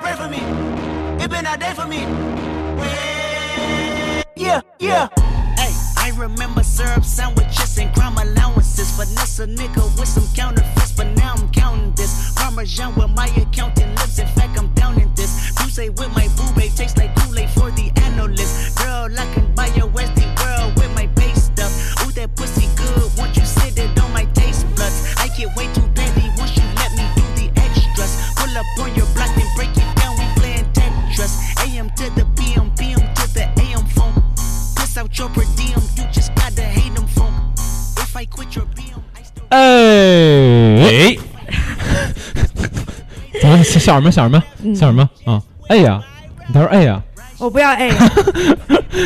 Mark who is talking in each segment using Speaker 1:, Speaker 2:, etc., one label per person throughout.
Speaker 1: pray for me. It been a day for me. Yeah, yeah. Hey, I remember syrup sandwiches and crime allowances. Finesse a nigga with some counterfeits, but now I'm counting this. Parmesan where my accountant lives. In fact, I'm down in this. Juice with my boo babe tastes like Kool-Aid for the analyst. Girl, I can buy a Westy world with my base stuff. Ooh, that pussy good. Won't you sit it on my taste buds? I get way too petty once you let me do the extras. Pull up on your block and break it down. We playing Tetris. AM to the PM, PM to the AM phone. Piss out your per diem. You just gotta hate them phone. If I quit your BM, I still.
Speaker 2: 哎， 怎么笑什么笑什么
Speaker 3: 嗯
Speaker 2: 笑什么啊？哎呀，他说哎呀，
Speaker 3: 我不要 哎，
Speaker 2: 行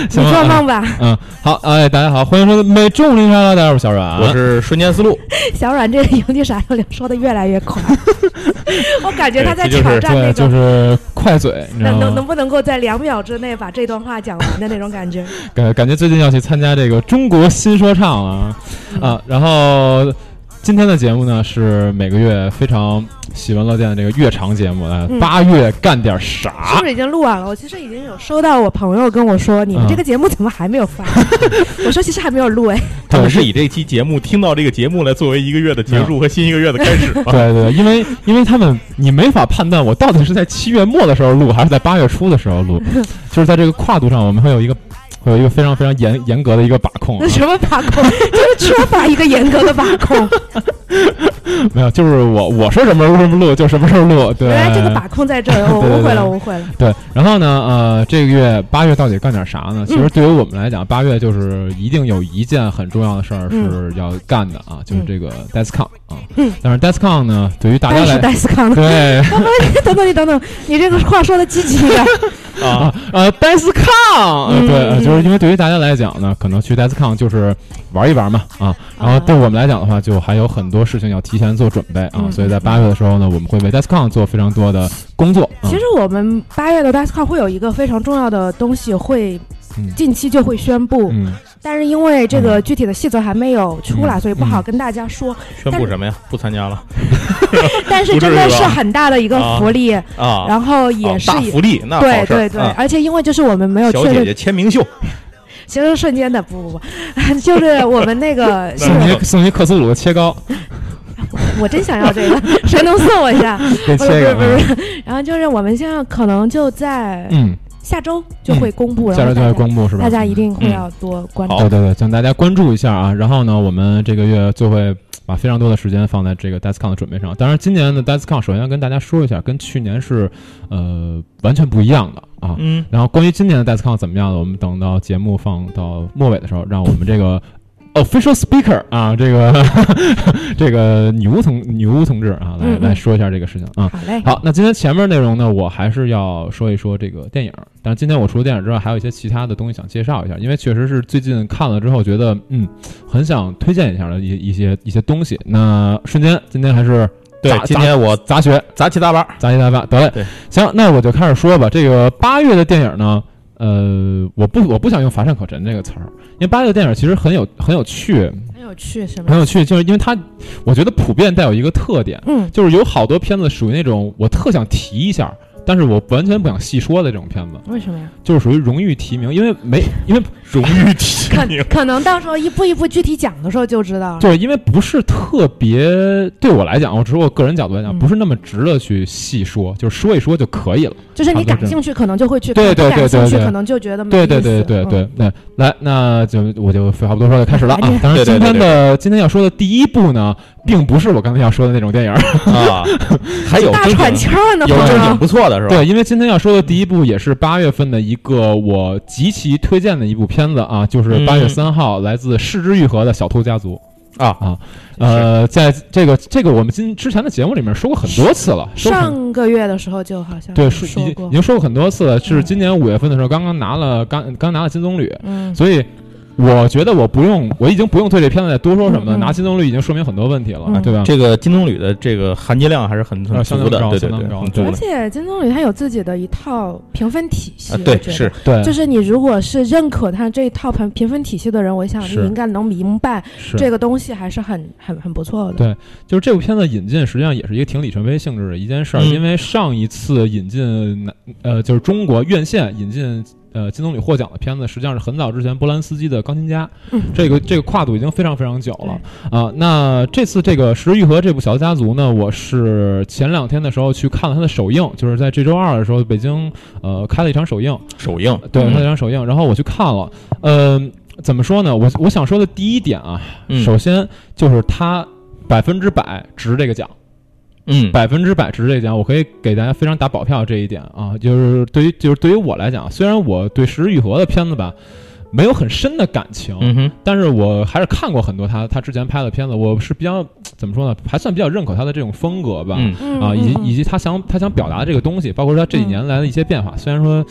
Speaker 3: 你做
Speaker 2: 吗？
Speaker 3: 梦吧，
Speaker 2: 嗯，好，哎，大家好，欢迎收听《每周五零沙啊拉》，大家好，我是小阮，
Speaker 4: 我是瞬间思路，
Speaker 3: 小阮这个营地傻六零说的越来越 快，我感觉他在
Speaker 4: 对这就
Speaker 3: 挑
Speaker 4: 是
Speaker 3: 战那
Speaker 2: 对，
Speaker 3: 个。
Speaker 2: 就是嗯快嘴，你知
Speaker 3: 能
Speaker 2: 道
Speaker 3: 能能
Speaker 2: 吗？
Speaker 3: 不能够在两秒之内把这段话讲完的那种 感觉？
Speaker 2: 感感觉最近要去参加这个中国新说唱啊
Speaker 3: 嗯
Speaker 2: 啊，然后今天的节目呢是每个月非常喜闻乐见的这个月长节目，来
Speaker 3: 嗯
Speaker 2: 八月干点
Speaker 3: 是
Speaker 2: 啥
Speaker 3: 不？是已经录完了？我其实已经有收到我朋友跟我说，你们
Speaker 2: 嗯哦
Speaker 3: 这个节目怎么还没有 发？我说其实还没有录哎，
Speaker 4: 他们是以这期节目听到这个节目来作为一个月的结束和新一个月的开始 吧？
Speaker 2: 对对，因为因为他们你没法判断我到底是在七月末的时候录，还是在八月初的时候 录，就是在这个跨度上，我们会有一个会有一个非常非常严严格的一个把控、啊
Speaker 3: 那。什么把 控，就是缺乏一个严格的把控。
Speaker 2: 没有，就是我我说什么时候什么录就什么时候录。对，
Speaker 3: 原来这个把控在这儿，我
Speaker 2: 对对对
Speaker 3: 误会了，我误会了。
Speaker 2: 对。然后呢，呃，这个月八月到底干点啥
Speaker 3: 嗯
Speaker 2: 呢？其实对于我们来讲，八月就是一定有一件很重要的事儿
Speaker 3: 嗯
Speaker 2: 是要干的啊，就是
Speaker 3: 嗯
Speaker 2: 这个 DESCON 啊。
Speaker 3: 嗯。
Speaker 2: 但是 DESCON 呢，对于大家
Speaker 3: 但是
Speaker 2: 来。
Speaker 3: 戴斯康的，
Speaker 2: 对，
Speaker 3: 等等你等等，你这个话说的积极点，
Speaker 4: 啊，
Speaker 2: 呃 d e s c o
Speaker 3: 嗯
Speaker 2: n 对，
Speaker 3: 嗯
Speaker 2: 呃就是因为对于大家来讲呢，可能去 d e s c o n 就是玩一玩嘛，啊，然后对我们来讲的话，就还有很多事情要提前做准备啊，
Speaker 3: 嗯
Speaker 2: 所以在八月的时候呢，我们会为 d e s c o n 做非常多的工作。啊
Speaker 3: 其实我们八月的 d e s c o 会有一个非常重要的东西会
Speaker 2: 嗯。
Speaker 3: 近期就会宣布，
Speaker 2: 嗯，
Speaker 3: 但是因为这个具体的细则还没有出来，
Speaker 2: 嗯
Speaker 3: 所以不好跟大家说。
Speaker 4: 宣布什么呀？不参加了
Speaker 3: 但是真的是很大的一个福利，
Speaker 4: 啊！
Speaker 3: 然后
Speaker 4: 啊
Speaker 3: 也是
Speaker 4: 大
Speaker 3: 以、
Speaker 4: 福利，那
Speaker 3: 对
Speaker 4: 好事儿
Speaker 3: 对对，
Speaker 4: 啊
Speaker 3: 而且因为就是我们没有
Speaker 4: 小
Speaker 3: 确
Speaker 4: 姐
Speaker 3: 认，
Speaker 4: 姐签名秀，
Speaker 3: 其实是瞬间的，不不不，就是我们那个
Speaker 4: 那
Speaker 3: 是
Speaker 2: 送
Speaker 4: 是
Speaker 2: 你送你克苏鲁的切糕，
Speaker 3: 我真想要这个，谁能送我一下？
Speaker 2: 给
Speaker 3: 不
Speaker 2: 切
Speaker 3: 是不
Speaker 2: 一
Speaker 3: 是
Speaker 2: 个。
Speaker 3: 不是，不是然后就是我们现在可能就在
Speaker 2: 嗯，
Speaker 3: 下周就会公布，
Speaker 2: 嗯
Speaker 3: 然
Speaker 2: 下
Speaker 3: 后
Speaker 2: 周就
Speaker 3: 大
Speaker 2: 会
Speaker 3: 家
Speaker 2: 公布是吧？
Speaker 3: 大家一定会
Speaker 4: 嗯
Speaker 3: 要多关注。
Speaker 4: 好
Speaker 2: 对对对，请大家关注一下啊。然后呢，我们这个月就会把非常多的时间放在这个 DESCON 的准备上。当然，今年的 DESCON 首先要跟大家说一下，跟去年是呃完全不一样的啊。
Speaker 4: 嗯，
Speaker 2: 然后关于今年的 DESCON 怎么样呢？我们等到节目放到末尾的时候，让我们这个 official speaker 啊，这个 这个女巫同女巫同志啊，来
Speaker 3: 嗯嗯
Speaker 2: 来说一下这个事情啊。
Speaker 3: 好嘞，
Speaker 2: 好，那今天前面内容呢，我还是要说一说这个电影儿。但是今天我除了电影之外，还有一些其他的东西想介绍一下，因为确实是最近看了之后觉得，嗯，很想推荐一下的一一些一些东西。那瞬间今天还是
Speaker 4: 对
Speaker 2: 杂，
Speaker 4: 今天我
Speaker 2: 杂学
Speaker 4: 杂七杂八，
Speaker 2: 杂七杂八，得嘞。
Speaker 4: 对，
Speaker 2: 行，那我就开始说吧。这个八月的电影呢，呃，我不我不想用乏善可陈这个词儿，因为八月的电影其实很有很有趣，
Speaker 3: 很有趣，什
Speaker 2: 很
Speaker 3: 么？
Speaker 2: 有趣，就是因为它，我觉得普遍带有一个特点。
Speaker 3: 嗯，
Speaker 2: 就是有好多片子属于那种我特想提一下，但是我完全不想细说的这种片子，
Speaker 3: 为什 么呀？
Speaker 2: 就是属于荣誉提名，因为没因为
Speaker 4: 荣誉提
Speaker 3: 可
Speaker 4: 名，
Speaker 3: 可能到时候一步一步具体讲的时候就知道了。
Speaker 2: 就是因为不是特别对我来讲，我只是我个人角度来讲，
Speaker 3: 嗯
Speaker 2: 不是那么值得去细说，就是说一说就可以了。
Speaker 3: 就是你
Speaker 2: 差不多
Speaker 3: 感兴趣，可能就会去看；
Speaker 2: 对对
Speaker 3: 不感
Speaker 2: 对对
Speaker 3: 兴趣，
Speaker 2: 对
Speaker 3: 可能就觉得没
Speaker 2: 对对
Speaker 3: 意
Speaker 2: 对
Speaker 3: 思
Speaker 2: 对
Speaker 3: 嗯
Speaker 2: 对对，来，那就我就废话不多说了，开始了
Speaker 3: 哎
Speaker 2: 啊！当然，
Speaker 4: 对对
Speaker 2: 今
Speaker 4: 对
Speaker 2: 天的今天要说的第一部呢，并不是我刚才要说的那种电影，
Speaker 4: 啊，还有
Speaker 3: 大
Speaker 4: 正
Speaker 3: 喘
Speaker 4: 经
Speaker 3: 气儿呢，
Speaker 4: 有
Speaker 3: 朋
Speaker 4: 正
Speaker 3: 友
Speaker 4: 经不错的是吧？
Speaker 2: 对，因为今天要说的第一部也是八月份的一个我极其推荐的一部片子啊，就是
Speaker 4: 嗯
Speaker 2: 八月三号来自市之愈合的《小偷家族》
Speaker 4: 啊
Speaker 2: 啊，呃，在这个这个我们今之前的节目里面说过很多次了，说过很
Speaker 3: 上个月的时候就好像
Speaker 2: 对
Speaker 3: 说
Speaker 2: 已经
Speaker 3: 过
Speaker 2: 已，经说过很多次了，是
Speaker 3: 嗯
Speaker 2: 今年五月份的时候刚刚拿了刚刚拿了金棕榈，
Speaker 3: 嗯，
Speaker 2: 所以我觉得我不用，我已经不用对这片子再多说什么了。
Speaker 3: 嗯嗯
Speaker 2: 拿金棕榈已经说明很多问题了，
Speaker 3: 嗯
Speaker 2: 对吧？
Speaker 4: 这个金棕榈的这个含金量还是很很
Speaker 2: 啊相
Speaker 4: 足
Speaker 2: 当
Speaker 4: 的
Speaker 2: 高，
Speaker 4: 对对
Speaker 2: 相
Speaker 4: 对，
Speaker 2: 当高
Speaker 4: 很足
Speaker 3: 而
Speaker 4: 的
Speaker 3: 且金棕榈它有自己的一套评分体系，
Speaker 4: 啊，
Speaker 3: 我
Speaker 4: 对
Speaker 3: 觉得
Speaker 4: 是，
Speaker 2: 对，
Speaker 3: 就是你如果是认可它这一套评评分体系的人，我想你
Speaker 2: 是
Speaker 3: 应该能明白
Speaker 2: 是
Speaker 3: 这个东西还是很很很不错的。
Speaker 2: 对就是这部片子引进，实际上也是一个挺里程碑性质的一件事儿，
Speaker 4: 嗯
Speaker 2: 因为上一次引进南呃，就是中国院线引进呃金棕榈获奖的片子，实际上是很早之前波兰斯基的《钢琴家》，
Speaker 3: 嗯
Speaker 2: 这个这个跨度已经非常非常久了啊、那这次这个《十日愈合》这部《小家族》呢，我是前两天的时候去看了它的首映，就是在这周二的时候，北京呃开了一场首映，
Speaker 4: 首映，
Speaker 2: 对，
Speaker 4: 嗯
Speaker 2: 开了一场首映，然后我去看了，嗯、怎么说呢？我我想说的第一点啊，
Speaker 4: 嗯
Speaker 2: 首先就是它百分之百值这个奖，
Speaker 4: 嗯
Speaker 2: 百分之百值这个奖，我可以给大家非常打保票这一点啊，就是对于就是对于我来讲，虽然我对《十日愈合》的片子吧没有很深的感情，
Speaker 4: 嗯哼
Speaker 2: 但是我还是看过很多他他之前拍的片子，我是比较怎么说呢，还算比较认可他的这种风格吧，
Speaker 4: 嗯
Speaker 3: 嗯，
Speaker 2: 啊，
Speaker 3: 嗯
Speaker 2: 以及
Speaker 3: 嗯
Speaker 2: 以及他想他想表达的这个东西，包括他这几年来的一些变化，虽然说。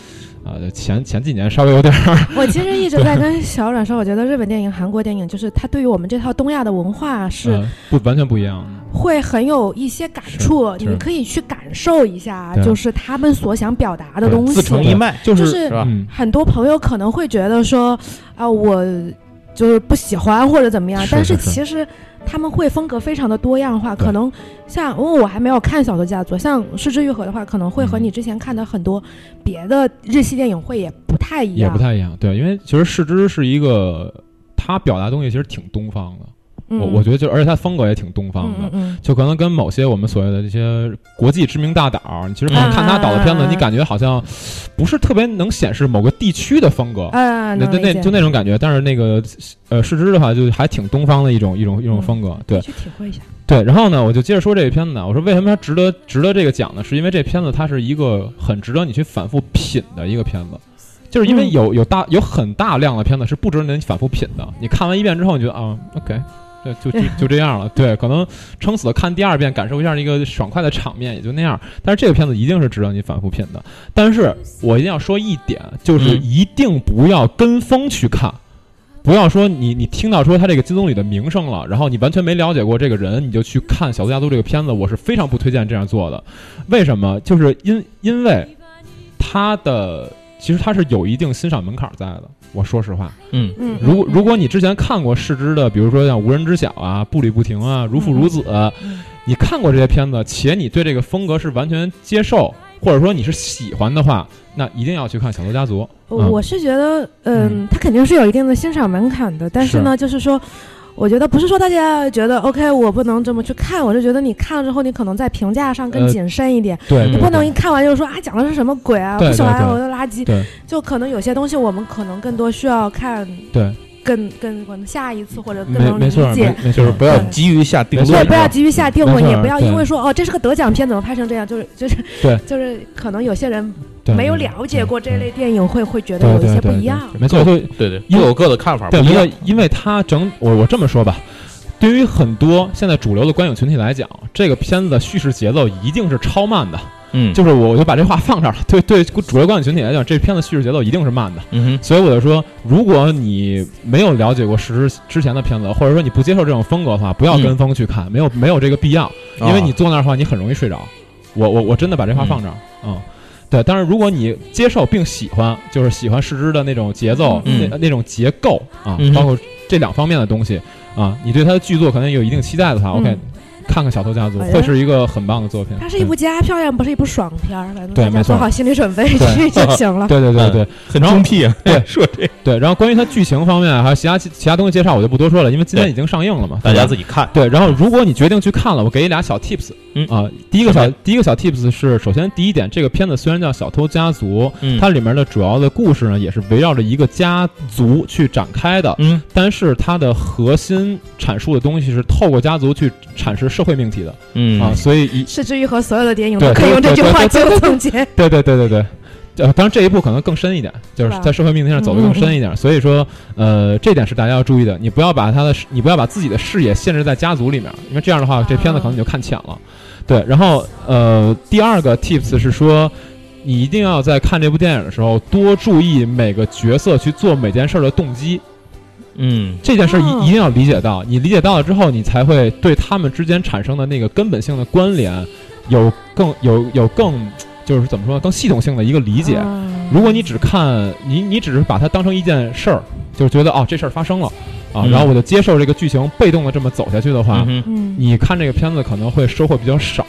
Speaker 2: 啊，前前几年稍微有点儿，
Speaker 3: 我其实一直在跟小阮说，我觉得日本电影、韩国电影，就是它对于我们这套东亚的文化是
Speaker 2: 呃不完全不一样。
Speaker 3: 会很有一些感触，
Speaker 2: 是是
Speaker 3: 你可以去感受一下，
Speaker 2: 对
Speaker 3: 就是他们所想表达的
Speaker 2: 对
Speaker 3: 东
Speaker 4: 自成
Speaker 3: 西。
Speaker 4: 一脉，
Speaker 2: 就是
Speaker 4: 是
Speaker 3: 啊
Speaker 4: 吧？
Speaker 2: 嗯，
Speaker 3: 很多朋友可能会觉得说，啊，我就是不喜欢或者怎么样，
Speaker 2: 是
Speaker 3: 但
Speaker 2: 是
Speaker 3: 是
Speaker 2: 是
Speaker 3: 其实他们会风格非常的多样化，
Speaker 2: 对
Speaker 3: 可能像因为、我还没有看《小偷家族》，像《失之愈合》的话，可能会和
Speaker 2: 嗯
Speaker 3: 你之前看的很多别的日系电影会也不太一
Speaker 2: 也
Speaker 3: 样
Speaker 2: 不，太一样。对，因为其实世之是一个，他表达东西其实挺东方的，我我
Speaker 3: 觉
Speaker 2: 觉得就而且他风格也挺东方
Speaker 3: 嗯
Speaker 2: 的。
Speaker 3: 嗯嗯
Speaker 2: 就可能跟某些我们所谓的这些国际知名大导，你其实看
Speaker 3: 嗯
Speaker 2: 看他导的片子，
Speaker 3: 啊
Speaker 2: 你感觉好像不是特别能显示某个地区的风格，
Speaker 3: 啊，
Speaker 2: 那
Speaker 3: 能
Speaker 2: 那
Speaker 3: 理
Speaker 2: 那
Speaker 3: 解
Speaker 2: 就那种感觉。但是那个呃，世之的话，就还挺东方的一种一种一种
Speaker 3: 嗯
Speaker 2: 风格。对，
Speaker 3: 去体会一下，
Speaker 2: 对，然后呢，我就接着说这个片子呢。我说为什么它值得值得这个奖呢？是因为这片子它是一个很值得你去反复品的一个片子，就是因为
Speaker 3: 嗯
Speaker 2: 有有大有很大量的片子是不值得你反复品的。你看完一遍之后，你觉得啊，OK，对，就就就这样了。对，可能撑死了看第二遍，感受一下一个爽快的场面，也就那样。但是这个片子一定是值得你反复品的。但是我一定要说一点，就是
Speaker 4: 嗯
Speaker 2: 一定不要跟风去看。不要说你你听到说他这个金棕榈的名声了，然后你完全没了解过这个人，你就去看《小偷家族》这个片子，我是非常不推荐这样做的。为什么？就是因因为他的其实他是有一定欣赏门槛在的。我说实话，
Speaker 4: 嗯
Speaker 3: 嗯，
Speaker 2: 如果如果你之前看过世之的，比如说像《无人知晓》啊、《步履不停》啊、《如父如子》
Speaker 3: 嗯
Speaker 2: 你看过这些片子，且你对这个风格是完全接受，或者说你是喜欢的话，那一定要去看《小偷家族》嗯。
Speaker 3: 我是觉得，嗯，它肯定是有一定的欣赏门槛的，但是呢，就是说。我觉得不是说大家觉得 OK，我不能这么去看，我是觉得你看了之后，你可能在评价上更
Speaker 2: 呃
Speaker 3: 谨慎一点，
Speaker 2: 对，
Speaker 3: 你
Speaker 2: 对
Speaker 3: 不能
Speaker 2: 对
Speaker 3: 一看完就说啊讲的是什么鬼啊，
Speaker 2: 对
Speaker 3: 不喜
Speaker 2: 对
Speaker 3: 欢
Speaker 2: 对
Speaker 3: 我的垃圾。
Speaker 2: 对
Speaker 3: 就可能有些东西我们可能更多需要看
Speaker 2: 对，
Speaker 3: 更更我们下一次或者更
Speaker 2: 没
Speaker 3: 能理
Speaker 2: 没错，
Speaker 3: 解
Speaker 2: 没。没
Speaker 4: 就
Speaker 2: 错
Speaker 4: 是，嗯不要
Speaker 3: 对
Speaker 4: 急于下定
Speaker 2: 没错
Speaker 4: 论，
Speaker 3: 对，不要急于下定论，
Speaker 2: 没错
Speaker 3: 也不要
Speaker 2: 对
Speaker 3: 因为说哦，这是个得奖片，怎么拍成这样？就是就是
Speaker 2: 对
Speaker 3: 就是可能有些人
Speaker 2: 对
Speaker 3: 没有
Speaker 2: 对
Speaker 3: 了解过这
Speaker 2: 对
Speaker 3: 类电影，会会觉
Speaker 2: 对
Speaker 3: 得有
Speaker 2: 对
Speaker 3: 一些
Speaker 2: 对
Speaker 3: 不
Speaker 2: 对
Speaker 3: 一样。
Speaker 2: 没错，就
Speaker 4: 对对，
Speaker 2: 因为
Speaker 4: 各有各的看法，
Speaker 2: 对，
Speaker 4: 不一
Speaker 2: 因
Speaker 4: 样
Speaker 2: 为因为它整我我这么说吧，对于很多现在主流的观影群体来讲，这个片子的叙事节奏一定是超慢的。
Speaker 4: 嗯
Speaker 2: 就是我我就把这话放这儿了。对对，主流观影群体来讲，这片子叙事节奏一定是慢的。
Speaker 4: 嗯哼
Speaker 2: 所以我就说，如果你没有了解过实之之前的片子，或者说你不接受这种风格的话，不要
Speaker 4: 嗯
Speaker 2: 跟风去看，没有没有这个必要，
Speaker 4: 哦
Speaker 2: 因
Speaker 4: 啊
Speaker 2: 为你坐那儿的话，你很容易睡着。我我我真的把这话放这儿，嗯。对，但是如果你接受并喜欢，就是喜欢视之的那种节奏、
Speaker 4: 嗯
Speaker 2: 那那种结构啊，
Speaker 4: 嗯哼
Speaker 2: 包括这两方面的东西啊，你对它的剧作可能有一定期待的话、o k
Speaker 3: 嗯
Speaker 2: 看看《小偷家族
Speaker 3: 好》呀
Speaker 2: 会是一个很棒的作品。
Speaker 3: 它是一部佳片，也不是一部爽片儿，反正
Speaker 2: 对
Speaker 3: 大
Speaker 2: 没
Speaker 3: 家
Speaker 2: 错
Speaker 3: 做好心理准备
Speaker 2: 对
Speaker 3: 就行
Speaker 2: 嗯
Speaker 3: 了。
Speaker 2: 对对
Speaker 4: 嗯
Speaker 2: 对对、
Speaker 4: 很中替啊，
Speaker 2: 对
Speaker 4: 说这个
Speaker 2: 对，然后关于它剧情方面还有其他其他东西介绍，我就不多说了，因为今天已经上映了嘛，
Speaker 4: 大
Speaker 2: 对吧
Speaker 4: 家自己看，
Speaker 2: 对，然后如果你决定去看了，我给你俩小 tips，
Speaker 4: 嗯
Speaker 2: 啊、第一个小第一个小 tips 是，首先第一点，这个片子虽然叫《小偷家族》，
Speaker 4: 嗯
Speaker 2: 它里面的主要的故事呢，也是围绕着一个家族去展开的，
Speaker 4: 嗯
Speaker 2: 但是它的核心阐述的东西是透过家族去阐释社会命题的、
Speaker 4: 嗯
Speaker 2: 啊，所以一
Speaker 3: 是至于和所有的电影
Speaker 2: 对
Speaker 3: 都可以用这句话
Speaker 2: 对对对
Speaker 3: 做总结。
Speaker 2: 对对对对对。呃，当然这一步可能更深一点，就是
Speaker 3: 是吧嗯
Speaker 2: 在社会命题上走得更深一点，所以说，呃，这点是大家要注意的。你不要把他的视，你不要把自己的视野限制在家族里面，因为这样的
Speaker 3: 啊
Speaker 2: 话，这片子可能你就看浅了。对，然后呃，第二个 tips 是说，你一定要在看这部电影的时候多注意每个角色去做每件事儿的动机。
Speaker 4: 嗯
Speaker 2: 这件事一
Speaker 3: 哦
Speaker 2: 一定要理解到，你理解到了之后，你才会对他们之间产生的那个根本性的关联有更有有更就是怎么说呢更系统性的一个理解。
Speaker 3: 啊
Speaker 2: 如果你只看你，你只是把它当成一件事儿，就是觉得哦这事儿发生了啊，
Speaker 4: 嗯
Speaker 2: 然后我就接受这个剧情，被动的这么走下去的话，
Speaker 4: 嗯哼
Speaker 3: 嗯，
Speaker 2: 你看这个片子可能会收获比较少。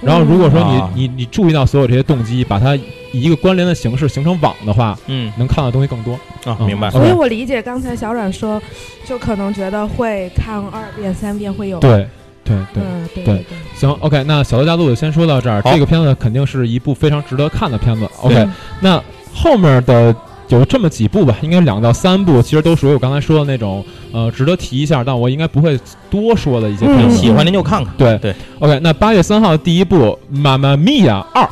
Speaker 2: 然后如果说你、
Speaker 4: 啊
Speaker 2: 你你注意到所有这些动机，把它以一个关联的形式形成网的话，
Speaker 4: 嗯
Speaker 2: 能看到的东西更多。
Speaker 4: 啊，
Speaker 2: 嗯
Speaker 4: 明白。
Speaker 3: 所以我理解刚才小阮说，就可能觉得会看二遍、三遍会有。
Speaker 2: 对对对。
Speaker 3: 嗯，
Speaker 2: 对
Speaker 3: 对 对对。
Speaker 2: 行，OK，那《小偷家族》就先说到这儿。
Speaker 4: 好
Speaker 2: 这个片子肯定是一部非常值得看的片子。OK，
Speaker 3: 嗯
Speaker 2: 那后面的有这么几部吧，应该两到三部，其实都属于我刚才说的那种呃值得提一下，但我应该不会多说的一些片
Speaker 3: 嗯
Speaker 2: 子。
Speaker 4: 喜欢您就看看。
Speaker 2: 对
Speaker 4: 对
Speaker 2: ，OK，那八月三号第一部《妈妈咪呀二》，
Speaker 3: 啊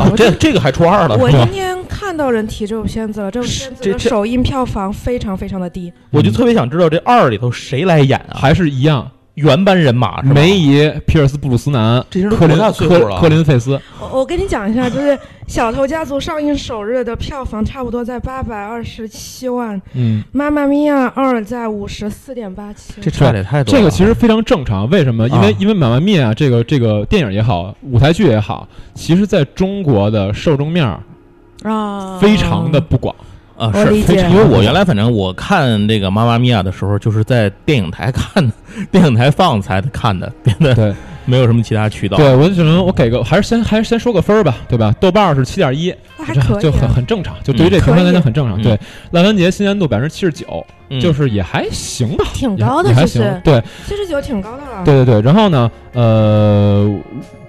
Speaker 4: 哦，
Speaker 3: 我
Speaker 4: 这这个还初二了，
Speaker 3: 我
Speaker 4: 是吧
Speaker 3: 今天看到人提这部片子了，这部片子
Speaker 4: 这
Speaker 3: 的
Speaker 4: 这
Speaker 3: 首映票房非常非常的低。
Speaker 4: 我就特别想知道这二里头谁来演啊？
Speaker 2: 还是一样，
Speaker 4: 原班人马啊是吧？
Speaker 2: 梅姨、皮尔斯·布鲁斯南、
Speaker 4: 这些人都
Speaker 2: 科林
Speaker 4: 多大岁数了
Speaker 2: 科科林·费斯，
Speaker 3: 我我跟你讲一下，就是《小偷家族》上映首日的票房差不多在八百二十七万，《
Speaker 2: 嗯，
Speaker 3: 妈妈咪呀二》在五十四点八七。
Speaker 4: 这差的也太多了。
Speaker 2: 这个其实非常正常，为什么？因为、
Speaker 4: 啊
Speaker 2: 因为《满满面》啊，这个这个电影也好，舞台剧也好，其实在中国的受众面儿
Speaker 3: 啊，
Speaker 2: 非常的不广。
Speaker 4: 啊
Speaker 3: 我
Speaker 4: 是
Speaker 3: 理
Speaker 4: 非
Speaker 3: 解
Speaker 4: 常，因为我原来反正我看这个《妈妈咪呀》的时候，就是在电影台看的，电影台放才看的，别的
Speaker 2: 对
Speaker 4: 没有什么其他渠道。
Speaker 2: 对，我只能我给个，还是先还是先说个分儿吧，对吧？豆瓣儿是七点一，
Speaker 3: 那还
Speaker 2: 这
Speaker 3: 可以
Speaker 2: 就很
Speaker 3: 啊。
Speaker 2: 很正常，就对于这评分来讲很正常。
Speaker 4: 可以
Speaker 2: 对，烂番茄新年度百分之七十九，
Speaker 4: 嗯
Speaker 2: 就是也还行吧，
Speaker 3: 挺
Speaker 2: 也还
Speaker 3: 高的
Speaker 2: 也还
Speaker 3: 其实嗯
Speaker 2: 行。对
Speaker 3: 七十九挺高的 了。
Speaker 2: 对对对，然后呢，呃，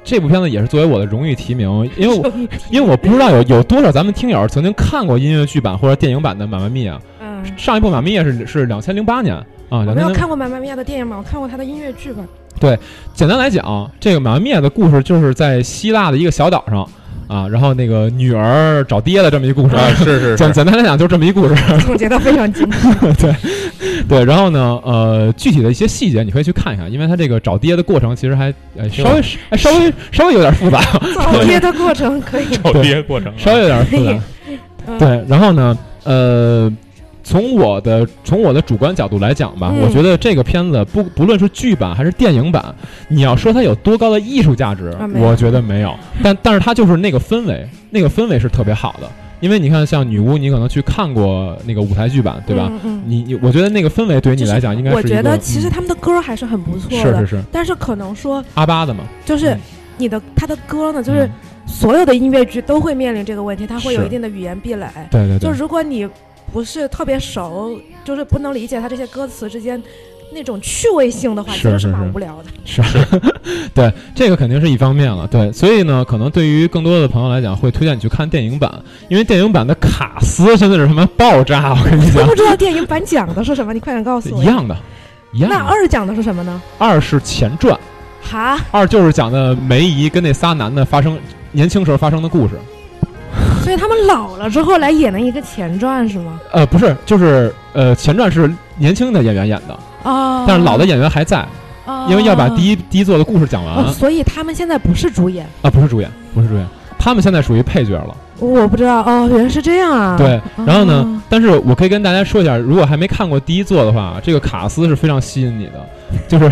Speaker 2: 这部片子也是作为我的荣誉提名，因为我。因为我不知道有有多少咱们听友曾经看过音乐剧版或者电影版的《满满蜜》啊，
Speaker 3: 嗯，
Speaker 2: 上一部《满蜜》是是两千零八年啊，
Speaker 3: 我
Speaker 2: 两千
Speaker 3: 没有
Speaker 2: 零。
Speaker 3: 看过《妈妈咪呀》的电影嘛，我看过她的音乐剧吧。
Speaker 2: 简单来讲，这个《满满蜜》的故事就是在希腊的一个小岛上啊，然后那个女儿找爹的这么一故事。
Speaker 4: 啊，是是
Speaker 2: 简
Speaker 4: 是，
Speaker 2: 简单来讲，就这么一故事。
Speaker 3: 总结的非常 精辟。
Speaker 2: 对，然后呢，呃，具体的一些细节你可以去看一看，因为他这个找爹的过程其实还呃稍微哎稍微稍微有点复杂，
Speaker 3: 找爹的过程可以。
Speaker 4: 找爹过程啊。
Speaker 2: 稍微有点复 杂。
Speaker 3: 嗯，
Speaker 2: 对，然后呢，呃，从我的从我的主观角度来讲吧，
Speaker 3: 嗯
Speaker 2: 我觉得这个片子不不论是剧版还是电影版，你要说它有多高的艺术价值，
Speaker 3: 啊没有
Speaker 2: 我觉得没有。但但是它就是那个氛围，那个氛围是特别好的。因为你看，像女巫，你可能去看过那个舞台剧版，对吧？
Speaker 3: 嗯？嗯
Speaker 2: 你你，我觉得那个氛围对于你
Speaker 3: 就是
Speaker 2: 来讲，应该是
Speaker 3: 我觉
Speaker 2: 一
Speaker 3: 得
Speaker 2: 个
Speaker 3: 其实
Speaker 2: 嗯
Speaker 3: 他们的歌还是很不错
Speaker 2: 是
Speaker 3: 的，
Speaker 2: 是是
Speaker 3: 但是可能说
Speaker 2: 阿巴的嘛，
Speaker 3: 就是
Speaker 2: 嗯
Speaker 3: 你的他的歌呢，就是
Speaker 2: 嗯
Speaker 3: 所有的音乐剧都会面临这个问题，它会有
Speaker 2: 是
Speaker 3: 一定的语言壁垒。
Speaker 2: 对对
Speaker 3: 就
Speaker 2: 对，
Speaker 3: 如果你不是特别熟，就是不能理解他这些歌词之间那种趣味性的话，
Speaker 2: 是
Speaker 3: 其实
Speaker 2: 是
Speaker 3: 蛮
Speaker 2: 是
Speaker 3: 无聊的。
Speaker 2: 是，对，这个肯定是一方面了，对，所以呢，可能对于更多的朋友来讲，会推荐你去看电影版，因为电影版的卡斯真的是他妈爆炸，我跟你
Speaker 3: 都
Speaker 2: 讲，
Speaker 3: 不知道电影版讲的是什么，你快点告诉我
Speaker 2: 一。样的，一样
Speaker 3: 那
Speaker 2: 的。
Speaker 3: 二讲的是什么 呢？
Speaker 2: 二是前传，
Speaker 3: 哈，
Speaker 2: 二就是讲的梅姨跟那仨男的发生年轻时候发生的故事，
Speaker 3: 所以他们老了之后来演了一个前传是吗？
Speaker 2: 呃，不是，就是呃，前传是年轻的演员演的，
Speaker 3: 哦，
Speaker 2: 但是老的演员还在，
Speaker 3: 哦，
Speaker 2: 因为要把第一啊第一座的故事讲完
Speaker 3: 哦，所以他们现在不是主演。
Speaker 2: 啊，不是主演，不是主演，他们现在属于配角了。
Speaker 3: 我不知道哦，原来是这样啊。
Speaker 2: 对，然后呢
Speaker 3: 哦？？
Speaker 2: 但是我可以跟大家说一下，如果还没看过第一座的话，这个卡斯是非常吸引你 的，就是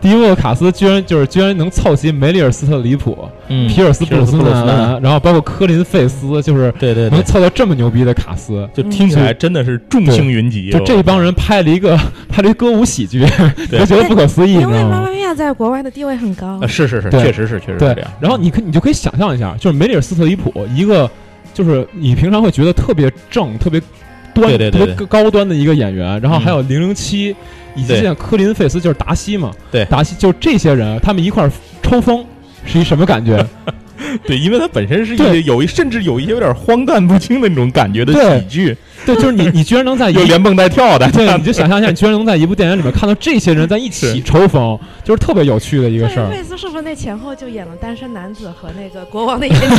Speaker 2: 第一座的卡斯居然就是居然能凑齐梅里尔·斯特里普、
Speaker 4: 嗯，
Speaker 2: 皮尔斯·布鲁斯
Speaker 4: 皮尔斯布鲁斯
Speaker 2: 南，然后包括科林·费斯，就是
Speaker 4: 对对
Speaker 2: 能
Speaker 4: 对，
Speaker 2: 凑到这么牛逼的卡斯。
Speaker 4: 就听起来真的是众星云集。
Speaker 2: 嗯
Speaker 4: 哦
Speaker 2: 就这帮人拍了一个 拍了一歌舞喜剧，你就觉得不可思议，你知
Speaker 3: 因为
Speaker 2: 道
Speaker 3: 妈
Speaker 2: 吗
Speaker 3: 妈？咪呀在国外的地位很高
Speaker 4: 啊，，是是是，
Speaker 2: 对
Speaker 4: 确实是确实是
Speaker 2: 对
Speaker 4: 这样。，
Speaker 2: 然后你可你就可以想象一下，就是梅里尔·斯特里普，一个就是你平常会觉得特别正、特别端、
Speaker 4: 对对对对嗯
Speaker 2: 特别高端的一个演员，然后还有零零七，以及
Speaker 4: 对
Speaker 2: 像科林·费斯，就是达西嘛，
Speaker 4: 对
Speaker 2: 达西就这些人，他们一块儿抽风。是一什么感觉？
Speaker 4: 对，因为它本身是
Speaker 2: 对
Speaker 4: 一有一甚至有一些有点荒诞不清的那种感觉的
Speaker 2: 对
Speaker 4: 喜剧，
Speaker 2: 对，就是你，你居然能在一
Speaker 4: 又连蹦带跳的。
Speaker 2: 对，你就想象一下，你居然能在一部电影里面看到这些人在一起
Speaker 4: 是
Speaker 2: 抽风，就是特别有趣的一个
Speaker 3: 克
Speaker 2: 事
Speaker 3: 林
Speaker 2: 儿。
Speaker 3: 费斯是不是那前后就演了《单身男子》和那个《国王的演讲》，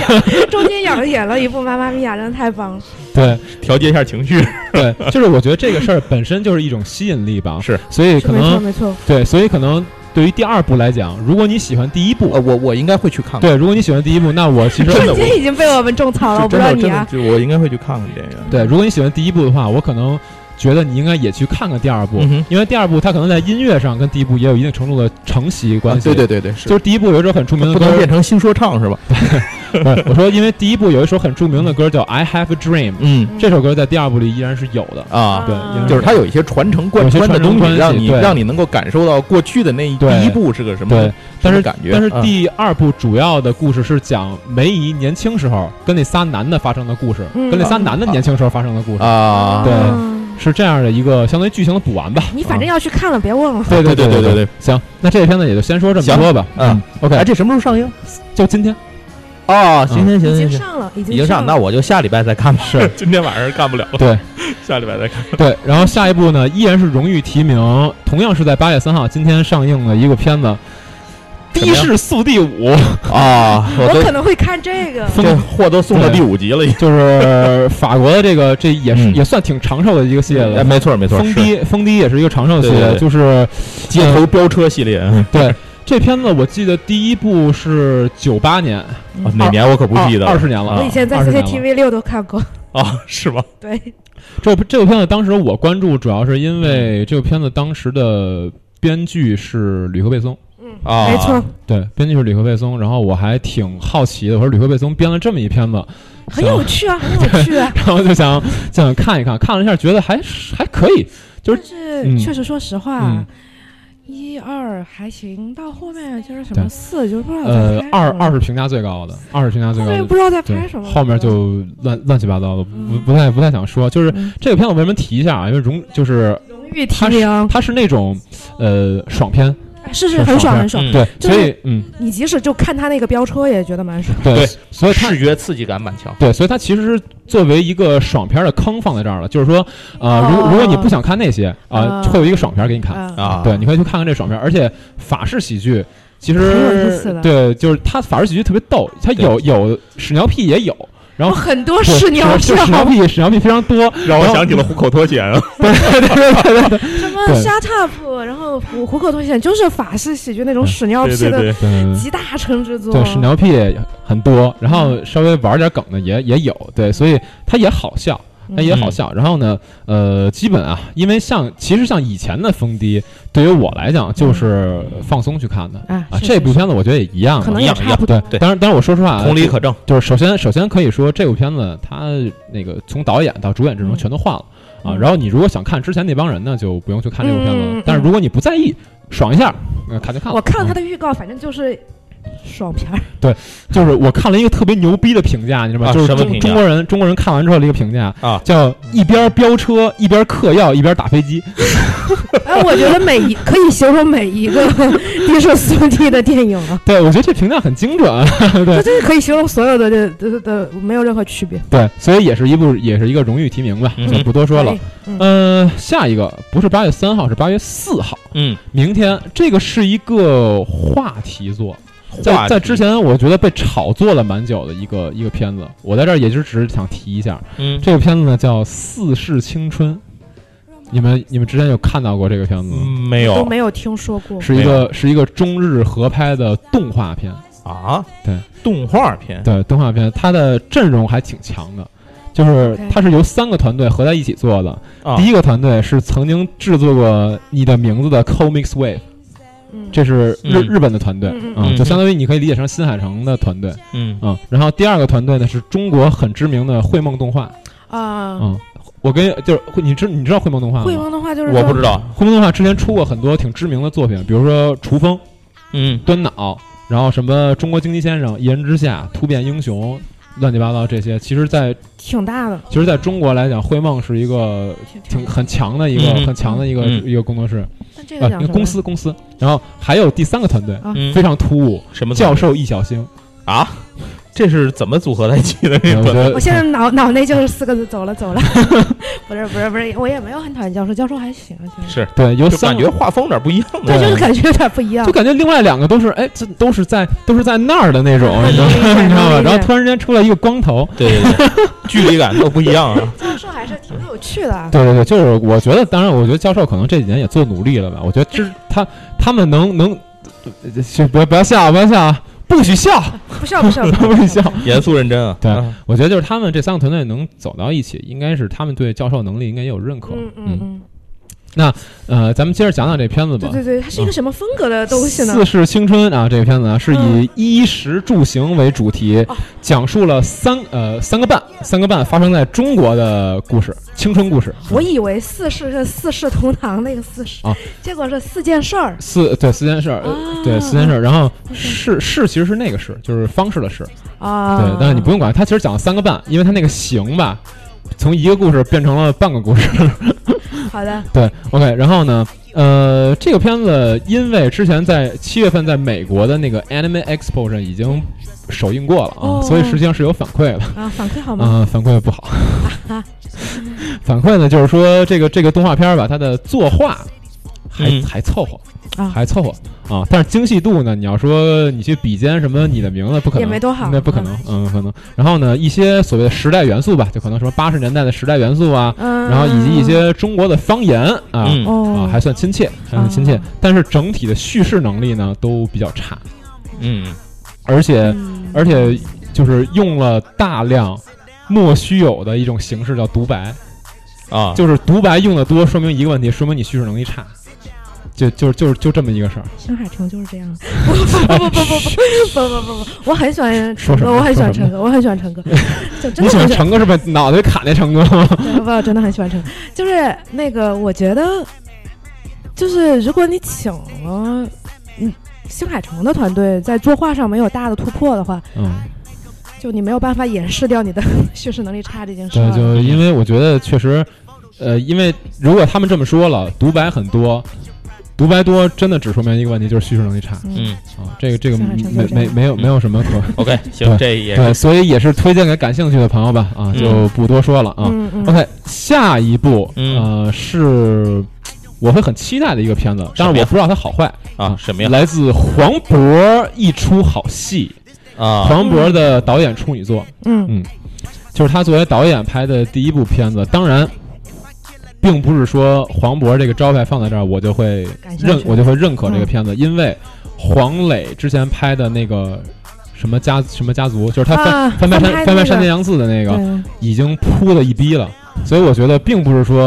Speaker 3: 中间演了演了一部《妈妈咪呀》，真的太棒了。
Speaker 2: 对
Speaker 4: 调节一下情绪。
Speaker 2: 对，就是我觉得这个事儿本身就是一种吸引力吧。
Speaker 4: 是，
Speaker 2: 所以
Speaker 3: 是
Speaker 2: 可
Speaker 3: 没错
Speaker 2: 能
Speaker 3: 没错，
Speaker 2: 对，所以可能对于第二部来讲，如果你喜欢第一部，
Speaker 4: 呃我我应该会去看
Speaker 2: 对，如果你喜欢第一部，那我其实
Speaker 4: 真的
Speaker 3: 瞬间已经被我们种草了，我
Speaker 4: 是
Speaker 3: 不知道你啊。
Speaker 4: 就我应该会去看看电影。
Speaker 2: 对，如果你喜欢第一部的话，我可能觉得你应该也去看看第二部，
Speaker 4: 嗯哼
Speaker 2: 因为第二部它可能在音乐上跟第一部也有一定程度的承袭关系。
Speaker 4: 嗯啊对对对对，是
Speaker 2: 就是第一部有一首很著名的
Speaker 4: 不
Speaker 2: 歌，
Speaker 4: 能变成新说唱是吧？
Speaker 2: 不是我说，因为第一部有一首很著名的歌叫《I Have a Dream》，
Speaker 4: 嗯
Speaker 2: 这首歌在第二部里依然是有的。
Speaker 4: 啊，
Speaker 2: 对因为
Speaker 4: 就是它有一些传承贯
Speaker 2: 嗯有些
Speaker 4: 穿的
Speaker 2: 传
Speaker 4: 东
Speaker 2: 承关
Speaker 4: 西，
Speaker 2: 系
Speaker 4: 让你
Speaker 2: 对
Speaker 4: 让你能够感受到过去的那一
Speaker 2: 对
Speaker 4: 第一步是个什么
Speaker 2: 对，
Speaker 4: 什
Speaker 2: 但
Speaker 4: 么
Speaker 2: 是
Speaker 4: 感觉。
Speaker 2: 但是
Speaker 4: 嗯
Speaker 2: 第二部主要的故事是讲梅姨年轻时候跟那仨男的发生的故事，
Speaker 3: 嗯
Speaker 2: 跟那仨男的年轻时候发生的故事，
Speaker 4: 啊，
Speaker 2: 对
Speaker 3: 嗯
Speaker 2: 是这样的一个相当于剧情的补完吧。
Speaker 3: 哎你反正要去看了，别问了。
Speaker 2: 对对
Speaker 4: 对
Speaker 2: 对
Speaker 4: 对对
Speaker 2: 对，行，那这个片子也就先说这么
Speaker 4: 行
Speaker 2: 多吧。啊
Speaker 4: 嗯哎，
Speaker 2: ，OK，
Speaker 4: 这什么时候上映？
Speaker 2: 就今天嗯
Speaker 4: 哦，行行
Speaker 3: 已
Speaker 4: 行行
Speaker 3: 经
Speaker 4: 行，
Speaker 3: 上了，已
Speaker 4: 已经
Speaker 3: 经
Speaker 4: 上，那
Speaker 3: 了。
Speaker 4: 我就下礼拜再看吧。
Speaker 2: 是
Speaker 4: 今天晚上看不了，
Speaker 2: 对
Speaker 4: 下礼拜再看。
Speaker 2: 对，然后下一部呢依然是荣誉提名，同样是在八月三号今天上映的一个片子，《
Speaker 4: 什么
Speaker 2: 的
Speaker 4: 呀
Speaker 2: 士速递五》。
Speaker 4: 啊，我
Speaker 3: 我可
Speaker 4: 都
Speaker 3: 能会看这个。
Speaker 4: 这货都送到
Speaker 2: 对
Speaker 4: 第五集了，已经。
Speaker 2: 就是法国的这个，这也是、
Speaker 4: 嗯
Speaker 2: 也算挺长寿的一个系列
Speaker 4: 哎
Speaker 2: 了。
Speaker 4: 没错没错，
Speaker 2: 风
Speaker 4: 是
Speaker 2: 低，风低也是一个长寿系
Speaker 4: 对
Speaker 2: 列，
Speaker 4: 对对
Speaker 2: 就是
Speaker 4: 街头飙车系列，嗯
Speaker 2: 对这片子，我记得第一部是九八年，
Speaker 4: 啊哪年我可不记得
Speaker 2: 二十年了。
Speaker 3: 我以前在
Speaker 2: 二十年了
Speaker 3: CCTV 六都看过，
Speaker 4: 啊，是吗？
Speaker 3: 对，
Speaker 2: 这部这部片子当时我关注，主要是因为这部片子当时的编剧是吕克贝松，
Speaker 3: 嗯，
Speaker 4: 啊
Speaker 3: 没错，
Speaker 2: 对，编剧是吕克贝松。然后我还挺好奇的，我说吕克贝松编了这么一片子，
Speaker 3: 很有趣啊，很有趣啊。
Speaker 2: 然后就想就想看一看，看了一下，觉得还是还可以。就是
Speaker 3: 但是、
Speaker 2: 嗯
Speaker 3: 确实，说实话
Speaker 2: 嗯，
Speaker 3: 一二还行，到后面就是什
Speaker 2: 对
Speaker 3: 么四，就是不知道
Speaker 2: 呃
Speaker 3: 在拍，
Speaker 2: 二
Speaker 3: 什么
Speaker 2: 二是评价最高的，二是评价最
Speaker 3: 后
Speaker 2: 高的
Speaker 3: 面，不知道在
Speaker 2: 对
Speaker 3: 拍什么，
Speaker 2: 后面就乱乱七八糟的，不
Speaker 3: 嗯
Speaker 2: 不太不太想说。就是
Speaker 3: 嗯
Speaker 2: 这个片子我为什么提一下啊？因为荣就是
Speaker 3: 荣誉提
Speaker 2: 它是
Speaker 3: 名，
Speaker 2: 它是那种呃爽片，
Speaker 3: 是是
Speaker 2: 是
Speaker 3: 很爽
Speaker 2: 爽
Speaker 3: 很爽。
Speaker 4: 嗯
Speaker 2: 对，
Speaker 3: 就是
Speaker 2: 所以嗯
Speaker 3: 你即使就看他那个飙车，也觉得蛮爽。
Speaker 2: 对
Speaker 4: 对，
Speaker 2: 所以它
Speaker 4: 视觉刺激感蛮强。
Speaker 2: 对，所以它其实是作为一个爽片的坑放在这儿了，就是说呃，
Speaker 3: 哦
Speaker 2: 如如果你不想看那些啊，
Speaker 3: 哦
Speaker 2: 会有一个爽片给你看，
Speaker 3: 嗯
Speaker 4: 啊
Speaker 2: 对，你可以去看看这爽片，而且法式喜剧。其
Speaker 3: 挺有意思
Speaker 2: 实
Speaker 3: 的
Speaker 2: 对，就是它法式喜剧特别逗，它
Speaker 4: 对
Speaker 2: 有有屎尿屁也有，然
Speaker 3: 我
Speaker 2: 后
Speaker 3: 很多哦屎尿啊
Speaker 2: 就
Speaker 3: 票，
Speaker 2: 屎尿屁屎尿屁非常 多，
Speaker 4: 让
Speaker 2: 我想
Speaker 4: 起了虎口脱险，
Speaker 2: 嗯
Speaker 3: 什么
Speaker 2: 对
Speaker 3: shut up，然后虎虎口脱险，就是法式喜剧那种屎尿屁的，
Speaker 2: 嗯对对对
Speaker 3: 集大成之作。
Speaker 2: 对，屎尿屁很多，然
Speaker 3: 嗯
Speaker 2: 后稍微玩点梗的也也有，对，所以它也好笑，
Speaker 3: 嗯
Speaker 2: 它也
Speaker 4: 嗯
Speaker 2: 好笑。然后呢，呃，基本啊，因为像其实像以前的风低，对于我来讲就是放松去看的
Speaker 3: 啊
Speaker 2: 啊。
Speaker 3: 是
Speaker 2: 这
Speaker 3: 是
Speaker 2: 部片子我觉得也一样
Speaker 3: 可
Speaker 2: 的，
Speaker 3: 能也
Speaker 4: 一样
Speaker 3: 差不多
Speaker 2: 对。
Speaker 4: 对
Speaker 2: 当然，当然我说实话，啊
Speaker 4: 同理可证。
Speaker 2: 就是首先首先可以说这部片子它那个从导演到主演阵容全都换了啊。
Speaker 3: 嗯
Speaker 2: 然后你如果想看之前那帮人呢，就不用去看这部片子
Speaker 3: 嗯嗯
Speaker 2: 了
Speaker 3: 嗯。
Speaker 2: 但是如果你不在意，爽一下，呃看就看了。
Speaker 3: 我看
Speaker 2: 嗯
Speaker 3: 了他的预告，反正就是爽片 儿。
Speaker 2: 就是我看了一个特别牛逼的评价，你知道吗？
Speaker 4: 啊
Speaker 2: 就是
Speaker 4: 什么
Speaker 2: 中
Speaker 4: 评价
Speaker 2: 中国人中国人看完之后的一个评价
Speaker 4: 啊
Speaker 2: 叫一边飙车一边嗑药一边打飞机。
Speaker 3: 哎，我觉得每一可以形容每一个 低俗俗地的电影啊，
Speaker 2: 对，我觉得这评价很精准。啊
Speaker 3: 这真是可以形容所有的这的的没有任何区别。
Speaker 2: 对，所以也是一部也是一个荣誉提名吧，
Speaker 4: 嗯
Speaker 2: 就不多说了
Speaker 3: 哎。，嗯，
Speaker 2: 呃，下一个不是八月三号，是八月四号，
Speaker 4: 嗯，
Speaker 2: 明天这个是一个话题作，在在之，前我觉得被炒作了蛮久的一个一个片子，我在这儿也就只是想提一下，
Speaker 4: 嗯，
Speaker 2: 这个片子呢叫《四世青春》，你们你们之前有看到过这个片子吗？
Speaker 4: 没
Speaker 3: 都
Speaker 4: 有
Speaker 3: 没有听说过。
Speaker 2: 是一个是一个中日合拍的动画片，
Speaker 4: 啊，
Speaker 2: 对，
Speaker 4: 动画片，
Speaker 2: 对动画片，它的阵容还挺强的，就是
Speaker 3: OK
Speaker 2: 它是由三个团队合在一起做的。
Speaker 4: 啊
Speaker 2: 第一个团队是曾经制作过《你的名字》的 Comics Wave，
Speaker 3: 嗯，
Speaker 2: 这是日、
Speaker 4: 嗯
Speaker 2: 日本的团队，
Speaker 3: 嗯嗯
Speaker 4: 嗯
Speaker 2: 就相当于你可以理解成新海诚的团队，
Speaker 4: 嗯
Speaker 2: 嗯。然后第二个团队呢是中国很知名的绘梦动画，
Speaker 3: 啊，
Speaker 2: 嗯，我跟就是你知你知道绘梦动画
Speaker 3: 惠
Speaker 2: 吗？
Speaker 3: 翁的话就是
Speaker 4: 我
Speaker 3: 说
Speaker 4: 不知道，
Speaker 2: 绘梦动画之前出过很多挺知名的作品，比如说《雏风》。
Speaker 4: 嗯
Speaker 2: 蹲脑，然后什么中国经济先生、一人之下、突变英雄，乱七八糟这些，其实在，
Speaker 3: 挺大的，
Speaker 2: 其实，在中国来讲，绘梦是一个挺很强的一个、
Speaker 4: 嗯
Speaker 2: 很强的一个、
Speaker 4: 嗯
Speaker 2: 一个工作室，
Speaker 3: 但这
Speaker 2: 呃
Speaker 3: 个，讲
Speaker 2: 一
Speaker 3: 什
Speaker 2: 个
Speaker 3: 么
Speaker 2: 公司公司。然后还有第三个团队、
Speaker 3: 啊
Speaker 4: 嗯
Speaker 2: 非，常突兀，
Speaker 4: 什么
Speaker 2: 教授易小星，
Speaker 4: 啊？这是怎么组合在一起的？这
Speaker 2: 我觉
Speaker 4: 个
Speaker 2: 得
Speaker 3: 我现在脑脑内就是四个字，走 了走了，不是不是不是，我也没有很讨厌教授，教授还行，啊其实
Speaker 4: 是，
Speaker 2: 对有
Speaker 4: 就
Speaker 2: 三
Speaker 4: 感
Speaker 2: 个
Speaker 4: 觉。画风有点不一样啊
Speaker 3: 对，
Speaker 4: 的。
Speaker 3: 就是感觉有点不一样
Speaker 2: 就。感觉另外两个都是，哎，这都是在都是在那儿的那种，你知 道
Speaker 3: 能理
Speaker 2: 吗？
Speaker 3: 解
Speaker 2: 你知道
Speaker 3: 能
Speaker 2: 吧？
Speaker 3: 理解
Speaker 2: 然后突然之间出来一个光头，
Speaker 4: 对对对，距离感都不一样 啊。
Speaker 3: 教授还是挺有趣的啊，
Speaker 2: 对对对，就是我觉得，当然，我觉得教授可能这几年也 做努力了吧。我觉得这他他们能能，呃就不要不要笑啊，不要笑啊，不许笑，
Speaker 3: 不笑不笑，不
Speaker 2: 不许 笑。
Speaker 4: 严肃认真啊，
Speaker 2: 对
Speaker 4: 啊
Speaker 2: 我觉得就是他们这三个团队能走到一起，应该是他们对教授能力应该也有认可。
Speaker 3: 嗯嗯嗯，
Speaker 2: 呃，咱们接着讲讲这片子吧嗯
Speaker 3: 对。对对，它是一个什么风格的东西呢？嗯
Speaker 2: 四世青春啊，这个片子啊是以衣食住行为主题，
Speaker 3: 哦
Speaker 2: 讲述了三呃三个半三个半发生在中国的故事，青春故事。
Speaker 3: 我以为四世是四世同堂那个四世
Speaker 2: 啊，
Speaker 3: 结果是四件事儿。
Speaker 2: 四对四件事儿，呃
Speaker 3: 啊
Speaker 2: 对四件事儿，然后
Speaker 3: 对
Speaker 2: 是是其实是那个是，就是方式的是，
Speaker 3: 啊，
Speaker 2: 对，但是你不用管，它其实讲了三个半，因为它那个行吧，从一个故事变成了半个故事，
Speaker 3: 好的，
Speaker 2: 对，OK，然后呢，呃，这个片子因为之前在七月份在美国的那个 Anime Expo 上已经首映过了啊，
Speaker 3: 哦
Speaker 2: 所以实际上是有反馈的。
Speaker 3: 啊，反馈好
Speaker 2: 啊、
Speaker 3: 吗？
Speaker 2: 反馈不 好
Speaker 3: 啊。
Speaker 2: 反馈呢，就是说这个这个动画片儿吧，它的作画还、
Speaker 4: 嗯
Speaker 2: 还凑合，
Speaker 3: 啊
Speaker 2: 还凑合啊。但是精细度呢，你要说你去比肩什么你的名字，不可能，
Speaker 3: 也没多好
Speaker 2: 那不可能，嗯，可能。然后呢，一些所谓的时代元素吧，就可能什么八十年代的时代元素啊，
Speaker 3: 嗯，
Speaker 2: 然后以及一些中国的方言啊。
Speaker 4: 嗯
Speaker 3: 哦
Speaker 2: 啊，，还算亲切，还算亲切，
Speaker 3: 啊
Speaker 2: 但是整体的叙事能力呢都比较差，
Speaker 4: 嗯，
Speaker 2: 而且、
Speaker 3: 嗯
Speaker 2: 而且就是用了大量莫须有的一种形式叫独白，
Speaker 4: 啊，
Speaker 2: 就是独白用的多，说明一个问题，说明你叙事能力差。就就就是就这么一个事儿，
Speaker 3: 深海城就是这样。不不不不不不不不不不，我很喜欢
Speaker 2: 说
Speaker 3: 陈
Speaker 2: 什
Speaker 3: 哥，
Speaker 2: 么
Speaker 3: 我很喜欢陈哥，我很喜欢陈哥，就 真
Speaker 2: 你
Speaker 3: 的
Speaker 2: 喜
Speaker 3: 很
Speaker 2: 欢
Speaker 3: 喜欢
Speaker 2: 成哥是吧？脑袋卡那成哥吗？
Speaker 3: 对，不，真的很喜欢陈哥。就是那个，我觉得，就是如果你请了，嗯，星海城的团队在作画上没有大的突破的话，
Speaker 2: 嗯，
Speaker 3: 就你没有办法掩饰掉你的叙事能力差这件事儿。
Speaker 2: 对，就因为我觉得确实，呃，因为如果他们这么说了，独白很多，独白多真的只说明一个问题，就是叙事能力差
Speaker 3: 嗯，
Speaker 4: 嗯
Speaker 2: 啊。这个这个
Speaker 3: 星海城
Speaker 2: 没
Speaker 3: 就是这
Speaker 2: 没
Speaker 3: 样
Speaker 2: 没有没有什么可
Speaker 4: ，OK，行，这也
Speaker 2: 对，所以也是推荐给感兴趣的朋友吧啊，
Speaker 4: 嗯
Speaker 2: 就不多说了啊。
Speaker 3: 嗯嗯
Speaker 2: OK，下一部、
Speaker 4: 嗯
Speaker 2: 呃是我会很期待的一个片子，
Speaker 4: 什
Speaker 2: 但
Speaker 4: 么
Speaker 2: 是
Speaker 4: 呀
Speaker 2: 我不知道它好坏
Speaker 4: 啊什么呀
Speaker 2: 来自黄渤一出好戏，
Speaker 4: 啊，
Speaker 2: 黄渤的导演处女作，
Speaker 3: 嗯
Speaker 2: 就是他作为导演拍的第一部片子。当然，并不是说黄渤这个招牌放在这儿，我就会
Speaker 3: 感兴
Speaker 2: 认
Speaker 3: 趣
Speaker 2: 我就会认可这
Speaker 3: 嗯
Speaker 2: 个片子，因为黄磊之前拍的那个。什么家什么家族，就是他翻、
Speaker 3: 啊
Speaker 2: 翻拍山
Speaker 3: 翻拍
Speaker 2: 翻
Speaker 3: 那
Speaker 2: 拍
Speaker 3: 个
Speaker 2: 山田洋次的那个，
Speaker 3: 对，
Speaker 2: 已经扑的一逼了，所以我觉得并不是说，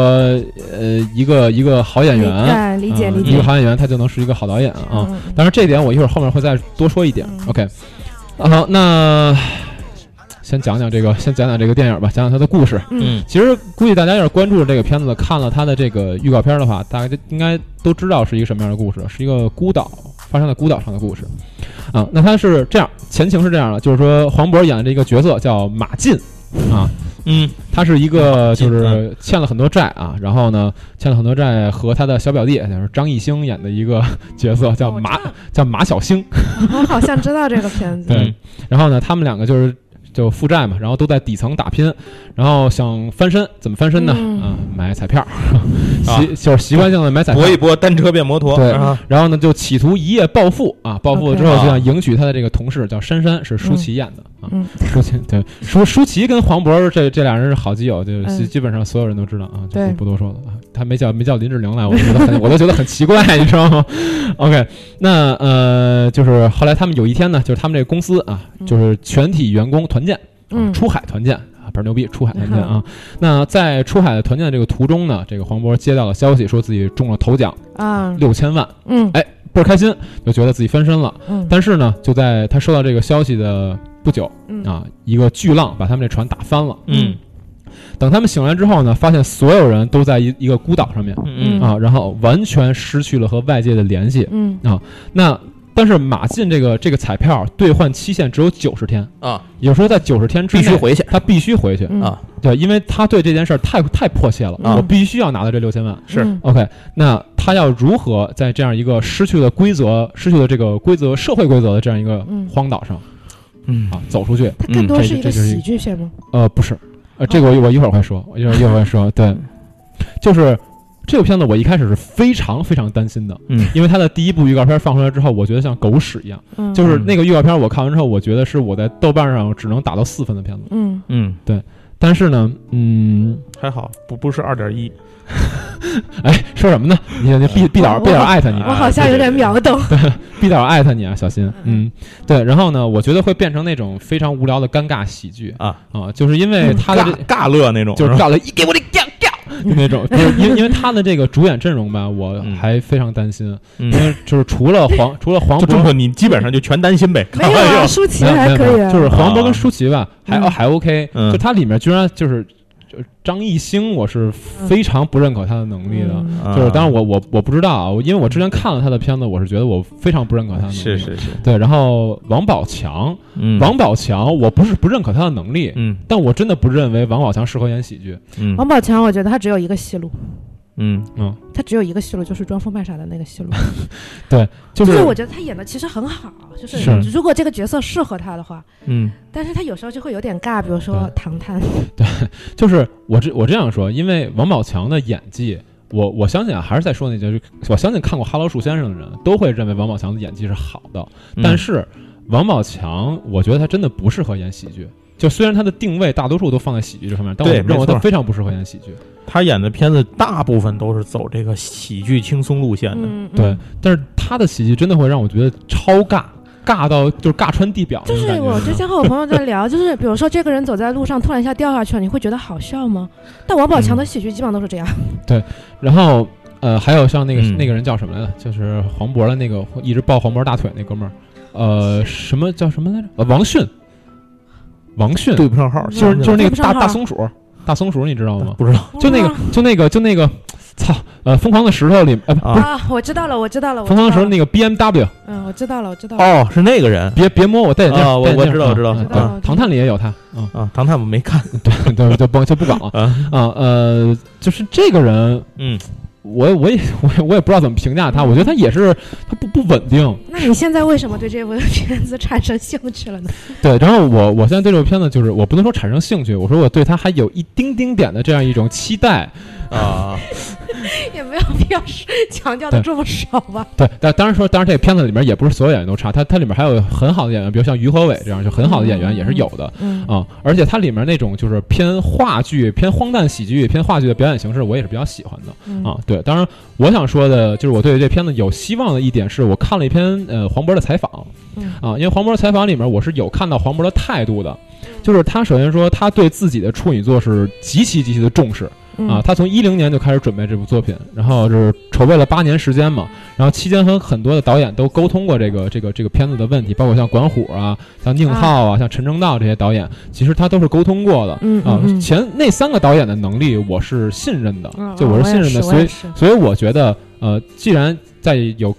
Speaker 2: 呃，一个一个好演员，
Speaker 3: 对理解
Speaker 2: 嗯
Speaker 3: 理
Speaker 2: 一
Speaker 3: 解
Speaker 2: 个。好演员他就能是一个好导演啊。
Speaker 3: 嗯嗯
Speaker 2: 当然这一点我一会儿后面会再多说一点。
Speaker 3: 嗯
Speaker 2: OK，啊好，那先讲讲这个，先讲讲这个电影吧，讲讲它的故事。
Speaker 4: 嗯
Speaker 2: 其实估计大家要是关注这个片子，看了它的这个预告片的话，大家就应该都知道是一个什么样的故事，是一个孤岛发生在孤岛上的故事。啊，那它是这样，前情是这样的，就是说黄渤演的这个角色叫马进啊，
Speaker 4: 嗯
Speaker 2: 他是一个就
Speaker 4: 嗯
Speaker 2: 是欠了很多债啊，然后呢欠了很多债，和他的小表弟就是张艺兴演的一个 角色叫
Speaker 3: 我
Speaker 2: 马
Speaker 3: 知道
Speaker 2: 叫马小星，
Speaker 3: 我好像知道这个片子。
Speaker 4: 嗯
Speaker 2: 对，然后呢他们两个就是就负债嘛，然后都在底层打拼，然后想翻身，怎么翻身呢？
Speaker 3: 嗯
Speaker 2: 啊，买彩票，
Speaker 4: 啊
Speaker 2: 习就是习惯性的买彩票
Speaker 4: 搏一。搏，单车变摩托，
Speaker 2: 对
Speaker 4: 啊，
Speaker 2: 然后呢，就企图一夜暴富啊！暴富了之后
Speaker 4: OK
Speaker 2: 就想迎娶他的这个同事，叫珊珊，是舒淇演的啊。
Speaker 3: 嗯
Speaker 2: 舒淇对舒舒淇跟黄渤这这俩人是好基友，就基
Speaker 3: 嗯
Speaker 2: 基本上所有人都知道啊，就
Speaker 3: 对
Speaker 2: 不不多说了啊。他没叫没叫林志玲来，我觉得很我都觉得很奇怪， 你知道吗？OK，那呃，就是后来他们有一天呢，就是他们这个公司啊，
Speaker 3: 嗯
Speaker 2: 就是全体员工团建，啊
Speaker 3: 嗯
Speaker 2: 出海团建啊，倍儿牛逼，出海团建啊。那在出海团建的这个途中呢，这个黄渤接到了消息，说自己中了头奖
Speaker 3: 啊
Speaker 2: 六千万，
Speaker 3: 嗯
Speaker 2: 倍儿开心，就觉得自己翻身了。
Speaker 3: 嗯
Speaker 2: 但是呢，就在他收到这个消息的不久
Speaker 3: 嗯
Speaker 2: 啊，一个巨浪把他们这船打翻了。
Speaker 4: 嗯
Speaker 2: 等他们醒来之后呢，发现所有人都在一一个孤岛上面
Speaker 4: 嗯
Speaker 2: 啊，然后完全失去了和外界的联系。
Speaker 3: 嗯
Speaker 2: 那但是马进这个这个彩票兑换期限只有九十天，
Speaker 4: 嗯啊，
Speaker 2: 也就是说在九十天之
Speaker 4: 必
Speaker 2: 内
Speaker 4: 须回去
Speaker 2: 他必须回去。
Speaker 3: 嗯
Speaker 4: 啊，
Speaker 2: 对，因为他对这件事儿太太迫切了，
Speaker 4: 啊
Speaker 2: 我必须要拿到这六千万。
Speaker 4: 是
Speaker 3: 嗯
Speaker 2: OK，那他要如何在这样一个失去了规则、失去了这个规则、社会规则的这样一个
Speaker 3: 嗯
Speaker 2: 荒岛上
Speaker 4: 嗯
Speaker 2: 啊走出去？
Speaker 3: 它更
Speaker 2: 嗯
Speaker 3: 多
Speaker 2: 这
Speaker 3: 是一
Speaker 2: 这
Speaker 3: 个
Speaker 2: 就是一
Speaker 3: 喜剧片吗？
Speaker 2: 呃，不是，呃，这
Speaker 3: 哦
Speaker 2: 个我我一会儿会说，我一会儿一会儿会说。对，
Speaker 3: 嗯
Speaker 2: 就是这个片子，我一开始是非常非常担心的，
Speaker 4: 嗯
Speaker 2: 因为它的第一部预告片放出来之后，我觉得像狗屎一样，
Speaker 3: 嗯，
Speaker 2: 就是那个预告片我看完之后，我觉得是我在豆瓣上只能打到四分的片子。
Speaker 3: 嗯
Speaker 4: 嗯
Speaker 2: 但是呢，嗯，
Speaker 5: 还好不不是二点一，
Speaker 2: 哎，说什么呢？你你毕毕导
Speaker 3: 我
Speaker 2: 毕导艾特你
Speaker 3: 我，好像有点 秒懂。
Speaker 2: 毕导艾特你啊，小心。嗯，对。然后呢，我觉得会变成那种非常无聊的尴尬喜剧
Speaker 5: 啊
Speaker 2: 啊，就是因为
Speaker 3: 嗯
Speaker 2: 他的这
Speaker 5: 尬尬乐那种，
Speaker 2: 就
Speaker 4: 嗯
Speaker 2: 是
Speaker 5: 吧
Speaker 2: 照了一给我的掉 掉，就那种，不是因为因为他的这个主演阵容吧，我
Speaker 4: 嗯
Speaker 2: 还非常担心，
Speaker 4: 嗯
Speaker 2: 因为就是除了黄除了黄
Speaker 5: 就这
Speaker 2: 渤。
Speaker 5: 么你基本上就全担心呗。
Speaker 3: 没有
Speaker 4: 哎
Speaker 3: 啊，舒淇
Speaker 2: 哎没有没
Speaker 3: 还
Speaker 2: 有
Speaker 3: 可
Speaker 2: 没
Speaker 3: 以
Speaker 2: 有，
Speaker 3: 啊，
Speaker 2: 就是黄渤
Speaker 5: 啊
Speaker 2: 跟舒淇吧，还
Speaker 3: 嗯
Speaker 2: 还 OK，
Speaker 4: 嗯
Speaker 2: 就他里面居然就是就张艺兴，我是非常不认可他的能力的，啊
Speaker 3: 嗯
Speaker 4: 啊
Speaker 2: 就是当然我我我不知道啊，我因为我之前看了他的片子，我是觉得我非常不认可他的能力，
Speaker 4: 是是是，
Speaker 2: 对。然后王宝强，
Speaker 4: 嗯，
Speaker 2: 王宝强，我不是不认可他的能力，
Speaker 4: 嗯
Speaker 2: 但我真的不认为王宝强适合演喜剧。
Speaker 4: 嗯
Speaker 3: 王宝强，我觉得他只有一个戏路，
Speaker 4: 嗯
Speaker 2: 嗯，
Speaker 3: 他只有一个戏路，就是装疯卖傻的那个 戏路。
Speaker 2: 就
Speaker 3: 就是是我觉得他演的其实很好，就是
Speaker 2: 是
Speaker 3: 如果这个角色适合他的话，
Speaker 4: 嗯
Speaker 3: 但是他有时候就会有点尬，比如说
Speaker 2: 对
Speaker 3: 唐探，
Speaker 2: 就是我这我这样说，因为王宝强的演技，我我相信啊，还是在说那句，就是我相信看过《哈喽树先生》的人都会认为王宝强的演技是好的，
Speaker 4: 嗯，
Speaker 2: 但是王宝强，我觉得他真的不适合演喜剧。就虽然他的定位大多数都放在喜剧这方面，但我
Speaker 4: 对
Speaker 2: 认为
Speaker 4: 没错
Speaker 2: 他非常不适合演喜剧。
Speaker 4: 他演的片子大部
Speaker 5: 部分都是走这个
Speaker 4: 喜剧轻松路线的，
Speaker 3: 嗯，嗯
Speaker 2: 对，，但是他的喜剧真的会让我觉得超尬，尬到就是尬穿地表那
Speaker 3: 就
Speaker 2: 种
Speaker 3: 是
Speaker 2: 感觉。
Speaker 3: 我之前和我朋友在聊，就是比如说这个人走在路上突然一下掉下去了，你会觉得好笑吗？但王宝
Speaker 2: 嗯
Speaker 3: 强的喜剧基本上都是这样，
Speaker 2: 然后呃，还有像那个、
Speaker 4: 嗯
Speaker 2: 那个人叫什么来着？就是黄渤的那个一直抱黄渤大腿那哥们儿，呃，什么叫什么来着？呃，王迅，王迅，
Speaker 5: 对不上号，
Speaker 2: 就是就是那
Speaker 3: 对
Speaker 2: 个
Speaker 3: 不上
Speaker 2: 大
Speaker 3: 号
Speaker 2: 大松鼠，大松鼠，你知道吗？
Speaker 5: 不知道
Speaker 2: 就那个就那个就那个，操，呃，疯狂的石头里，呃，不是。
Speaker 3: 啊，我知道了，我知道了，我
Speaker 2: 疯狂的石
Speaker 3: 知
Speaker 2: 头
Speaker 3: 道了
Speaker 2: 那个 B M W，
Speaker 3: 嗯，我知道了，我知道了，
Speaker 5: 嗯
Speaker 4: 哦，是那个人
Speaker 2: 别别摸我戴眼镜，
Speaker 4: 啊我
Speaker 2: 戴眼
Speaker 4: 我
Speaker 2: 镜
Speaker 4: 知道
Speaker 2: 啊
Speaker 4: 我知道
Speaker 2: 嗯
Speaker 3: 知道
Speaker 2: 对唐探里也有他，嗯，
Speaker 4: 啊，唐探我没看，
Speaker 2: 对对，就不就不管了
Speaker 4: 啊
Speaker 2: 啊，呃，就是这个人，
Speaker 4: 嗯，
Speaker 2: 我我也我也我也不知道怎么评价他，我觉得他也是他不不稳定，
Speaker 3: 那你现在为什么对这部片子产生兴趣了呢？
Speaker 2: 对，然后我我现在对这个片子就是我不能说产生兴趣，我说我对它还有一丁丁点的这样一种期待。
Speaker 4: 啊，
Speaker 3: 也没有必要是强调的这么少吧？
Speaker 2: 对，但当然说，当然这个片子里面也不是所有演员都差，它它里面还有很好的演员，比如像于和伟这样就很好的演员也是有的。
Speaker 3: 嗯，
Speaker 2: 啊、而且它里面那种就是偏话剧、偏荒诞喜剧、偏话剧的表演形式，我也是比较喜欢的。
Speaker 3: 嗯
Speaker 2: 啊，对，当然我想说的就是我对这片子有希望的一点是我看了一篇呃黄渤的采访，
Speaker 3: 嗯
Speaker 2: 啊，因为黄渤的采访里面我是有看到黄渤的态度的，
Speaker 3: 嗯
Speaker 2: 就是他首先说他对自己的处女作是极其极其的重视
Speaker 3: 嗯
Speaker 2: 啊，他从一零年就开始准备这部作品，然后就是筹备了八年时间嘛，然后期间和很多的导演都沟通过这个这个这个片子的问题，包括像管虎啊、像宁浩啊、像陈正道这些导演，其实他都是沟通过的。
Speaker 3: 嗯
Speaker 2: 啊
Speaker 3: 嗯，嗯
Speaker 2: 前那三个导演的能力我是信任的，
Speaker 3: 嗯
Speaker 2: 就
Speaker 3: 我
Speaker 2: 我是信任的，所以
Speaker 3: 以
Speaker 2: 所以我觉得，呃，既然在有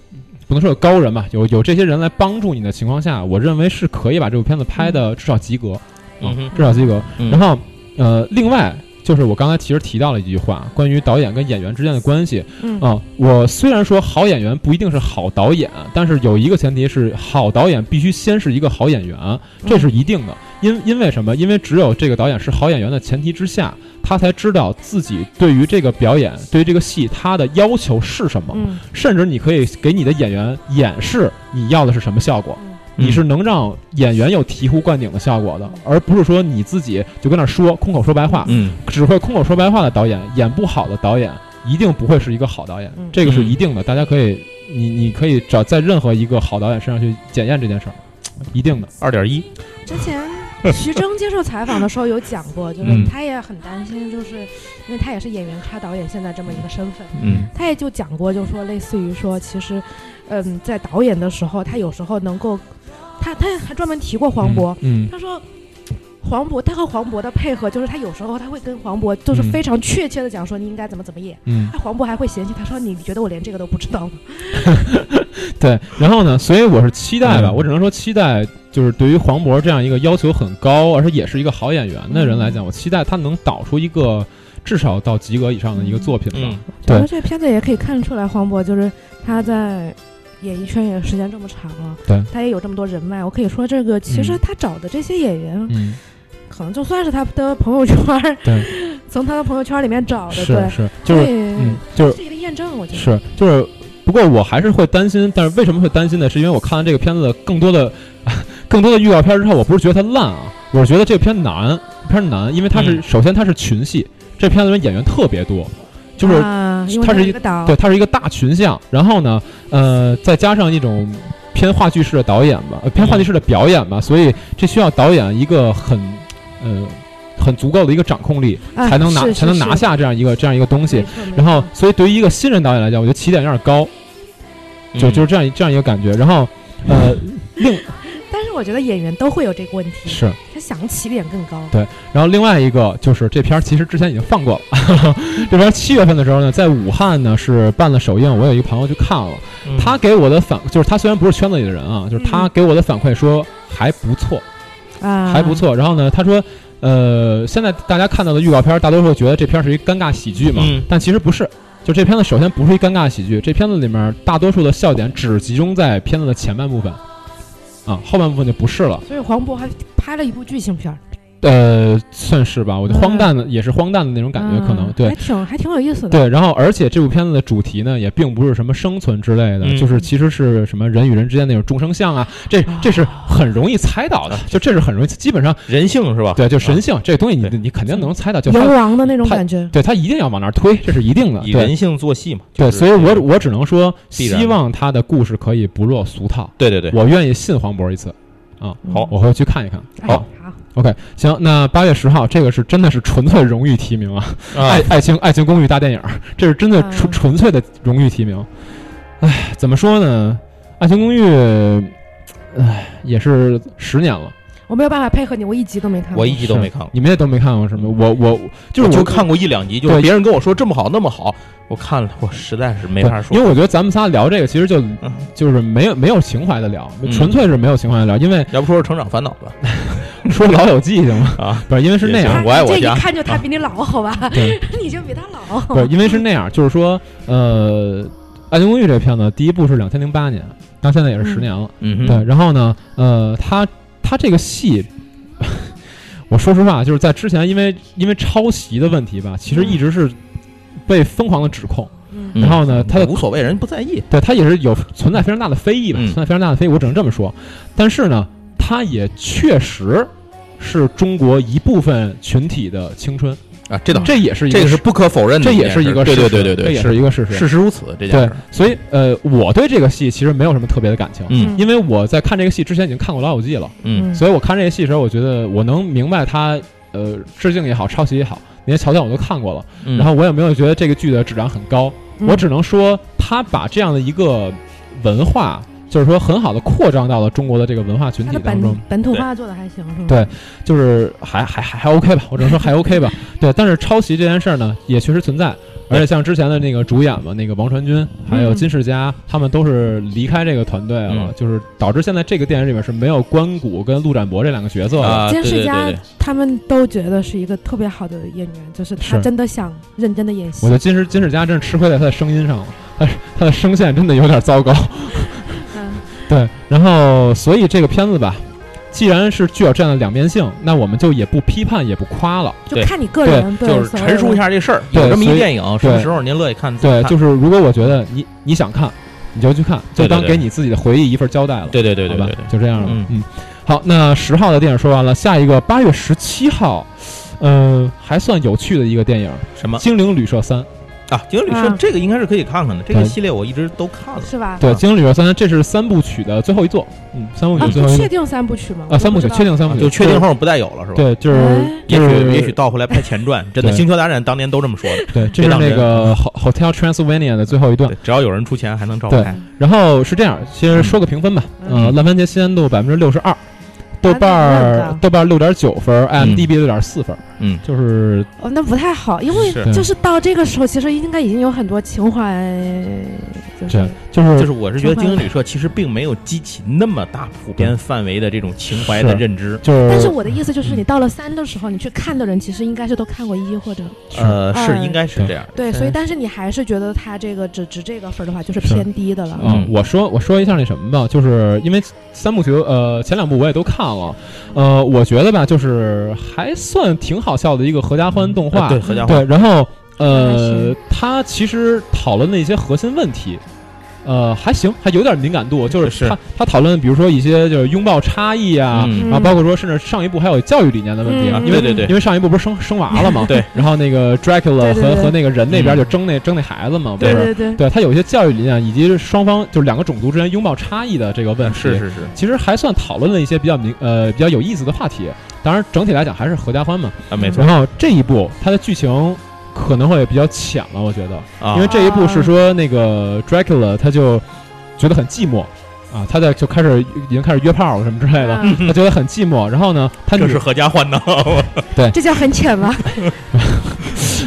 Speaker 2: 不能说有高人吧，有有这些人来帮助你的情况下，我认为是可以把这部片子拍的至少及格，
Speaker 4: 嗯哼
Speaker 2: 至少及格。
Speaker 4: 嗯
Speaker 2: 然后，呃，另外就是我刚才其实提到了一句话，关于导演跟演员之间的关系
Speaker 3: 嗯
Speaker 2: 啊、我虽然说好演员不一定是好导演，但是有一个前提是好导演必须先是一个好演员，这
Speaker 3: 嗯
Speaker 2: 是一定的。因因为什么？因为只有这个导演是好演员的前提之下，他才知道自己对于这个表演、对于这个戏他的要求是什么。
Speaker 3: 嗯
Speaker 2: 甚至你可以给你的演员演示你要的是什么效果，
Speaker 4: 嗯
Speaker 2: 你是能让演员有醍醐灌顶的效果的，而不是说你自己就跟那说空口说白话。
Speaker 4: 嗯
Speaker 2: 只会空口说白话的导演，演不好的导演一定不会是一个好导演
Speaker 3: 嗯，
Speaker 2: 这个是一定的。大家可以，你你可以找在任何一个好导演身上去检验这件事儿，一定的。
Speaker 4: 二点一，
Speaker 3: 之 前徐峥接受采访的时候有讲过，就是
Speaker 4: 嗯
Speaker 3: 他也很担心，就是因为他也是演员插导演现在这么一个身份，
Speaker 4: 嗯
Speaker 3: 他也就讲过，就说类似于说，其实，嗯，在导演的时候，他有时候能够，他他还专门提过黄渤，
Speaker 2: 嗯，嗯，
Speaker 3: 他说。黄渤，他和黄渤的配合就是他有时候他会跟黄渤就是
Speaker 2: 嗯
Speaker 3: 非常确切的讲说你应该怎么怎么演，
Speaker 2: 嗯，
Speaker 3: 他黄渤还会嫌弃他说你觉得我连这个都不知道吗？
Speaker 2: 嗯对。然后呢，所以我是期待吧，
Speaker 4: 嗯
Speaker 2: 我只能说期待，就是对于黄渤这样一个要求很高，而且也是一个好演员的人来
Speaker 3: 嗯
Speaker 2: 讲，我期待他能导出一个至少到及格以上的一个作品吧
Speaker 4: 嗯。
Speaker 3: 我觉得
Speaker 2: 对
Speaker 3: 这片子也可以看出来，黄渤就是他在演艺圈也时间这么长了，
Speaker 2: 对，
Speaker 3: 他也有这么多人脉。我可以说，这个其实
Speaker 2: 嗯
Speaker 3: 他找的这些演员，
Speaker 2: 嗯，
Speaker 3: 可能就算是他的朋友圈儿，
Speaker 2: 对，
Speaker 3: 从他的朋友圈里面找的，
Speaker 2: 是
Speaker 3: 对，
Speaker 2: 是，就是
Speaker 3: 所以
Speaker 2: 嗯，就是
Speaker 3: 这一个验证，我觉得
Speaker 2: 是，就是，不过我还是会担心。但是为什么会担心呢？是因为我看了这 个片子更多的、更多的预告片之后，我不是觉得它烂啊，我是觉得这个片难。片儿难，因为它是、
Speaker 4: 嗯
Speaker 2: 首先它是群戏，这片子里面演员特别多，就是、
Speaker 3: 啊、因为
Speaker 2: 它是
Speaker 3: 一
Speaker 2: 一
Speaker 3: 个岛，
Speaker 2: 对，它是一个大群像，然后呢，呃，再加上一种偏话剧式的导演吧，
Speaker 3: 嗯
Speaker 2: 呃偏话剧式的表演吧，所以这需要导演一个很呃很足够的一个掌控力，
Speaker 3: 啊
Speaker 2: 才能拿
Speaker 3: 是
Speaker 2: 才能拿下这样一个这样一个东西。，
Speaker 3: 是是没错
Speaker 2: 然后
Speaker 3: 没错，
Speaker 2: 所以对于一个新人导演来讲，我觉得起点有点高，
Speaker 5: 嗯
Speaker 3: 嗯
Speaker 2: 就就是这样一这样一个感觉。然后，呃，
Speaker 3: 但是我觉得演员都会有这个问题，
Speaker 2: 是，
Speaker 3: 他想起点更高。
Speaker 2: 然后另外一个就是这片儿其实之前已经放过了， 这片儿七月份的时候呢，在武汉呢是办了首映，我有一个朋友去看了，
Speaker 5: 嗯
Speaker 2: 他给我的反就是他虽然不是圈子里的人啊，就是他
Speaker 3: 嗯
Speaker 2: 给我的反馈说还不错，
Speaker 3: 啊，
Speaker 2: 还不。错。然后呢，他说。呃，现在大家看到的预告片儿，大多数觉得这片儿是一尴尬喜剧嘛，
Speaker 5: 嗯
Speaker 2: 但其实不是。就这片子首先不是一尴尬喜剧，这片子里面大多数的笑点只集中在片子的前半部分，啊，后半部分就不是了。
Speaker 3: 所以黄渤还拍了一部剧情片儿，
Speaker 2: 呃，算是吧，我觉得
Speaker 3: 嗯
Speaker 2: 荒诞的、也是荒诞的那种感觉，可能
Speaker 3: 啊
Speaker 2: 对
Speaker 3: 还。挺还挺有意思的。，
Speaker 2: 对，然后而且这部片子的主题呢，也并不是什么生存之类的，
Speaker 5: 嗯
Speaker 2: 就是其实是什么人与人之间那种众生相啊，这这是很容易猜到的，
Speaker 5: 啊
Speaker 2: 就这是很容易，基本上
Speaker 5: 人性是吧？
Speaker 2: 对，就神性这东西你，
Speaker 5: 啊对
Speaker 2: 你肯定能猜到，就
Speaker 3: 游
Speaker 2: 他
Speaker 3: 王的那种
Speaker 2: 他
Speaker 3: 感觉。
Speaker 2: 对他一定要往那儿推，这是一定的，
Speaker 5: 以
Speaker 2: 对
Speaker 5: 人性做戏嘛。
Speaker 2: 对，
Speaker 5: 就是
Speaker 2: 所以我我只能说，
Speaker 5: 必然
Speaker 2: 希望他的故事可以不落俗套，
Speaker 5: 对对对，嗯
Speaker 2: 我愿意信黄渤一次啊，
Speaker 3: 好
Speaker 2: 我会去看一看。
Speaker 3: 嗯哎
Speaker 2: 好
Speaker 3: 好，
Speaker 2: ，OK，行，那八月十号这个是真的是纯粹荣誉提名啊。
Speaker 5: 啊
Speaker 4: 哎
Speaker 2: 爱，爱情爱情公寓大电影儿， 这是真的
Speaker 3: 啊
Speaker 2: 纯纯粹的荣誉提名。唉，怎么说呢？爱情公寓，唉，也是十年了，
Speaker 3: 我没有办法配合你，我一集都没看过。
Speaker 5: 哎我一 集都没看过，
Speaker 2: 你们也都没看过什么？我我就
Speaker 5: 我
Speaker 2: 是我
Speaker 5: 就看过一两集，就是
Speaker 2: 对
Speaker 5: 别人跟我说这么好那么好，我看了我实在是没
Speaker 2: 对
Speaker 5: 法
Speaker 2: 因
Speaker 5: 说。
Speaker 2: 为我觉得咱们仨聊这个，其实就
Speaker 5: 嗯
Speaker 2: 就是没有没有情怀的聊，
Speaker 5: 嗯
Speaker 2: 纯粹是没有情怀的聊。因为
Speaker 5: 要不说是成长烦恼吧？
Speaker 2: 说老友记行吗？
Speaker 5: 啊，
Speaker 2: 不是，因为是那
Speaker 5: 也
Speaker 2: 样
Speaker 5: 行嗯
Speaker 3: 他，
Speaker 5: 我爱我
Speaker 3: 这一
Speaker 5: 家
Speaker 3: 看就他比你老，好吧？
Speaker 2: 对，
Speaker 3: 你就比他老。
Speaker 2: 不是，因为是那样，就是说，呃，爱情公寓这片子第一部是两千零八年，到现在也是十年了。
Speaker 5: 嗯
Speaker 2: 对，，然后呢，呃，他他这个戏， 我说实话，就是在之前因为因为抄袭的问题吧，其实一直是被疯狂的指控。
Speaker 3: 嗯
Speaker 5: 嗯
Speaker 2: 然后呢，他的
Speaker 5: 无所谓，人不在意。
Speaker 2: 对他也是有存在非常大的非议吧，
Speaker 5: 嗯
Speaker 2: 存在非常大的非议，我只能这么说。但是呢，他也确实是中国一部分群体的青春，
Speaker 5: 啊，这倒
Speaker 2: 这也是一
Speaker 5: 这
Speaker 2: 个
Speaker 5: 个
Speaker 2: 事
Speaker 5: 是不可否认的
Speaker 2: 这
Speaker 5: 一
Speaker 2: 也
Speaker 5: 件事，
Speaker 2: 是一个
Speaker 5: 对
Speaker 2: 事
Speaker 5: 对
Speaker 2: 实，
Speaker 5: 对对对，
Speaker 2: 这也是一个事实。
Speaker 5: 事实如此这件事
Speaker 2: 对
Speaker 5: 儿。，
Speaker 2: 所以呃，我对这个戏其实没有什么特别的感情，
Speaker 5: 嗯
Speaker 2: 因为我在看这个戏之前已经看过《老友记》了。
Speaker 5: 嗯
Speaker 2: 所以我看这个戏的时候，我觉得我能明白他呃致敬也好，抄袭也好，那些桥段我都看过了，
Speaker 5: 嗯，
Speaker 2: 然后我也没有觉得这个剧的质量很高，
Speaker 3: 嗯
Speaker 2: 我只能说他把这样的一个文化，就是说很好的扩张到了中国的这个文化群
Speaker 3: 他
Speaker 2: 体
Speaker 3: 的
Speaker 2: 当
Speaker 3: 本
Speaker 2: 中，
Speaker 3: 本土化做的还行，是吧？
Speaker 2: 对就是还还还还 OK 吧，我只能说还 OK 吧，对，但是抄袭这件事儿呢，也确实存在。而且像之前的那个主演嘛，那个王传君，还有
Speaker 3: 嗯
Speaker 2: 金世佳，他们都是离开这个团队了，
Speaker 5: 嗯
Speaker 2: 就是导致现在这个电影里面是没有关谷跟陆展博这两个角色的。
Speaker 5: 啊，对
Speaker 3: 监视
Speaker 5: 对对
Speaker 3: 家
Speaker 5: 对，
Speaker 3: 他们都觉得是一个特别好的演员，就是他
Speaker 2: 是
Speaker 3: 真的想认真的演戏
Speaker 2: 我觉。得金世金世佳真是吃亏在他的声音上了，他他的声线真的有点糟糕。
Speaker 3: 嗯，
Speaker 2: 对，然后所以这个片子吧，既然是具有这样的两面性，那我们就也不批判也不夸了。
Speaker 3: 就
Speaker 5: 对
Speaker 3: 看你个人对
Speaker 5: 就是
Speaker 3: 所谓
Speaker 5: 陈述
Speaker 3: 的
Speaker 5: 一下这事儿，
Speaker 2: 对
Speaker 5: 有这么一
Speaker 2: 所以
Speaker 5: 电影，什么
Speaker 2: 对
Speaker 5: 时候您乐意看？自己
Speaker 2: 对，
Speaker 5: 看
Speaker 2: 就是如果我觉得你你想看，你就去看，就
Speaker 5: 对对
Speaker 2: 当
Speaker 5: 对
Speaker 2: 给你自己的回忆一份交代了。
Speaker 5: 对对对
Speaker 2: 好
Speaker 5: 对
Speaker 2: 吧
Speaker 5: 对对，，
Speaker 2: 就这样了。
Speaker 5: 嗯
Speaker 2: 嗯，好，那十号的电影说完了，下一个八月十七号，呃，还算有趣的一个电影
Speaker 5: 什
Speaker 2: 《
Speaker 5: 么
Speaker 2: 精灵旅社三》。
Speaker 5: 啊？经理说
Speaker 3: 啊
Speaker 5: 这个应该是可以看看的，这个
Speaker 2: 嗯对
Speaker 5: 系列我一直都看了。
Speaker 3: 是吧？
Speaker 2: 对，《
Speaker 5: 啊
Speaker 2: 精灵旅社三》这是三部曲的最后一作。嗯，三部
Speaker 3: 啊，
Speaker 2: 曲最
Speaker 3: 不
Speaker 2: 后一
Speaker 3: 确
Speaker 2: 作
Speaker 3: 定三部曲吗？
Speaker 2: 啊，三部曲确定三部
Speaker 5: 啊
Speaker 2: 曲
Speaker 5: 就确定后不带有了是吧？，
Speaker 2: 对，就是
Speaker 3: 哎
Speaker 5: 也
Speaker 2: 就是
Speaker 5: 许也许倒回来拍前传，真的，《
Speaker 2: 对
Speaker 5: 星球大战》当年都这么说的。
Speaker 2: 对，这
Speaker 5: 别
Speaker 2: 是
Speaker 5: 当
Speaker 2: 那
Speaker 5: 真
Speaker 2: 个 Ho- Hotel Transylvania 的最后一段
Speaker 5: 对。，只要有人出钱，还能照
Speaker 2: 嗯对
Speaker 5: 拍。
Speaker 2: 然后是这样，先
Speaker 5: 嗯
Speaker 2: 说个评分吧。
Speaker 3: 嗯啊
Speaker 2: 呃，烂番茄新鲜度百分之六十二，豆瓣
Speaker 3: 那很
Speaker 2: 儿
Speaker 3: 高
Speaker 2: 豆瓣六点九分，IMDB 六点四分。
Speaker 5: 嗯，
Speaker 2: 就是
Speaker 3: 哦，那不太好，因为
Speaker 5: 是
Speaker 2: 对
Speaker 3: 就是到这个时候，其实应该已经有很多情怀，嗯就
Speaker 2: 这
Speaker 3: 是，
Speaker 2: 就是
Speaker 5: 就是我是觉得精灵旅社其实并没有激起那么大普遍范围的这种情怀的
Speaker 2: 是
Speaker 5: 认知。
Speaker 2: 就是，
Speaker 3: 但是我的意思就是，你到了三的时候，你去看的人其实应该是都看过一或者
Speaker 2: 是
Speaker 5: 呃，是
Speaker 2: 哎
Speaker 3: 嗯
Speaker 5: 应该是这样的。
Speaker 3: 对，
Speaker 2: 对
Speaker 3: 所以但是你还是觉得他这个只值这个分儿的话，就是
Speaker 2: 是
Speaker 3: 偏低的了。
Speaker 2: 嗯
Speaker 5: 嗯，
Speaker 2: 我说我说一下那什么吧，就是因为三部曲，呃，前两部我也都看了，呃，我觉得吧，就是还算挺好笑的一个合家欢动
Speaker 4: 呃
Speaker 2: 画，
Speaker 5: 啊对合家欢
Speaker 2: 对，然后
Speaker 3: 还
Speaker 2: 呃
Speaker 3: 行，
Speaker 2: 它其实讨论的一些核心问题，呃，还行，还有点敏感度，就是
Speaker 4: 是
Speaker 2: 他他讨论，比如说一些就是拥抱差异啊，
Speaker 4: 嗯
Speaker 2: 然后包括说甚至上一部还有教育理念的问题啊，
Speaker 3: 嗯
Speaker 2: 因为
Speaker 4: 对对对
Speaker 2: 因为上一部不是生生娃了嘛，
Speaker 4: 对， 嗯
Speaker 2: 然后那个 Dracula
Speaker 3: 对对
Speaker 2: 和
Speaker 3: 对
Speaker 2: 和那个人那边就争那争那孩子嘛，不
Speaker 3: 对
Speaker 2: 是？
Speaker 3: 对对，
Speaker 2: 对他有一些教育理念，以及双方就是两个种族之间拥抱差异的这个问题，
Speaker 4: 嗯是是是
Speaker 2: 其实还算讨论了一些比较明呃比较有意思的话题。当然，整体来讲还是合家欢嘛。
Speaker 4: 啊，没错
Speaker 2: 然后这一部它的剧情可能会比较浅了，我觉得，
Speaker 4: 啊
Speaker 2: 因为这一部
Speaker 3: 啊
Speaker 2: 是说那个 Dracula 他就觉得很寂寞啊，他在就开始已经开始约炮了什么之类的，
Speaker 3: 嗯
Speaker 2: 他觉得很寂寞。然后呢，他女
Speaker 4: 这是合家欢 的，
Speaker 3: 这叫很浅吗？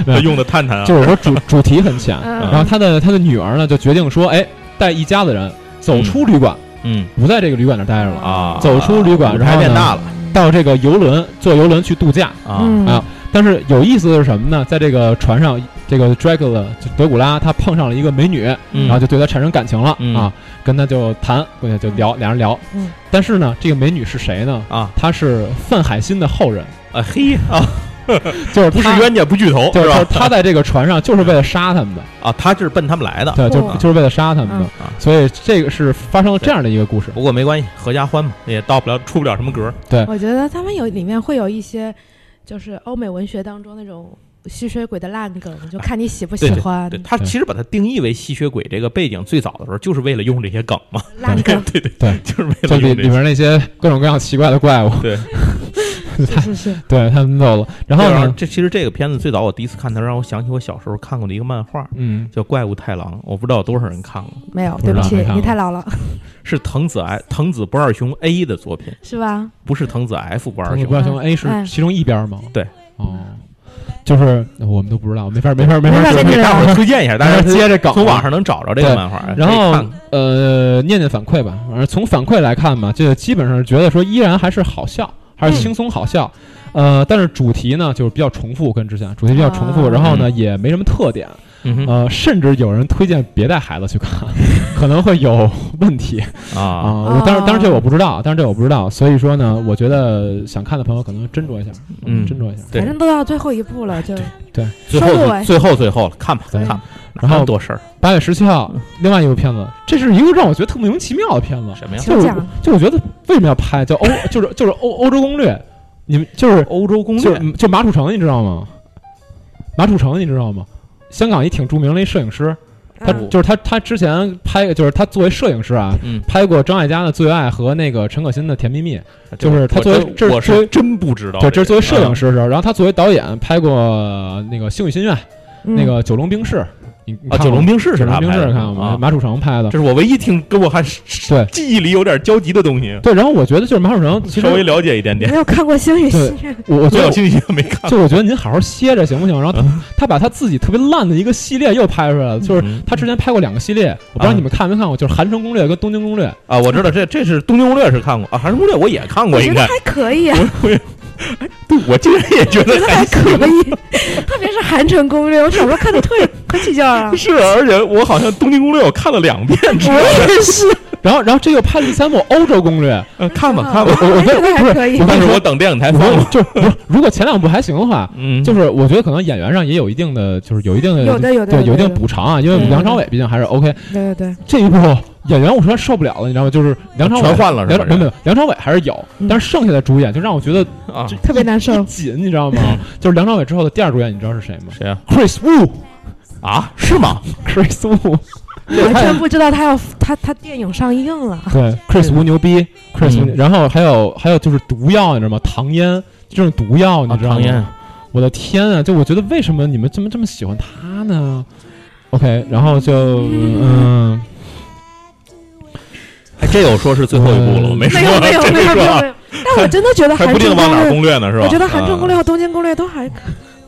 Speaker 4: 这用的探探啊，
Speaker 2: 就是我说主主题很浅，
Speaker 3: 嗯
Speaker 2: 然后他的他的女儿呢就决定说，哎，带一家子人走出旅馆，
Speaker 4: 嗯
Speaker 2: 不在这个旅馆那儿待着了，
Speaker 4: 啊，
Speaker 2: 走出旅馆，
Speaker 4: 舞
Speaker 2: 然
Speaker 4: 台
Speaker 2: 后
Speaker 4: 变
Speaker 2: 呢
Speaker 4: 大了
Speaker 2: 到这个游轮坐游轮去度假。
Speaker 4: 啊，
Speaker 3: 嗯
Speaker 2: 啊但是有意思的是什么呢？在这个船上，这个 Dracula 就德古拉他碰上了一个美女，
Speaker 4: 嗯
Speaker 2: 然后就对她产生感情了、
Speaker 4: 嗯
Speaker 2: 啊，跟她就谈，过去就聊，俩人聊。
Speaker 3: 嗯
Speaker 2: 但是呢，这个美女是谁呢？
Speaker 4: 啊
Speaker 2: 她是范海辛的后人，
Speaker 4: 啊嘿啊，
Speaker 2: 就是
Speaker 4: 不是
Speaker 2: 她，
Speaker 4: 冤家不聚头
Speaker 2: 就是是
Speaker 4: 吧？
Speaker 2: 她在这个船上就是为了杀他们的，
Speaker 4: 啊，他就是奔他们来的，
Speaker 2: 对，就
Speaker 3: 哇
Speaker 2: 就是为了杀他们的。
Speaker 4: 嗯啊
Speaker 2: 所以这个是发生了这样的一个故事。
Speaker 4: 不过没关系，合家欢嘛，也到不了出不了什么格儿，
Speaker 3: 我觉得他们有里面会有一些，就是欧美文学当中那种吸血鬼的烂梗，就看你喜不喜欢
Speaker 4: 对他其实把它定义为吸血鬼这个背景，最早的时候就是为了用这些梗嘛，
Speaker 3: 烂梗，
Speaker 4: 对对
Speaker 2: 对，
Speaker 4: 就是为
Speaker 2: 就
Speaker 4: 了用
Speaker 2: 里里
Speaker 4: 这些。
Speaker 2: 面那些各种各样奇怪的怪物，
Speaker 4: 对，
Speaker 3: 是是是，
Speaker 2: 对他们揍了。然后
Speaker 4: 然后
Speaker 2: 呢，
Speaker 4: 这其实这个片子最早我第一次看它，让我想起我小时候看过的一个漫画，
Speaker 2: 嗯，
Speaker 4: 叫《怪物太郎》，我不知道有多少人看过，
Speaker 3: 没有，
Speaker 2: 不知
Speaker 3: 对
Speaker 2: 道
Speaker 3: 不起
Speaker 2: 没看，过
Speaker 3: 你太老了，
Speaker 4: 是藤子 I 藤子不二雄 A 的作品，
Speaker 3: 是吧？
Speaker 4: 不是藤子 F 不二
Speaker 2: 你
Speaker 4: 雄
Speaker 2: 不。要熊 A
Speaker 3: 哎
Speaker 2: 是其中一边吗？
Speaker 4: 对，
Speaker 2: 哦，就是我们都不知道，没法没法没
Speaker 3: 没
Speaker 2: 法
Speaker 3: 法
Speaker 2: 说
Speaker 3: 跟
Speaker 4: 给
Speaker 3: 你
Speaker 4: 大伙儿推荐一下，大家
Speaker 2: 接着梗
Speaker 4: 从网上能找着这个漫画，
Speaker 2: 然
Speaker 4: 可以
Speaker 2: 后
Speaker 4: 看看
Speaker 2: 呃，念念反馈吧。反正从反馈来看嘛，就基本上觉得说依然还是好笑，
Speaker 3: 嗯
Speaker 2: 还是轻松好笑。呃，但是主题呢就是比较重复，跟之前主题比较重复，
Speaker 3: 啊
Speaker 2: 然后呢也没什么特点。
Speaker 4: 嗯哼
Speaker 2: 呃，甚至有人推荐别带孩子去看， 可能会有问题
Speaker 4: 啊，
Speaker 2: 啊。我当然
Speaker 3: 啊
Speaker 2: 当然这我不知道，但是这我不知道。所以说呢，我觉得想看的朋友可能斟酌一下，
Speaker 4: 嗯
Speaker 2: 斟酌一下。
Speaker 4: 对
Speaker 3: 反正都到最后一步了，就
Speaker 2: 对，
Speaker 4: 最
Speaker 3: 收
Speaker 4: 后最
Speaker 3: 尾
Speaker 4: 最后最后了，看吧
Speaker 2: 对
Speaker 4: 看吧，
Speaker 2: 然后
Speaker 4: 哪有多事儿
Speaker 2: 八月十七
Speaker 4: 嗯
Speaker 2: 号，另外一部片子，这是一个让我觉得特莫名其妙的片子。
Speaker 4: 什么啊呀？
Speaker 2: 就
Speaker 3: 请
Speaker 2: 是
Speaker 3: 讲
Speaker 2: 就我觉得为什么要拍？叫欧，就是就是欧欧洲攻略，你们就是
Speaker 4: 欧洲攻
Speaker 2: 就
Speaker 4: 略
Speaker 2: 是就马楚成，你知道吗？马楚成，你知道吗？香港一挺著名的一摄影师，他
Speaker 3: 嗯
Speaker 2: 就是他，他之前拍就是他作为摄影师啊，
Speaker 4: 嗯
Speaker 2: 拍过张艾嘉的《最爱》和那个陈可辛的《甜蜜蜜》，
Speaker 4: 哦
Speaker 2: 就是他
Speaker 4: 我
Speaker 2: 作为
Speaker 4: 真
Speaker 2: 这是
Speaker 4: 我
Speaker 2: 作
Speaker 4: 是
Speaker 2: 为
Speaker 4: 真不知道
Speaker 2: 对，
Speaker 4: 个，
Speaker 2: 这是作为摄影
Speaker 4: 啊
Speaker 2: 师的时候，然后他作为导演拍过呃那个《星语心愿》那
Speaker 3: 嗯
Speaker 2: 个《九龙冰室》，你你
Speaker 4: 嗯啊，
Speaker 2: 看
Speaker 4: 九龙
Speaker 2: 过吗
Speaker 4: 冰室
Speaker 2: 九
Speaker 4: 是
Speaker 2: 龙
Speaker 4: 他
Speaker 2: 冰
Speaker 4: 拍
Speaker 2: 室
Speaker 4: 的
Speaker 2: 看过吗？
Speaker 4: 啊，
Speaker 2: 马楚成拍的
Speaker 4: 这，是我唯一听跟我还
Speaker 2: 对
Speaker 4: 记忆里有点交集的东西，
Speaker 2: 对。然后我觉得就是马楚成，其实
Speaker 4: 稍微了解一点 点。
Speaker 3: 没有看过《星语心愿》，
Speaker 2: 我我觉
Speaker 4: 没
Speaker 2: 得
Speaker 4: 有信息没看
Speaker 2: 就我觉得您好好歇着行不行？然后他他把他自己特别烂的一个系列又拍出来了，就是
Speaker 4: 嗯
Speaker 2: 他之前拍过两个系列，我不知道
Speaker 4: 啊
Speaker 2: 你们看没看过，就是《韩城攻略》跟《东京攻略》。
Speaker 4: 啊，我知道这这是《东京攻略》是看过啊，《韩城攻略》 我也看
Speaker 3: 我
Speaker 4: 过，
Speaker 3: 觉
Speaker 4: 应
Speaker 3: 得
Speaker 4: 该
Speaker 3: 还 可以啊，
Speaker 4: 对我竟然也觉
Speaker 3: 我觉
Speaker 4: 得，
Speaker 3: 得还可以，特别是《韩城攻略》，我小时候看的特别可起劲儿 啊
Speaker 4: 是，而且我好像《东京攻略》我看了两遍， 知道吗
Speaker 3: 我也是，
Speaker 2: 然后然后这又拍了第三部《欧洲攻略》，
Speaker 4: 呃看吧
Speaker 3: 啊
Speaker 4: 看吧，
Speaker 2: 我我
Speaker 3: 觉得还
Speaker 2: 不是
Speaker 3: 可以
Speaker 2: 我，
Speaker 4: 但是我等电影台
Speaker 2: 如
Speaker 4: 放
Speaker 2: 果
Speaker 4: 了，
Speaker 2: 就是不是如果前两部还行的话，
Speaker 4: 嗯，
Speaker 2: 就是我觉得可能演员上也有一定的，就是有一定的
Speaker 3: 有的有的
Speaker 2: 对有一
Speaker 3: 的嗯
Speaker 2: 定补偿啊，因为
Speaker 3: 对
Speaker 2: 梁朝伟毕竟还是 OK。
Speaker 3: 对对对，
Speaker 2: 这一部演员我实在受不了了，你知道吗？就是梁朝
Speaker 4: 全
Speaker 2: 伟。
Speaker 4: 换了是
Speaker 2: 梁
Speaker 4: 吧？
Speaker 2: 没有没有，梁朝伟还是有，
Speaker 3: 嗯
Speaker 2: 但是剩下的主演就让我觉得
Speaker 4: 啊，
Speaker 3: 特别难受
Speaker 2: 一。紧，你知道吗？就是梁朝伟之后的第二主演，你知道是谁吗
Speaker 4: 谁呀？
Speaker 2: ？Chris Wu，
Speaker 4: 啊，是吗？
Speaker 2: Chris Wu，
Speaker 3: 完全不知道他要他他电影上映了，
Speaker 2: 对，Chris Wu 牛逼，Chris Wu，、
Speaker 4: 嗯
Speaker 2: 然后还有还有就是毒药，你知道吗？唐嫣这种毒药，你
Speaker 4: 啊
Speaker 2: 知道
Speaker 4: 唐
Speaker 2: 吗？
Speaker 4: 嫣，
Speaker 2: 我的天啊！就我觉得为什么你们这么这么喜欢他呢？OK，然后就嗯，
Speaker 4: 哎这有说是最后一部了， 我没说，
Speaker 3: 嗯没有没有
Speaker 4: 这
Speaker 3: 没有没
Speaker 4: 说
Speaker 3: 有
Speaker 4: 啊
Speaker 3: 没有。但我真的觉得
Speaker 4: 还
Speaker 3: 韩
Speaker 4: 不定
Speaker 3: 城
Speaker 4: 往哪儿
Speaker 3: 攻略，
Speaker 4: 攻略呢，是吧？
Speaker 3: 我觉得韩城攻略
Speaker 4: 啊，
Speaker 3: 和东京攻略都还可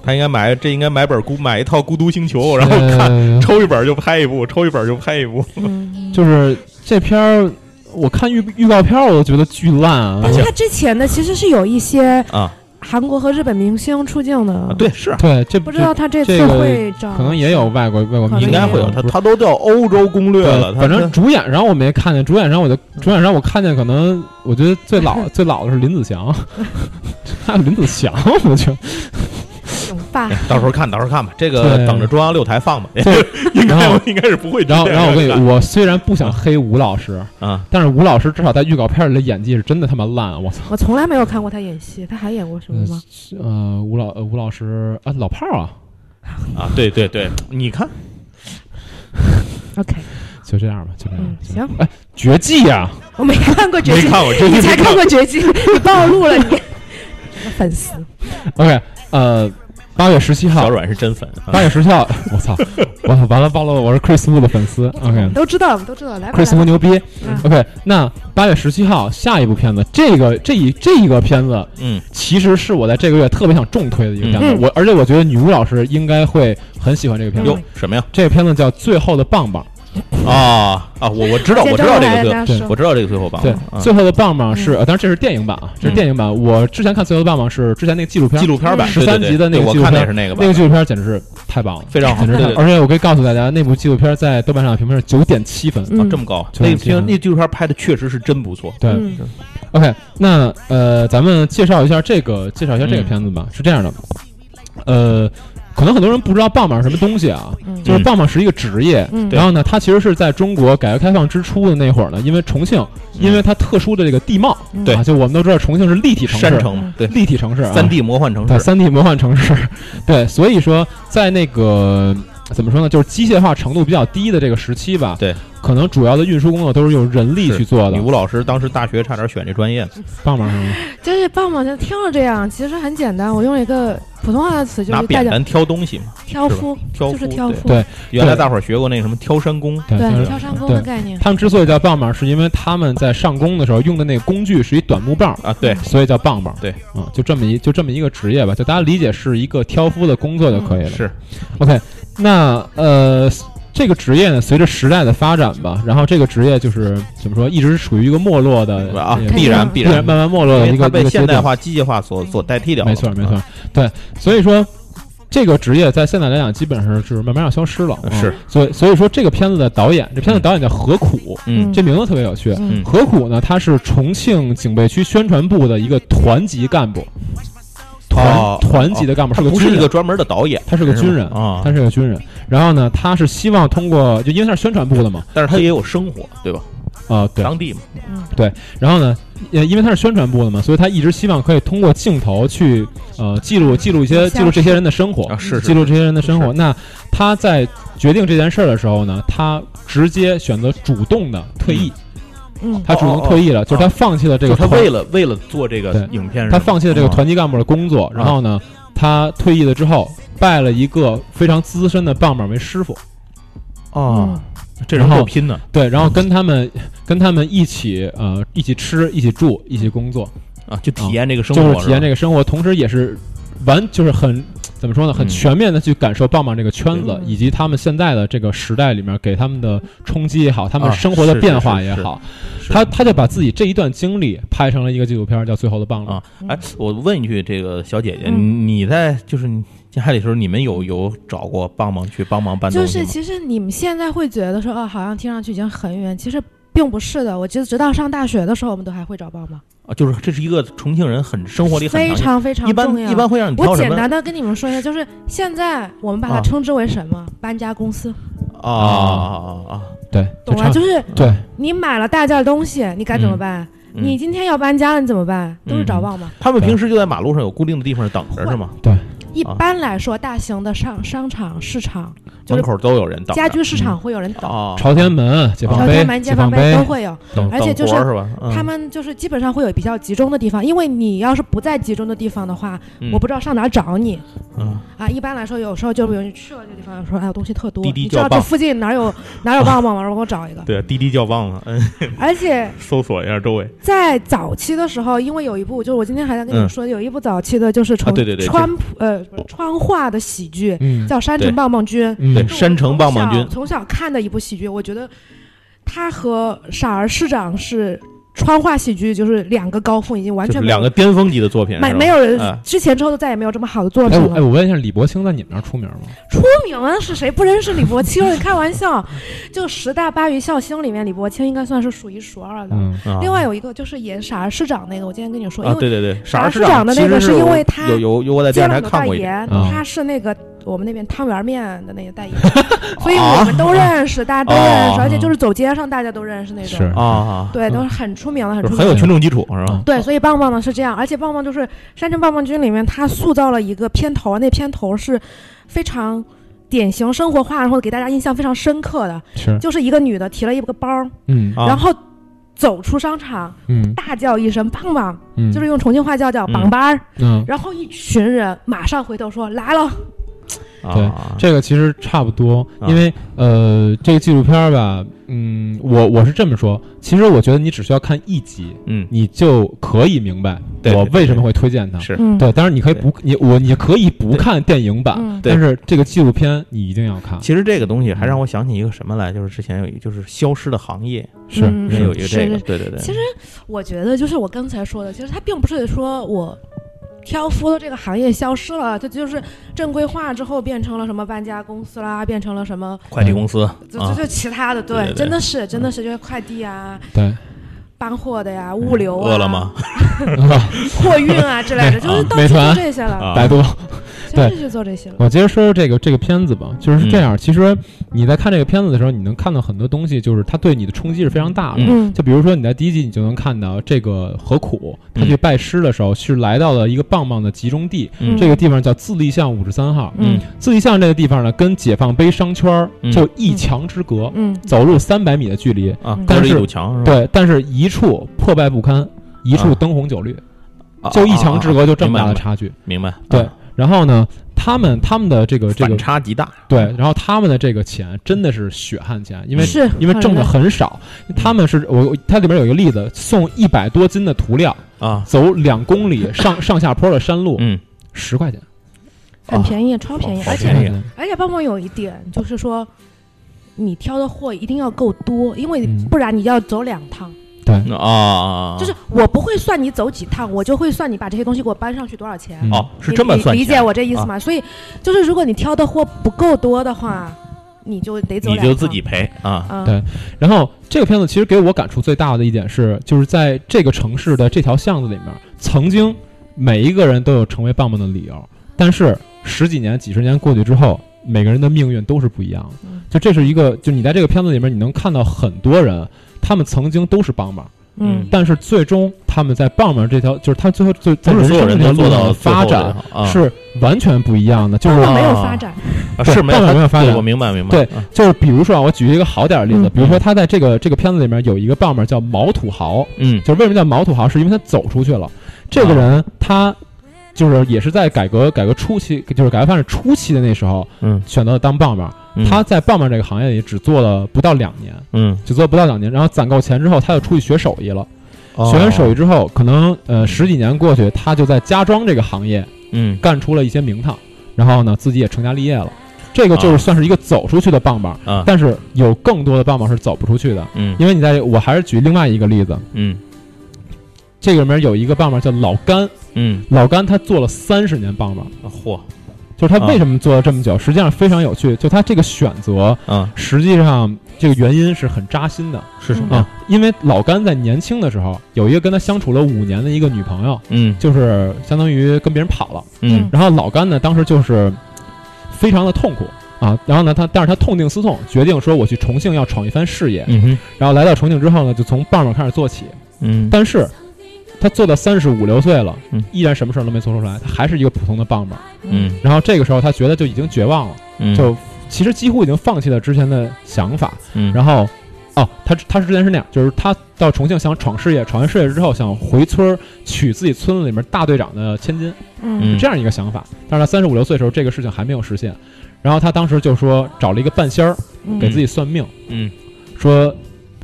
Speaker 4: 他应该买这应该买本孤买一套《孤独星球》，然后看
Speaker 2: 呃
Speaker 4: 抽一本就拍一部，抽一本就拍一部。
Speaker 3: 以，嗯，
Speaker 2: 就是这片儿，我看预预告片儿，我都觉得巨烂啊
Speaker 3: 但！是他之前的其实是有一些
Speaker 4: 啊
Speaker 3: 韩国和日本明星出镜的，
Speaker 4: 对，是啊
Speaker 2: 对，这
Speaker 3: 不知道他这次
Speaker 2: 这个
Speaker 3: 会找，
Speaker 2: 可能也有外国外国明星
Speaker 4: 应该会有
Speaker 2: 吧
Speaker 4: 他，
Speaker 2: 不是
Speaker 4: 他都叫欧洲攻略了，他
Speaker 2: 对，反正主演上我没看见，主演上我就
Speaker 3: 嗯
Speaker 2: 主演上我看见，可能我觉得最 老最老的是林子祥，还有林子祥，我觉得
Speaker 3: 吧？
Speaker 4: 到时候看，到时候看吧，这个
Speaker 2: 对
Speaker 4: 等着中央六台放吧。
Speaker 5: 应
Speaker 2: 然
Speaker 5: 该
Speaker 2: 后
Speaker 5: 我应该是不会这
Speaker 2: 然
Speaker 5: 样
Speaker 2: 后，
Speaker 5: 看。
Speaker 2: 然后我跟你，我虽然不想黑吴老师，
Speaker 4: 啊，
Speaker 2: 但是吴老师至少在预告片里的演技是真的他妈烂，啊我操！
Speaker 3: 我从来没有看过他演戏，他还演过什么吗？
Speaker 2: 呃，吴老呃吴老师啊，老炮儿啊，
Speaker 4: 啊，对对对，你看
Speaker 3: OK，
Speaker 2: 就这样吧，就这样
Speaker 3: 嗯
Speaker 2: 吧。，就这样
Speaker 3: 行，
Speaker 2: 绝技啊呀！
Speaker 3: 我没看过绝技，
Speaker 4: 我这
Speaker 3: 你才看过绝技，你暴露了你。粉丝，
Speaker 2: OK，呃，八月十七号
Speaker 4: 小，阮是真粉啊
Speaker 2: 八月十七号，我 操，我操，完了暴露了我是 Chris Wu 的粉丝。OK，Chris
Speaker 3: 都知道，我们都知道。来吧，
Speaker 2: Wu 牛逼。
Speaker 3: 嗯
Speaker 2: OK，那八月十七号下一部片子，这个这一这一个片子
Speaker 4: 嗯，
Speaker 2: 其实是我在这个月特别想重推的一个片子，
Speaker 3: 嗯
Speaker 2: 我而且我觉得女巫老师应该会很喜欢这个片子。
Speaker 4: 哟，什么呀？
Speaker 2: 这个片子叫《最后的棒棒》，
Speaker 4: 啊啊，我我知道，我知道这个最后，
Speaker 2: 对
Speaker 3: 最
Speaker 4: 我知道这个最后榜
Speaker 2: 对，
Speaker 4: 啊
Speaker 2: 最后的棒棒》
Speaker 3: 嗯
Speaker 2: 是，呃当然这是电影版啊，这是电影版。我之前看《最后的棒棒》是之前那个纪录片，
Speaker 4: 纪录片版
Speaker 2: 嗯13集的那
Speaker 4: 对对对
Speaker 2: 个纪
Speaker 4: 我
Speaker 2: 录片
Speaker 4: 看的也是那个
Speaker 2: 那
Speaker 4: 吧
Speaker 2: 个。纪录片简直是太棒了，
Speaker 4: 非常好啊
Speaker 2: 简直
Speaker 4: 对
Speaker 2: 太
Speaker 4: 对对
Speaker 2: 而且我可以告诉大家，那部纪录片在豆瓣上的评分是九点七分。
Speaker 3: 嗯
Speaker 4: 啊，这么高，
Speaker 2: 就
Speaker 4: 那
Speaker 2: 是
Speaker 4: 个
Speaker 2: 这样
Speaker 4: 片那纪录片拍的确实是真不错。
Speaker 2: 对、
Speaker 3: 嗯
Speaker 2: o k 那呃，咱们介绍一下这个，介绍一下这个
Speaker 4: 嗯
Speaker 2: 片子吧。是这样的，呃，可能很多人不知道棒棒是什么东西啊，
Speaker 3: 嗯
Speaker 2: 就是棒棒是一个职业，
Speaker 3: 嗯
Speaker 2: 然后呢，它其实是在中国改革开放之初的那会儿呢，因为重庆，因为它特殊的这个地貌，
Speaker 3: 嗯
Speaker 2: 啊，就我们都知道重庆是立体城市，
Speaker 4: 山城嘛，对，
Speaker 2: 立体城市、啊，
Speaker 4: 三 D 魔幻城
Speaker 2: 对
Speaker 4: 市，
Speaker 2: 三 D 魔幻城市，对，所以说在那个怎么说呢，就是机械化程度比较低的这个时期吧，
Speaker 4: 对，
Speaker 2: 可能主要的运输工作都是用人力
Speaker 4: 是
Speaker 2: 去做的
Speaker 4: 女，巫老师当时大学差点选这专业呢，
Speaker 2: 棒棒是吗？
Speaker 3: 就是棒棒就听着这样，其实很简单。我用一个普通话的词，就
Speaker 4: 拿
Speaker 3: 是代
Speaker 4: 扁
Speaker 3: 表
Speaker 4: 担挑东西嘛，
Speaker 3: 挑夫，
Speaker 4: 挑夫。
Speaker 3: 就是挑
Speaker 4: 对，
Speaker 3: 夫，
Speaker 2: 对
Speaker 4: 原来大伙儿学过那个什么挑山工，
Speaker 2: 对，就是
Speaker 3: 挑山峰的
Speaker 2: 对
Speaker 3: 概念。
Speaker 2: 他们之所以叫棒棒，是因为他们在上工的时候用的那个工具是一短木棒。
Speaker 4: 啊，对，
Speaker 2: 所以叫棒棒，
Speaker 4: 对
Speaker 2: 啊、就这么一就这么一个职业吧，就大家理解是一个挑夫的工作就可以了。
Speaker 4: 嗯是，
Speaker 2: OK，那呃，这个职业呢，随着时代的发展吧，然后这个职业就是怎么说，一直是处于一个没落的
Speaker 4: 啊
Speaker 2: 呃，
Speaker 4: 必然
Speaker 3: 嗯
Speaker 4: 必
Speaker 2: 必然
Speaker 4: 然，
Speaker 2: 慢慢没落
Speaker 4: 因
Speaker 2: 的一
Speaker 4: 为
Speaker 2: 个
Speaker 4: 它
Speaker 2: 一
Speaker 4: 被
Speaker 2: 个阶
Speaker 4: 现代
Speaker 2: 段。
Speaker 4: 化、机械化所所代替掉了，
Speaker 2: 没错，没
Speaker 4: 啊
Speaker 2: 错，，对，所以说。这个职业在现在来讲，基本上是慢慢要消失了。
Speaker 4: 是
Speaker 2: 嗯，所以所以说这个片子的导演，这片子导演叫何苦，
Speaker 4: 嗯
Speaker 2: 这名字特别有趣。
Speaker 3: 嗯
Speaker 2: 何苦呢？他是重庆警备区宣传部的一个团级干部，团
Speaker 4: 哦
Speaker 2: 团级的干部，
Speaker 4: 他
Speaker 2: 是个
Speaker 4: 不
Speaker 2: 军
Speaker 4: 是一
Speaker 2: 人
Speaker 4: 个专门的导演，
Speaker 2: 他是个军人
Speaker 4: 是吗啊
Speaker 2: 他是个军人。然后呢，他是希望通过，就因为他是宣传部的嘛，
Speaker 4: 但是他也有生活，对吧？
Speaker 2: 啊、对。
Speaker 4: 当地嘛，
Speaker 2: 然后呢，也因为他是宣传部的嘛，所以他一直希望可以通过镜头去呃记录记录一些
Speaker 3: 像
Speaker 2: 记录这些人的生活，
Speaker 4: 啊是是
Speaker 2: 记录这些人的生活。那他在决定这件事儿的时候呢，他直接选择主动的退役，
Speaker 3: 嗯
Speaker 2: 他主
Speaker 4: 哦
Speaker 2: 动退役了，就是他放弃了这
Speaker 4: 就
Speaker 2: 个
Speaker 4: 他
Speaker 2: 团
Speaker 4: 为了为了做这个
Speaker 2: 对
Speaker 4: 影片是吗，
Speaker 2: 他放弃了这个团级干部的工作，
Speaker 4: 啊
Speaker 2: 然后呢，他退役了之后拜了一个非常资深的棒棒为师傅。
Speaker 4: 啊，
Speaker 3: 嗯
Speaker 4: 这
Speaker 2: 然
Speaker 4: 人
Speaker 2: 后
Speaker 4: 够拼的，
Speaker 2: 对，然后跟他们跟他们一起呃一起吃，一起住，一起工作，
Speaker 4: 啊，就体验这个生
Speaker 2: 就
Speaker 4: 活，
Speaker 2: 是体验这
Speaker 4: 个
Speaker 2: 个生活，同时也是完就是很怎么说呢，很
Speaker 4: 嗯
Speaker 2: 全面的去感受棒棒这个圈子
Speaker 3: 嗯，
Speaker 2: 以及他们现在的这个时代里面给他们的冲击也好，他们
Speaker 4: 啊
Speaker 2: 生活的
Speaker 4: 是
Speaker 2: 变
Speaker 4: 是
Speaker 2: 化
Speaker 4: 是
Speaker 2: 也
Speaker 4: 是
Speaker 2: 好，他他就把自己这一段经历拍成了一个纪录片，叫《最后的棒棒》
Speaker 4: 啊。哎，我问一句，这个小姐姐，
Speaker 3: 嗯
Speaker 4: 你在就是你家里的时候，你们有有找过帮忙去帮忙搬
Speaker 3: 就
Speaker 4: 东西
Speaker 3: 是
Speaker 4: 吗？
Speaker 3: 其实你们现在会觉得说，哦，好像听上去已经很远，其实并不是的。我记得直到上大学的时候，我们都还会找棒棒，
Speaker 4: 啊，就是这是一个重庆人很生活里很
Speaker 3: 非
Speaker 4: 常
Speaker 3: 常非常
Speaker 4: 一
Speaker 3: 重
Speaker 4: 般
Speaker 3: 要。
Speaker 4: 一般会让你挑
Speaker 3: 我
Speaker 4: 什
Speaker 3: 简
Speaker 4: 么
Speaker 3: 单的跟你们说一下，就是现在我们把
Speaker 4: 啊
Speaker 3: 它称之为什么？搬家公司，
Speaker 4: 啊啊啊
Speaker 2: 对，就
Speaker 3: 懂吗？
Speaker 2: 差
Speaker 3: 就是
Speaker 2: 对
Speaker 3: 你买了大件儿东西，你该怎么办？
Speaker 4: 嗯
Speaker 3: 你今天要搬家了，你怎么办？都是
Speaker 4: 嗯
Speaker 3: 找棒棒。
Speaker 4: 他们平时就在马路上有固定的地方等着是吗？
Speaker 3: 一
Speaker 4: 啊
Speaker 3: 般来说，大型的商商场、市场、就
Speaker 4: 门
Speaker 3: 是
Speaker 4: 口都有人等着。
Speaker 3: 家居市场会有人等，
Speaker 4: 啊，
Speaker 2: 朝天门、解
Speaker 3: 朝
Speaker 2: 放
Speaker 3: 天
Speaker 2: 碑、
Speaker 3: 门、
Speaker 2: 解
Speaker 3: 解
Speaker 2: 放
Speaker 3: 放
Speaker 2: 碑
Speaker 3: 碑都会有。
Speaker 4: 等
Speaker 3: 而且
Speaker 4: 等
Speaker 3: 就是
Speaker 4: 活儿是吧？嗯
Speaker 3: 他们就是基本上会有比较集中的地方，因为你要是不在集中的地方的话，
Speaker 4: 嗯
Speaker 3: 我不知道上哪儿找你
Speaker 4: 嗯
Speaker 3: 啊。一般来说，有时候就比如你去了这地方，有时候哎呦东西特多，
Speaker 4: 滴滴
Speaker 3: 你知道
Speaker 4: 叫棒
Speaker 3: 这附近哪儿有哪儿有棒棒吗？然后给我找 一个。
Speaker 4: 对滴滴叫棒了，嗯，
Speaker 3: 而且
Speaker 4: 搜索一下周围
Speaker 3: 在早期的时候，因为有一部就是我今天还在跟你们
Speaker 4: 嗯
Speaker 3: 说，有一部早期的就是
Speaker 4: 啊，
Speaker 3: 从
Speaker 4: 对对对，
Speaker 3: 川普呃川话的喜剧
Speaker 2: 嗯
Speaker 3: 叫《山
Speaker 4: 对
Speaker 3: 城棒棒军》，
Speaker 2: 嗯
Speaker 4: 对山城棒棒军
Speaker 3: 从小从小看的一部喜剧，我觉得他和傻儿市长是川话喜剧就是两个高峰，已经完
Speaker 5: 就是
Speaker 3: 全没
Speaker 5: 两
Speaker 3: 有
Speaker 5: 个巅峰级的作品，
Speaker 3: 没
Speaker 5: 是吧
Speaker 3: 没有人
Speaker 5: 啊
Speaker 3: 之前之后都再也没有这么好的作
Speaker 2: 哎
Speaker 3: 品
Speaker 2: 我哎，
Speaker 3: 了。
Speaker 2: 我问一下，李伯清在你们那儿出名吗？
Speaker 3: 出名啊是谁不认识李伯清？ 你开玩笑，就十大八鱼笑星里面，李伯清应该算是数一数二的。
Speaker 2: 嗯，
Speaker 5: 啊
Speaker 3: 另外有一个就是演傻儿市长那个，我今天跟你说，
Speaker 5: 啊
Speaker 3: 因，为
Speaker 5: 对对对，傻
Speaker 3: 傻
Speaker 5: 儿
Speaker 3: 市
Speaker 5: 市长
Speaker 3: 长的那个
Speaker 5: 其
Speaker 3: 是
Speaker 5: 实
Speaker 3: 因
Speaker 5: 我
Speaker 3: 为他
Speaker 5: 有有有我在
Speaker 3: 接
Speaker 5: 电视
Speaker 3: 了
Speaker 5: 台看
Speaker 3: 很多代
Speaker 5: 过一点，啊
Speaker 3: 言，
Speaker 2: 嗯
Speaker 3: 他是那个我们那边汤圆面的那个 代言，所以我
Speaker 5: 啊
Speaker 3: 们都认识，大家都认
Speaker 5: 哦
Speaker 3: 识，而且就是走街上大家都认识那
Speaker 2: 是
Speaker 3: 种，
Speaker 5: 啊，
Speaker 3: 对，都是很出名的，很
Speaker 5: 就
Speaker 3: 出
Speaker 5: 是很
Speaker 3: 名的。
Speaker 5: 有群众基础是吧
Speaker 2: 嗯？
Speaker 3: 对，所以棒棒呢是这样，而且棒棒就是《山城棒棒军》里面，他塑造了一个片头，那片头是非常典型生活化，然后给大家印象非常深刻的，
Speaker 2: 是，
Speaker 3: 就是一个女的提了一个包，
Speaker 2: 嗯
Speaker 5: 啊
Speaker 3: 然后走出商场，
Speaker 2: 嗯
Speaker 3: 大叫一声“棒棒”，
Speaker 2: 嗯，
Speaker 3: 就是用重庆话叫叫“
Speaker 5: 嗯
Speaker 3: 棒班儿”，
Speaker 2: 嗯，
Speaker 3: 然后一群人马上回头说来了，
Speaker 2: 对
Speaker 5: 啊，
Speaker 2: 这个其实差不多，
Speaker 5: 啊
Speaker 2: 因为呃，这个纪录片儿吧，嗯，我我是这么说，其实我觉得你只需要看一集，
Speaker 5: 嗯，
Speaker 2: 你就可以明白
Speaker 5: 对
Speaker 2: 我
Speaker 5: 对对
Speaker 2: 为什么会推荐它。
Speaker 5: 是
Speaker 3: 嗯，
Speaker 2: 对，当然你可以不，你我你可以不看电影版，
Speaker 3: 嗯，
Speaker 5: 对
Speaker 2: 但是这个纪录片你一定要看。
Speaker 5: 其实这个东西还让我想起一个什么来，就是之前有一就是消失的行业，
Speaker 2: 是
Speaker 3: 嗯
Speaker 5: 也
Speaker 2: 是
Speaker 5: 有一个这个，
Speaker 3: 是
Speaker 5: 对对对，
Speaker 3: 其实我觉得就是我刚才说的，其实它并不是说我嗯挑夫的这个行业消失了，它就是正规化之后变成了什么搬家公司啦，变成了什么
Speaker 4: 快递公司
Speaker 3: 就
Speaker 4: 啊
Speaker 3: 就就其他的，对，
Speaker 5: 对对对
Speaker 3: 真的是真的是就是快递啊、
Speaker 2: 对，
Speaker 3: 搬货的呀、物流啊、
Speaker 4: 饿了么，
Speaker 3: 货运啊之类的，就是到
Speaker 2: 美
Speaker 3: 处做
Speaker 2: 团
Speaker 3: 这些
Speaker 5: 啊
Speaker 3: 了，
Speaker 2: 百度。
Speaker 3: 真是去做这些了。
Speaker 2: 我接着说说这个这个片子吧，就是
Speaker 5: 嗯
Speaker 2: 这样。其实你在看这个片子的时候，你能看到很多东西，就是它对你的冲击是非常大的。
Speaker 3: 嗯
Speaker 2: 就比如说你在第一集，你就能看到这个何苦他
Speaker 5: 嗯
Speaker 2: 去拜师的时候，是来到了一个棒棒的集中地，
Speaker 3: 嗯
Speaker 2: 这个地方叫自立巷五十三号。
Speaker 3: 嗯
Speaker 2: 自立巷这个地方呢，跟解放碑商圈儿
Speaker 5: 嗯
Speaker 2: 就一墙之隔，
Speaker 3: 嗯，
Speaker 2: 走路三百米的距离。
Speaker 5: 啊
Speaker 3: 嗯，
Speaker 5: 隔着
Speaker 2: 但
Speaker 5: 一
Speaker 2: 是
Speaker 5: 堵墙是吧？
Speaker 2: 对，但是一处破败不堪，一处
Speaker 5: 啊
Speaker 2: 灯红酒绿，
Speaker 5: 啊
Speaker 2: 就一墙之
Speaker 5: 啊啊
Speaker 2: 隔，就这
Speaker 5: 明
Speaker 2: 么
Speaker 5: 白明
Speaker 2: 大的
Speaker 5: 白
Speaker 2: 差距。
Speaker 5: 明白？
Speaker 2: 对
Speaker 5: 啊，
Speaker 2: 然后呢，他们他们的这个这个
Speaker 5: 反差极大，
Speaker 2: 对，然后他们的这个钱真的是血汗钱，因为
Speaker 3: 是
Speaker 2: 因为挣的
Speaker 3: 很嗯
Speaker 2: 很少。他们是我我它里面有一个例子，送一百多斤的涂料，
Speaker 5: 啊，
Speaker 2: 走两公里 上上下坡的山路，
Speaker 5: 嗯，
Speaker 2: 十块钱，
Speaker 3: 很便宜，超便宜，
Speaker 5: 好
Speaker 3: 而
Speaker 5: 好
Speaker 3: 且
Speaker 5: 便宜
Speaker 3: 而且棒棒有一点就是说，你挑的货一定要够多，因为
Speaker 2: 嗯
Speaker 3: 不然你要走两趟。
Speaker 5: 啊啊，啊
Speaker 3: 就是我不会算你走几趟，我就会算你把这些东西给我搬上去多少钱。
Speaker 2: 嗯
Speaker 5: 哦，是
Speaker 3: 你
Speaker 5: 这么
Speaker 3: 你
Speaker 5: 算
Speaker 3: 理
Speaker 5: 钱
Speaker 3: 解我这意思
Speaker 5: 啊
Speaker 3: 吗？所以就是如果你挑的货不够多的话，你就得走
Speaker 5: 你
Speaker 3: 两趟。
Speaker 5: 就自己赔啊，
Speaker 3: 嗯，
Speaker 2: 对然后这个片子其实给我感触最大的一点是，就是在这个城市的这条巷子里面，曾经每一个人都有成为棒棒的理由，但是十几年、几十年过去之后，每个人的命运都是不一样的。
Speaker 3: 嗯
Speaker 2: 就这是一个，就你在这个片子里面，你能看到很多人，他们曾经都是棒棒，
Speaker 3: 嗯
Speaker 2: 但是最终他们在棒棒这条，就是他最后最在
Speaker 5: 不是
Speaker 2: 人
Speaker 5: 所有
Speaker 2: 生这
Speaker 5: 人
Speaker 2: 条
Speaker 5: 都
Speaker 2: 路
Speaker 5: 做
Speaker 2: 上
Speaker 5: 到
Speaker 2: 的
Speaker 5: 最
Speaker 2: 发
Speaker 5: 后
Speaker 2: 展
Speaker 5: 的啊
Speaker 2: 是完全不一样的。就
Speaker 3: 棒
Speaker 2: 是
Speaker 3: 棒没有
Speaker 5: 啊
Speaker 3: 发展，
Speaker 5: 啊
Speaker 2: 对
Speaker 5: 是没有
Speaker 2: 根本没有发
Speaker 5: 对
Speaker 2: 展
Speaker 5: 我明白明白，
Speaker 2: 对
Speaker 5: 啊
Speaker 2: 就是比如说啊，我举一个好点儿的例子，
Speaker 3: 嗯
Speaker 2: 比如说他在这个这个片子里面有一个棒棒叫毛土豪，
Speaker 5: 嗯
Speaker 2: 就是为什么叫毛土豪，是因为他走出去了。这个人他就是也是在改革改革初期，就是改革发展初期的那时候
Speaker 5: 嗯
Speaker 2: 选择了当棒棒。
Speaker 5: 嗯
Speaker 2: 他在棒棒这个行业里只做了不到两年，
Speaker 5: 嗯
Speaker 2: 只做不到两年，然后攒够钱之后，他又出去学手艺了。
Speaker 5: 哦
Speaker 2: 学完手艺之后，可能呃十几年过去，他就在家装这个行业
Speaker 5: 嗯
Speaker 2: 干出了一些名堂，然后呢自己也成家立业了。这个就是
Speaker 5: 啊
Speaker 2: 算是一个走出去的棒棒，
Speaker 5: 啊
Speaker 2: 但是有更多的棒棒是走不出去的，
Speaker 5: 嗯
Speaker 2: 因为你在我还是举另外一个例子，
Speaker 5: 嗯
Speaker 2: 这个里面有一个棒棒叫老甘，
Speaker 5: 嗯，
Speaker 2: 老甘他做了三十年棒棒，
Speaker 5: 啊嚯
Speaker 2: 就是他
Speaker 5: 啊
Speaker 2: 为什么做了这么久，实际上非常有趣，就他这个选择，
Speaker 5: 啊
Speaker 2: 实际上这个原因是很扎心的
Speaker 5: 是什么呀
Speaker 2: 啊？，因为老甘在年轻的时候有一个跟他相处了五年的一个女朋友，
Speaker 5: 嗯
Speaker 2: 就是相当于跟别人跑了。
Speaker 5: 嗯
Speaker 2: 然后老甘呢，当时就是非常的痛苦啊。然后呢，他但是他痛定思痛，决定说我去重庆要闯一番事业。
Speaker 5: 嗯哼
Speaker 2: 然后来到重庆之后呢，就从棒棒开始做起。
Speaker 5: 嗯
Speaker 2: 但是他做到三十五六岁了，
Speaker 5: 嗯
Speaker 2: 依然什么事儿都没做出来，他还是一个普通的棒棒。
Speaker 5: 嗯
Speaker 2: 然后这个时候他觉得就已经绝望了，
Speaker 5: 嗯
Speaker 2: 就其实几乎已经放弃了之前的想法。
Speaker 5: 嗯
Speaker 2: 然后，哦，他他之前是那样，就是他到重庆想闯事业，闯完事业之后想回村儿娶自己村子里面大队长的千金。
Speaker 3: 嗯
Speaker 5: 嗯
Speaker 2: 这样一个想法。但是他三十五六岁的时候，这个事情还没有实现。然后他当时就说找了一个半仙儿
Speaker 3: 嗯
Speaker 2: 给自己算命，
Speaker 5: 嗯
Speaker 2: 说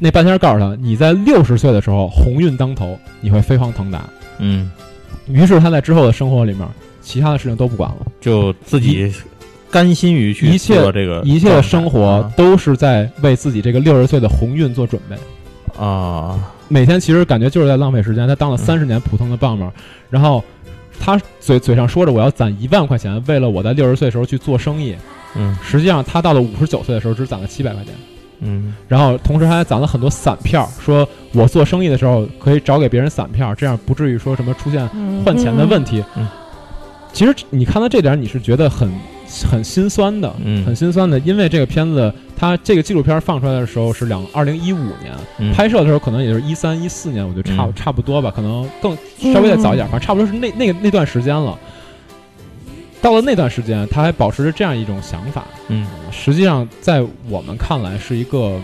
Speaker 2: 那半仙儿告诉他，你在六十岁的时候鸿运当头，你会飞黄腾达。
Speaker 5: 嗯
Speaker 2: 于是他在之后的生活里面，其他的事情都不管了，
Speaker 5: 就自己甘心于去
Speaker 2: 一切
Speaker 5: 做这个
Speaker 2: 一切
Speaker 5: 状
Speaker 2: 的
Speaker 5: 态
Speaker 2: 生活
Speaker 5: 啊
Speaker 2: 都是在为自己这个六十岁的鸿运做准备。
Speaker 4: 啊，
Speaker 2: 每天其实感觉就是在浪费时间。他
Speaker 4: 嗯
Speaker 2: 当了三十年普通的棒棒，然后他嘴嘴上说着我要攒一万块钱，为了我在六十岁的时候去做生意。
Speaker 4: 嗯
Speaker 2: 实际上他到了五十九岁的时候只攒了七百块钱，
Speaker 4: 嗯
Speaker 2: 然后同时还攒了很多散票，说我做生意的时候可以找给别人散票，这样不至于说什么出现换钱的问题。
Speaker 4: 嗯嗯
Speaker 2: 其实你看到这点，你是觉得很很心酸的，
Speaker 4: 嗯
Speaker 2: 很心酸的，因为这个片子它这个纪录片放出来的时候是两二零一五年、
Speaker 4: 嗯
Speaker 2: 拍摄的时候，可能也就是一三一四年，我觉得差、
Speaker 4: 嗯
Speaker 2: 差不多吧，可能更稍微再早一点，反
Speaker 3: 嗯
Speaker 2: 正差不多是那那那段时间了。到了那段时间，他还保持着这样一种想法，
Speaker 4: 嗯，
Speaker 2: 实际上在我们看来是一个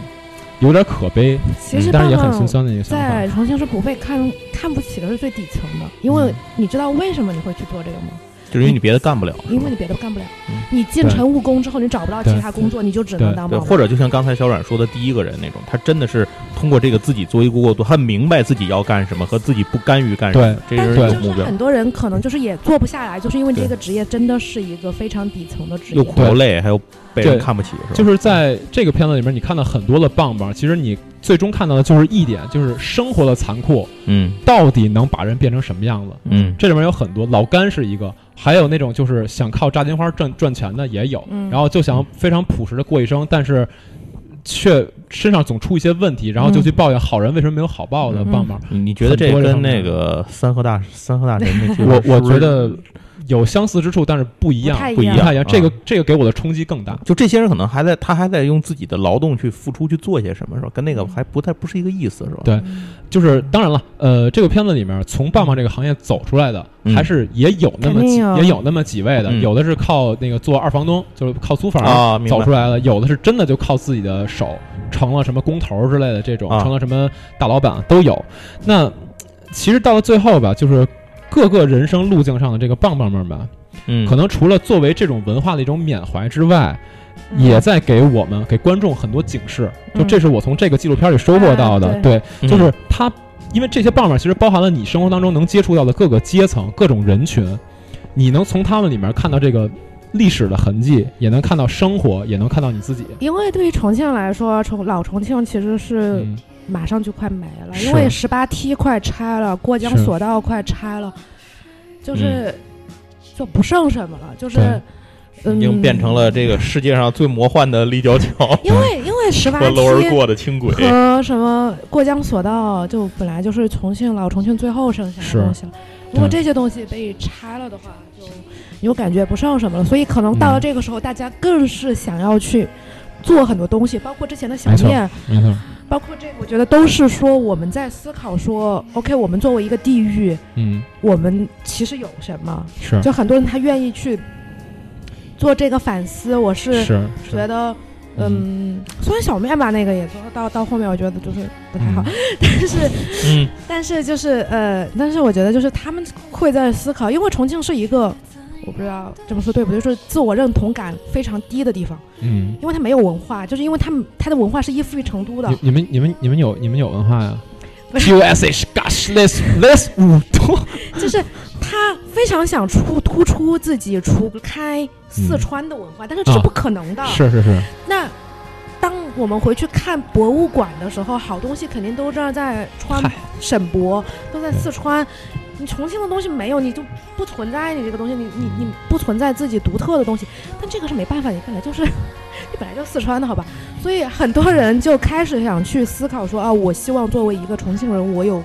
Speaker 2: 有点可悲，
Speaker 3: 其实
Speaker 2: 但是
Speaker 3: 棒
Speaker 2: 也很心
Speaker 3: 棒
Speaker 2: 酸的一个想法。
Speaker 3: 嗯在重庆是不被看看不起的是最底层的，因为你知道为什么你会去做这个吗？
Speaker 4: 就是因为你别的干不了，是
Speaker 3: 因为
Speaker 4: 吧
Speaker 3: 你别的干不了
Speaker 4: 嗯，
Speaker 3: 你进城务工之后，你找不到其他工作，你就只能当
Speaker 4: 对，
Speaker 3: 保
Speaker 4: 或
Speaker 3: 姆。
Speaker 4: 者就像刚才小阮说的第一个人那种，他真的是通过这个自己做一个过渡，他明白自己要干什么和自己不甘于干什么，这
Speaker 2: 对，
Speaker 3: 但
Speaker 4: 是
Speaker 3: 是
Speaker 4: 有
Speaker 3: 就
Speaker 4: 目
Speaker 3: 是
Speaker 4: 标，
Speaker 3: 很多人可能就是也做不下来，就是因为这
Speaker 4: 对
Speaker 3: 个职业真的是一个非常底层的职
Speaker 4: 又
Speaker 3: 业。
Speaker 4: 苦又累，还有被人
Speaker 2: 对
Speaker 4: 看不起，是吧？
Speaker 2: 就是在这个片子里面，你看到很多的棒棒，其实你最终看到的就是一点，就是生活的残酷
Speaker 4: 嗯
Speaker 2: 到底能把人变成什么样子。
Speaker 4: 嗯
Speaker 2: 这里面有很多，老干是一个，还有那种就是想靠炸金花赚赚钱的也有，
Speaker 3: 嗯
Speaker 2: 然后就想非常朴实的过一生，但是却身上总出一些问题，然后就去抱怨好人为什么没有好报的
Speaker 3: 嗯
Speaker 2: 棒棒。
Speaker 4: 你你觉得这
Speaker 2: 很多
Speaker 4: 跟
Speaker 2: 人
Speaker 4: 那个三河大三河大神那剧
Speaker 2: 我我
Speaker 4: 是不是
Speaker 2: 觉得有相似之处，但是不一样，
Speaker 3: 嗯不太一样
Speaker 2: 不太一样。
Speaker 4: 啊
Speaker 2: 这个这个给我的冲击更大。
Speaker 4: 就这些人可能还在他还在用自己的劳动去付出去做些什么，是吧？跟那个还不太不是一个意思，是吧？
Speaker 2: 对就是当然了，呃，这个片子里面从棒棒这个行业走出来的，
Speaker 4: 嗯
Speaker 2: 还是也有那么
Speaker 3: 肯
Speaker 2: 几
Speaker 3: 定有
Speaker 2: 也有那么几位的，
Speaker 4: 嗯
Speaker 2: 有的是靠那个做二房东，就是靠租房
Speaker 4: 啊，明
Speaker 2: 走
Speaker 4: 白
Speaker 2: 出。来了；有的是真的就靠自己的手成了什么工头之类的这种，
Speaker 4: 啊
Speaker 2: 成了什么大老板都有。那其实到了最后吧，就是各个人生路径上的这个棒棒们吧，
Speaker 4: 嗯，
Speaker 2: 可能除了作为这种文化的一种缅怀之外，
Speaker 3: 嗯
Speaker 2: 也在给我们给观众很多警示。就
Speaker 3: 嗯
Speaker 2: 这是我从这个纪录片里收获到的，
Speaker 3: 啊
Speaker 2: 对，
Speaker 4: 嗯
Speaker 2: 就是它，因为这些棒棒其实包含了你生活当中能接触到的各个阶层、各种人群，你能从他们里面看到这个历史的痕迹，也能看到生活，也能看到你自己。
Speaker 3: 因为对于重庆来说，重老重庆其实是
Speaker 2: 嗯，
Speaker 3: 马上就快没了，
Speaker 2: 是
Speaker 3: 因为十八梯快拆了，过江
Speaker 2: 是
Speaker 3: 索道快拆了，就是、就不剩什么了，就是嗯，
Speaker 4: 嗯已经变成了这个世界上最魔幻的立交桥
Speaker 3: 因为因为十八
Speaker 4: 和楼而
Speaker 3: 梯
Speaker 4: 过的轻轨。
Speaker 3: 和什么过江索道，就本来就是重庆老重庆最后剩下
Speaker 2: 是
Speaker 3: 的东西了。如果
Speaker 2: 对
Speaker 3: 这些东西被拆了的话，就你就感觉不剩什么了。所以可能到了
Speaker 2: 嗯
Speaker 3: 这个时候，大家更是想要去做很多东西，包括之前的小
Speaker 2: 没错
Speaker 3: 店，
Speaker 2: 没错，
Speaker 3: 包括这个，我觉得都是说我们在思考说，OK，我们作为一个地域，
Speaker 2: 嗯，
Speaker 3: 我们其实有什么？
Speaker 2: 是
Speaker 3: 就很多人他愿意去做这个反思，我是
Speaker 2: 是
Speaker 3: 觉
Speaker 2: 是，
Speaker 3: 得，嗯，虽然小面吧那个也做到到后面，我觉得就是不太好，
Speaker 2: 嗯
Speaker 3: 但是
Speaker 4: 嗯
Speaker 3: 但是就是呃，但是我觉得就是他们会在思考，因为重庆是一个。我不知道这么说对不对，就是自我认同感非常低的地方，
Speaker 2: 嗯。
Speaker 3: 因为它没有文化，就是因为他们它的文化是依附于成都的
Speaker 2: 你，你们你们你们有你们有文化呀
Speaker 3: 不是
Speaker 2: ？T U S H Gosh This This 五多，
Speaker 3: 就是他非常想出突出自己，除开四川的文化，但是这是
Speaker 2: 嗯啊
Speaker 3: 不可能 的。
Speaker 2: 是是是，
Speaker 3: 那当我们回去看博物馆的时候，好东西肯定都是在川
Speaker 2: 嗨
Speaker 3: 沈博，都在
Speaker 2: 对
Speaker 3: 四川。你重庆的东西没有，你就不存在你这个东西，你你你不存在自己独特的东西。但这个是没办法，你本来就是 你本来就四川的好吧？所以很多人就开始想去思考说啊，我希望作为一个重庆人，我有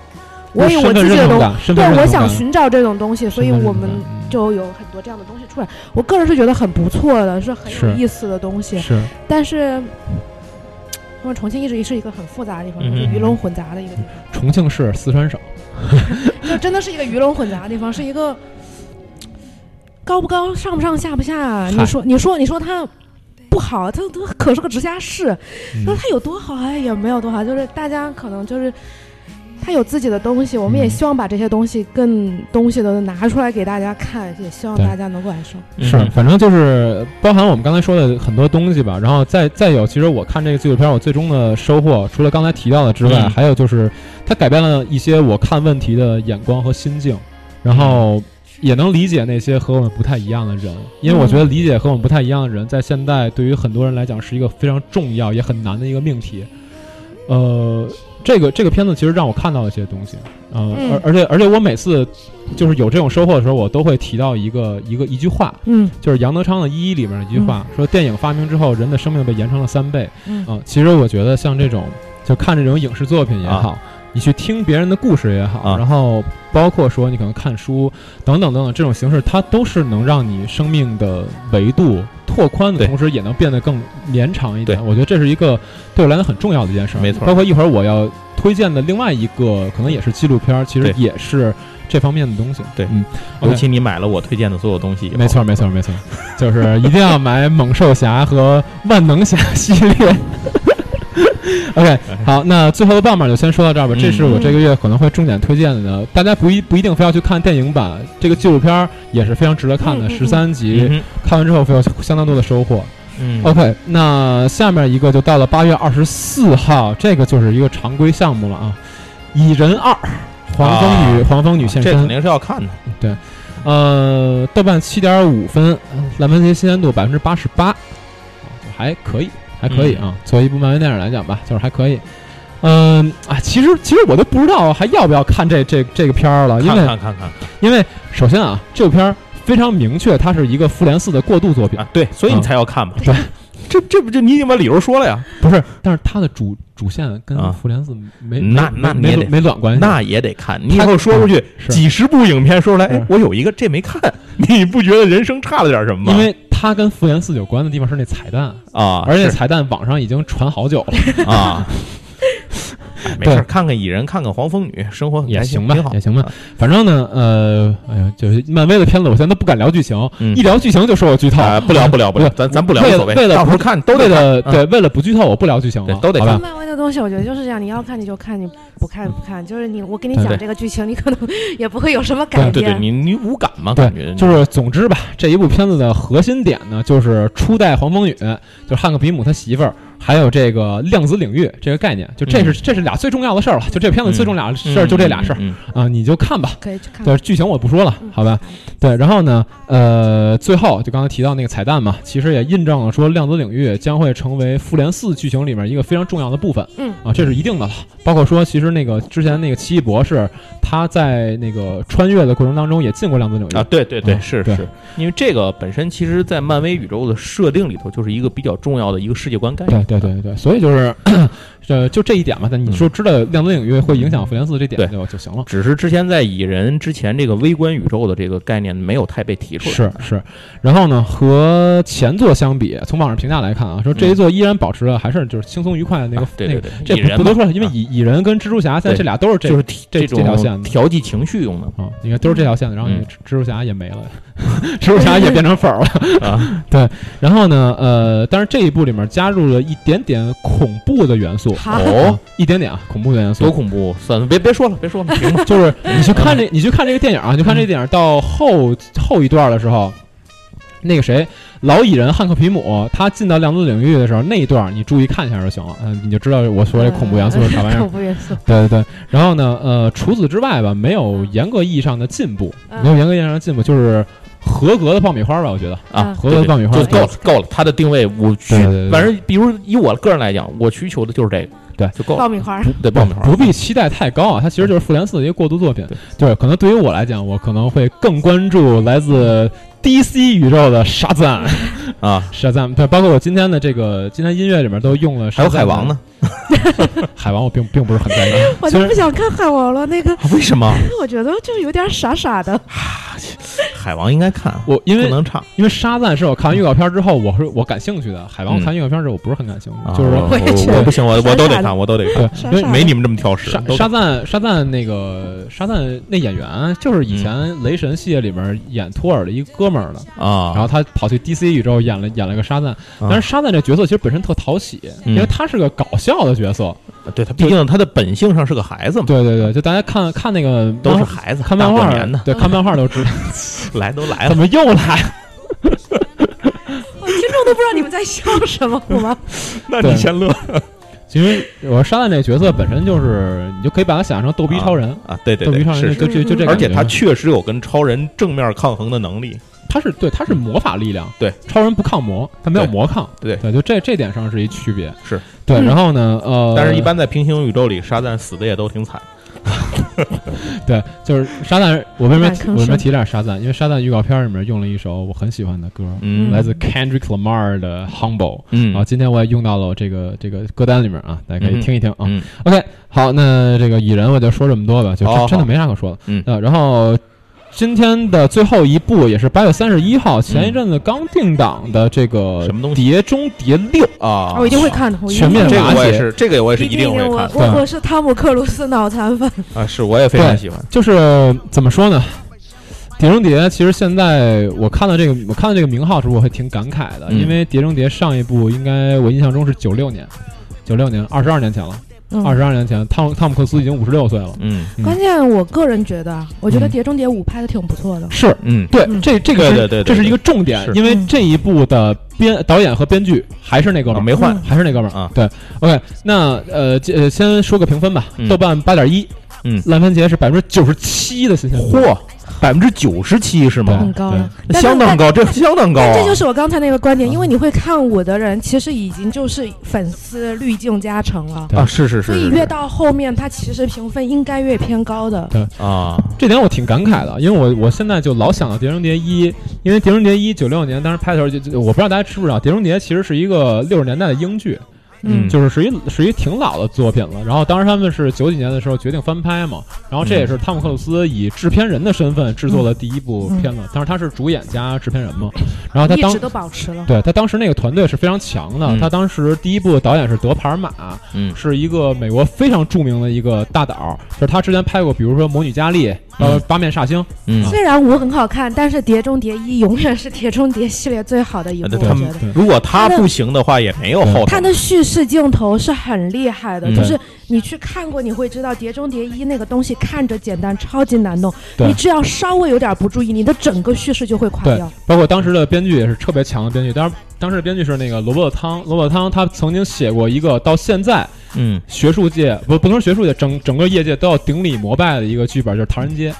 Speaker 3: 我有我
Speaker 2: 身份
Speaker 3: 自己的
Speaker 2: 认
Speaker 3: 东
Speaker 2: 同感，身份
Speaker 3: 对
Speaker 2: 认，同
Speaker 3: 我
Speaker 2: 感
Speaker 3: 想寻找这种东西，所以
Speaker 2: 身份认
Speaker 3: 我
Speaker 2: 同
Speaker 3: 们
Speaker 2: 感嗯
Speaker 3: 就有很多这样的东西出来。我个人是觉得很不错的，是很有
Speaker 2: 是
Speaker 3: 意思的东西。
Speaker 2: 是
Speaker 3: 但是，因为重庆一直是一个很复杂的地方，就是
Speaker 4: 嗯
Speaker 3: 鱼龙混杂的一个地
Speaker 2: 重庆市四川省，
Speaker 3: 方，就真的是一个鱼龙混杂的地方，是一个高不高、上不上、下不下。
Speaker 2: 嗨
Speaker 3: 你说，你说，你说它不好，它它可是个直辖市。
Speaker 2: 嗯
Speaker 3: 说它有多好，哎，也没有多好，就是大家可能就是。它有自己的东西，我们也
Speaker 2: 嗯
Speaker 3: 希望把这些东西更东西都拿出来给大家看，也希望
Speaker 2: 对
Speaker 3: 大家能够感受。
Speaker 4: 嗯
Speaker 2: 是，反正就是包含我们刚才说的很多东西吧。然后再再有，其实我看这个纪录片，我最终的收获，除了刚才提到的之外，
Speaker 4: 嗯
Speaker 2: 还有就是它改变了一些我看问题的眼光和心境，然后也能理解那些和我们不太一样的人，因为我觉得理解和我们不太一样的人，在现代对于很多人来讲是一个非常重要也很难的一个命题。呃，这个这个片子其实让我看到了一些东西，呃、
Speaker 3: 嗯
Speaker 2: 而而且而且我每次就是有这种收获的时候，我都会提到一个一个一句话，
Speaker 3: 嗯
Speaker 2: 就是杨德昌的《一一》里面的一句话，说电影发明之后，人的生命被延长了三倍。
Speaker 3: 嗯
Speaker 2: 啊其实我觉得像这种，就看这种影视作品也好，你去听别人的故事也好，
Speaker 4: 啊
Speaker 2: 然后包括说你可能看书等等等等这种形式，它都是能让你生命的维度拓宽的
Speaker 4: 对
Speaker 2: 同时，也能变得更绵长一点。
Speaker 4: 对
Speaker 2: 我觉得这是一个对我来讲很重要的一件事儿。
Speaker 4: 没错
Speaker 2: 包括一会儿我要推荐的另外一个，可能也是纪录片儿，其实
Speaker 4: 对
Speaker 2: 也是这方面的东西。
Speaker 4: 对
Speaker 2: 嗯，
Speaker 4: 尤
Speaker 2: OK
Speaker 4: 其你买了我推荐的所有东西以后，
Speaker 2: 没错，没错，没错，就是一定要买猛兽侠和万能侠系列。OK，好，
Speaker 4: 哎
Speaker 2: 那最后的棒棒就先说到
Speaker 4: 嗯
Speaker 2: 这儿吧。这是我这个月可能会重点推荐的，大家不一不一定非要去看电影版，这个纪录片儿也是非常值得看的，
Speaker 3: 嗯嗯嗯
Speaker 2: 十三集，
Speaker 4: 嗯
Speaker 2: 看完之后会有相当多的收获。
Speaker 4: 嗯，
Speaker 2: OK，那下面一个就到了八月二十四号，这个就是一个常规项目了啊，《蚁人二》，黄蜂女，黄蜂女现
Speaker 4: 啊这
Speaker 2: 身，
Speaker 4: 肯定是要看的。
Speaker 2: 呃，豆瓣七点五分，烂番茄新鲜度百分之八十八，哦还可以，还可以啊。
Speaker 4: 嗯
Speaker 2: 作为一部漫威电影来讲吧，就是还可以。嗯、啊，其实其实我都不知道还要不要看这这这个片儿了，因
Speaker 4: 看
Speaker 2: 为
Speaker 4: 看看看
Speaker 2: 因为首先啊，这部片儿非常明确，它是一个复联四的过渡作品，
Speaker 4: 啊，对，所以你
Speaker 2: 嗯
Speaker 4: 才要看嘛。
Speaker 2: 对，
Speaker 4: 这这不就你已经把理由说了呀？
Speaker 2: 不是，但是它的主主线跟
Speaker 4: 啊
Speaker 2: 复联四没、
Speaker 4: 那
Speaker 2: 没
Speaker 4: 那你
Speaker 2: 没
Speaker 4: 也
Speaker 2: 没
Speaker 4: 得
Speaker 2: 没卵关系，
Speaker 4: 那也得看。你以
Speaker 2: 他
Speaker 4: 后说出去
Speaker 2: 是嗯
Speaker 4: 几十部影片说出来，
Speaker 2: 是
Speaker 4: 哎，我有一个这没看， 你不觉得人生差了点什么吗？
Speaker 2: 因为它跟复联四有关的地方是那彩蛋，
Speaker 4: 啊，
Speaker 2: 而且
Speaker 4: 是
Speaker 2: 彩蛋网上已经传好久了。
Speaker 4: 啊，哎没事
Speaker 2: 对
Speaker 4: 儿，看看蚁人，看看黄蜂女，生活很
Speaker 2: 也
Speaker 4: 开心
Speaker 2: 行吧
Speaker 4: 挺好，
Speaker 2: 也行吧
Speaker 4: 啊。
Speaker 2: 反正呢，呃，哎呀，就是漫威的片子，我现在都不敢聊剧情，
Speaker 4: 嗯
Speaker 2: 一聊剧情就说我剧透，
Speaker 4: 啊，不聊不聊不聊，
Speaker 2: 不
Speaker 4: 咱咱不聊
Speaker 2: 为
Speaker 4: 无
Speaker 2: 了
Speaker 4: 所谓，
Speaker 2: 为了
Speaker 4: 到时候
Speaker 2: 不
Speaker 4: 看
Speaker 2: 都
Speaker 4: 都得看
Speaker 2: 了
Speaker 4: 嗯
Speaker 2: 对，为了不剧透，我不聊剧情了，
Speaker 4: 对都得
Speaker 2: 好吧
Speaker 4: 看。
Speaker 3: 漫威的东西，我觉得就是这样，你要看你就看，你不看不看，就是你我跟你
Speaker 2: 对
Speaker 3: 讲
Speaker 4: 对
Speaker 3: 这个剧情，你可能也不会有什么
Speaker 4: 对
Speaker 3: 改
Speaker 4: 对对，
Speaker 3: 变。
Speaker 4: 你你无感嘛，感觉
Speaker 2: 对，就是总之吧，这一部片子的核心点呢，就是初代黄蜂女，就是汉克比姆他媳妇儿，还有这个量子领域这个概念，就这是、这是俩最重要的事儿了。就这片子最重要的事儿就这俩事儿啊、
Speaker 4: 嗯嗯嗯
Speaker 2: 你就看吧。
Speaker 3: 可以去看
Speaker 2: 对
Speaker 3: 看。
Speaker 2: 剧情我不说了，
Speaker 3: 嗯
Speaker 2: 好吧？对，然后呢，呃，最后就刚才提到那个彩蛋嘛，其实也印证了说量子领域将会成为复联四剧情里面一个非常重要的部分。
Speaker 3: 嗯
Speaker 2: 啊，这是一定的了。包括说，其实那个之前那个奇异博士，他在那个穿越的过程当中也进过量子领域
Speaker 4: 啊，对对对，
Speaker 2: 嗯
Speaker 4: 是
Speaker 2: 对
Speaker 4: 是，因为这个本身其实，在漫威宇宙的设定里头，就是一个比较重要的一个世界观概
Speaker 2: 对
Speaker 4: 念。
Speaker 2: 对对对对，所以就是， 呃，就这一点嘛。但你说知道量子领域会影响复联四这
Speaker 4: 对
Speaker 2: 点就就行了。
Speaker 4: 只是之前在蚁人之前，这个微观宇宙的这个概念没有太被提出来。
Speaker 2: 是是，然后呢，和前作相比，从网上评价来看啊，说这一作依然保持了还是就是轻松愉快的那个、
Speaker 4: 啊对
Speaker 2: 那
Speaker 4: 对
Speaker 2: 个
Speaker 4: 对，
Speaker 2: 这
Speaker 4: 蚁人
Speaker 2: 不不多
Speaker 4: 嘛
Speaker 2: 说了，因为
Speaker 4: 啊
Speaker 2: 蚁蚁人跟蜘蛛侠现在
Speaker 4: 对
Speaker 2: 这俩都是这
Speaker 4: 就是提
Speaker 2: 这这
Speaker 4: 种
Speaker 2: 条线的
Speaker 4: 调剂情绪用的
Speaker 2: 啊，应该都是这条线的。然后你
Speaker 4: 嗯
Speaker 2: 蜘蜘蛛侠也没了， 蜘蛛侠也变 成粉儿了。
Speaker 4: 啊，
Speaker 2: 然后呢，呃，但是这一部里面加入了一点点恐怖的元素，
Speaker 3: 好，
Speaker 4: 哦，
Speaker 2: 一点点啊，恐怖的元素
Speaker 4: 多。恐怖！算了，别别说了，别 说了，停吧。
Speaker 2: 就是你去看这，你去看这个电影啊，你就看这个电影到后后一段的时候，那个谁，老蚁人汉克皮姆，他进到量子领域的时候，那一段你注意看一下就行了，嗯、你就知道我说这恐怖元素是啥玩意儿
Speaker 3: 恐。怖元素，
Speaker 2: 对对对，然后呢，呃，除此之外吧，没有严格意义上的进步，
Speaker 3: 嗯
Speaker 2: 没有严格意义上的进步，就是合格的爆米花吧，我觉得。
Speaker 3: 嗯
Speaker 4: 啊，
Speaker 2: 合格的爆米花
Speaker 4: 就够了，够了。它的定位，我需
Speaker 2: 对对对对
Speaker 4: 反正比如以我个人来讲，我需求的就是这个，
Speaker 2: 对
Speaker 4: 就够了
Speaker 3: 爆。米花儿，
Speaker 4: 对爆米花，
Speaker 2: 不必期待太高啊，它其实就是复联四的一个过渡作品。对，可能对于我来讲，我可能会更关注来自 DC 宇宙的沙赞，
Speaker 4: 啊，
Speaker 2: 沙赞对，包括我今天的这个今天音乐里面都用了，
Speaker 4: 还有海王呢？？
Speaker 2: 海王我并并不是很 在意，
Speaker 3: 我
Speaker 2: 其
Speaker 3: 就
Speaker 2: 实
Speaker 3: 不想看海王了。那个，
Speaker 4: 啊为什么？
Speaker 3: 我觉得就是有点傻傻 的。
Speaker 4: 海王应该看，
Speaker 2: 我因
Speaker 4: 不
Speaker 2: 为
Speaker 4: 能差。
Speaker 2: 因为沙赞是我看完预告片之后，我是我感兴趣的，海王我看预告片之后我不是很感兴趣，
Speaker 4: 嗯啊
Speaker 2: 就是说
Speaker 3: 我也觉得
Speaker 4: 我不行，我我都得
Speaker 3: 傻傻的
Speaker 4: 看，我都得看。
Speaker 2: 对，
Speaker 3: 傻
Speaker 2: 因为
Speaker 3: 傻
Speaker 4: 没你们这么挑食
Speaker 2: 沙，
Speaker 4: 都
Speaker 2: 沙赞沙赞那个沙赞那演员就是以前雷神系列里面演托尔的一哥们儿的，
Speaker 4: 嗯啊，
Speaker 2: 然后他跑去 DC 宇宙演了演了个沙赞，但是沙赞这角色其实本身特讨喜，
Speaker 4: 嗯
Speaker 2: 因为他是个搞笑的角色。
Speaker 4: 对他，毕竟他的本性上是个孩子嘛，
Speaker 2: 对对对，就大家看看那个
Speaker 4: 嗯都是
Speaker 2: 漫
Speaker 4: 孩子，
Speaker 2: 看
Speaker 4: 大
Speaker 2: 漫
Speaker 4: 过
Speaker 2: 画
Speaker 4: 年的
Speaker 2: 对，看漫画 都知道
Speaker 4: 来都来了，
Speaker 2: 怎么又来了。
Speaker 3: 我听众都不知道你们在笑什么，好吗？
Speaker 4: 那
Speaker 2: 对
Speaker 4: 先乐
Speaker 2: 其实我说沙赞这个角色本身就是，你就可以把他想象成逗逼超人，
Speaker 4: 啊！对对
Speaker 2: 逗逼
Speaker 4: 对
Speaker 2: 超，人
Speaker 4: 是，
Speaker 2: 就是就就就这
Speaker 3: 嗯
Speaker 2: 感觉，
Speaker 4: 而且他确实有跟超人正面抗衡的能力
Speaker 2: 它是对它是魔法力量，
Speaker 5: 对
Speaker 2: 超人不抗魔，他没有魔抗，
Speaker 5: 对
Speaker 2: 对，就这这点上是一区别，
Speaker 5: 是
Speaker 2: 对。
Speaker 3: 嗯
Speaker 2: 然后呢，呃，
Speaker 5: 但是一般在平行宇宙里，沙赞死的也都挺惨。
Speaker 2: 对，就是沙赞，我为什么
Speaker 3: 满
Speaker 2: 我
Speaker 3: 坑
Speaker 2: 为什么
Speaker 3: 深
Speaker 2: 提点沙赞？因为沙赞预告片里面用了一首我很喜欢的歌，
Speaker 5: 嗯
Speaker 2: 来自 Kendrick Lamar 的 Humble，
Speaker 5: 嗯
Speaker 2: 然后今天我也用到了我这个这个歌单里面啊，大家可以
Speaker 5: 嗯
Speaker 2: 听一听啊。
Speaker 5: 嗯
Speaker 2: OK，好，那这个蚁人我就说这么多吧，就
Speaker 5: 好
Speaker 2: 真
Speaker 5: 好
Speaker 2: 真的没啥可说的。
Speaker 5: 嗯
Speaker 2: 呃，然后今天的最后一部也是八月三十一号，前一阵子刚定档的这个
Speaker 5: 什么东
Speaker 2: 《碟中谍六》，
Speaker 5: 啊，
Speaker 3: 哦我一定会看的，我一定
Speaker 2: 全面
Speaker 3: 会看
Speaker 5: 这
Speaker 3: 的
Speaker 5: 个我
Speaker 2: 而且
Speaker 5: 也是，这个我也是
Speaker 3: 毕
Speaker 5: 一定
Speaker 3: 竟
Speaker 5: 会
Speaker 3: 我
Speaker 5: 看
Speaker 2: 对
Speaker 3: 我我是汤姆克鲁斯脑残粉，
Speaker 5: 啊，是我也非
Speaker 2: 对
Speaker 5: 常喜欢。
Speaker 2: 就是怎么说呢？《碟中谍》其实现在我看到这个，我看到这个名号的时候，我会挺感慨的，
Speaker 5: 嗯
Speaker 2: 因为《碟中谍》上一部应该我印象中是九六年，九六年，二十二年前了，
Speaker 3: 嗯
Speaker 2: 二十二年前，汤姆汤姆克鲁斯已经五十六岁了，
Speaker 5: 嗯
Speaker 2: 嗯
Speaker 3: 关键我个人觉得，啊，我觉得
Speaker 2: 嗯
Speaker 3: 《碟中谍五》拍的挺不错的。
Speaker 2: 是
Speaker 5: 嗯
Speaker 2: 对，
Speaker 3: 嗯
Speaker 2: 这这个是
Speaker 5: 对对对对
Speaker 2: 这是一个重点，
Speaker 5: 是
Speaker 2: 因为
Speaker 3: 嗯
Speaker 2: 这一部的编导演和编剧还是那哥们
Speaker 5: 啊
Speaker 2: 儿，
Speaker 5: 没换
Speaker 3: 嗯
Speaker 2: 还是那哥们儿
Speaker 5: 啊
Speaker 2: 对，OK，那呃，这呃先说个评分吧，
Speaker 5: 嗯
Speaker 2: 豆瓣八点一，
Speaker 5: 嗯
Speaker 2: 烂番茄是百分之九十七的新鲜度，
Speaker 5: 嚯，百分之九十七是
Speaker 2: 对
Speaker 5: 吗？
Speaker 3: 很高了，
Speaker 5: 那
Speaker 3: 但是
Speaker 5: 相当
Speaker 3: 但
Speaker 5: 高，这相当高啊
Speaker 3: 但！这就是我刚才那个观点，
Speaker 2: 嗯
Speaker 3: 因为你会看我的人，其实已经就是粉丝滤镜加成了，
Speaker 2: 对
Speaker 5: 啊，是是是
Speaker 3: 所
Speaker 5: 是
Speaker 3: 以越到后面，它其实评分应该越偏高的。
Speaker 5: 啊，
Speaker 2: 这点我挺感慨的，因为我我现在就老想到《碟中谍一》，因为《碟中谍一》九六年当时拍的时候就，就我不知道大家知不知道，《碟中谍》其实是一个六十年代的英剧，
Speaker 5: 嗯
Speaker 2: 就是是一是一挺老的作品了。然后当时他们是九几年的时候决定翻拍嘛，然后这也是汤姆克鲁斯以制片人的身份制作了第一部片子，当时他是主演加制片人嘛。然后他
Speaker 3: 嗯一
Speaker 2: 当
Speaker 3: 直都保持了。
Speaker 2: 对他当时那个团队是非常强的，
Speaker 5: 嗯
Speaker 2: 他当时第一部导演是德帕尔玛，
Speaker 5: 嗯
Speaker 2: 是一个美国非常著名的一个大导，就是他之前拍过，比如说《魔女佳丽》呃，《八面煞星》
Speaker 5: 嗯
Speaker 2: 啊
Speaker 3: 虽然五很好看，但是《碟中谍一》永远是《碟中谍》系列最好的一部，
Speaker 5: 呃对
Speaker 3: 我
Speaker 5: 他
Speaker 3: 觉
Speaker 5: 们
Speaker 3: 得。
Speaker 5: 如果他不行的话，也没有后头
Speaker 3: 它的叙事镜头是很厉害的，
Speaker 5: 嗯
Speaker 3: 就是你去看过，你会知道《碟中谍一》那个东西看着简单，超级难弄。
Speaker 2: 对
Speaker 3: 你只要稍微有点不注意，你的整个叙事就会垮
Speaker 2: 对
Speaker 3: 掉。
Speaker 2: 包括当时的编剧也是特别强的编剧，当时当时的编剧是那个罗伯特汤，罗伯特汤他曾经写过一个到现在
Speaker 5: 嗯
Speaker 2: 学术界不不能说学术界，整整个业界都要顶礼膜拜的一个剧本，就是《唐人街》。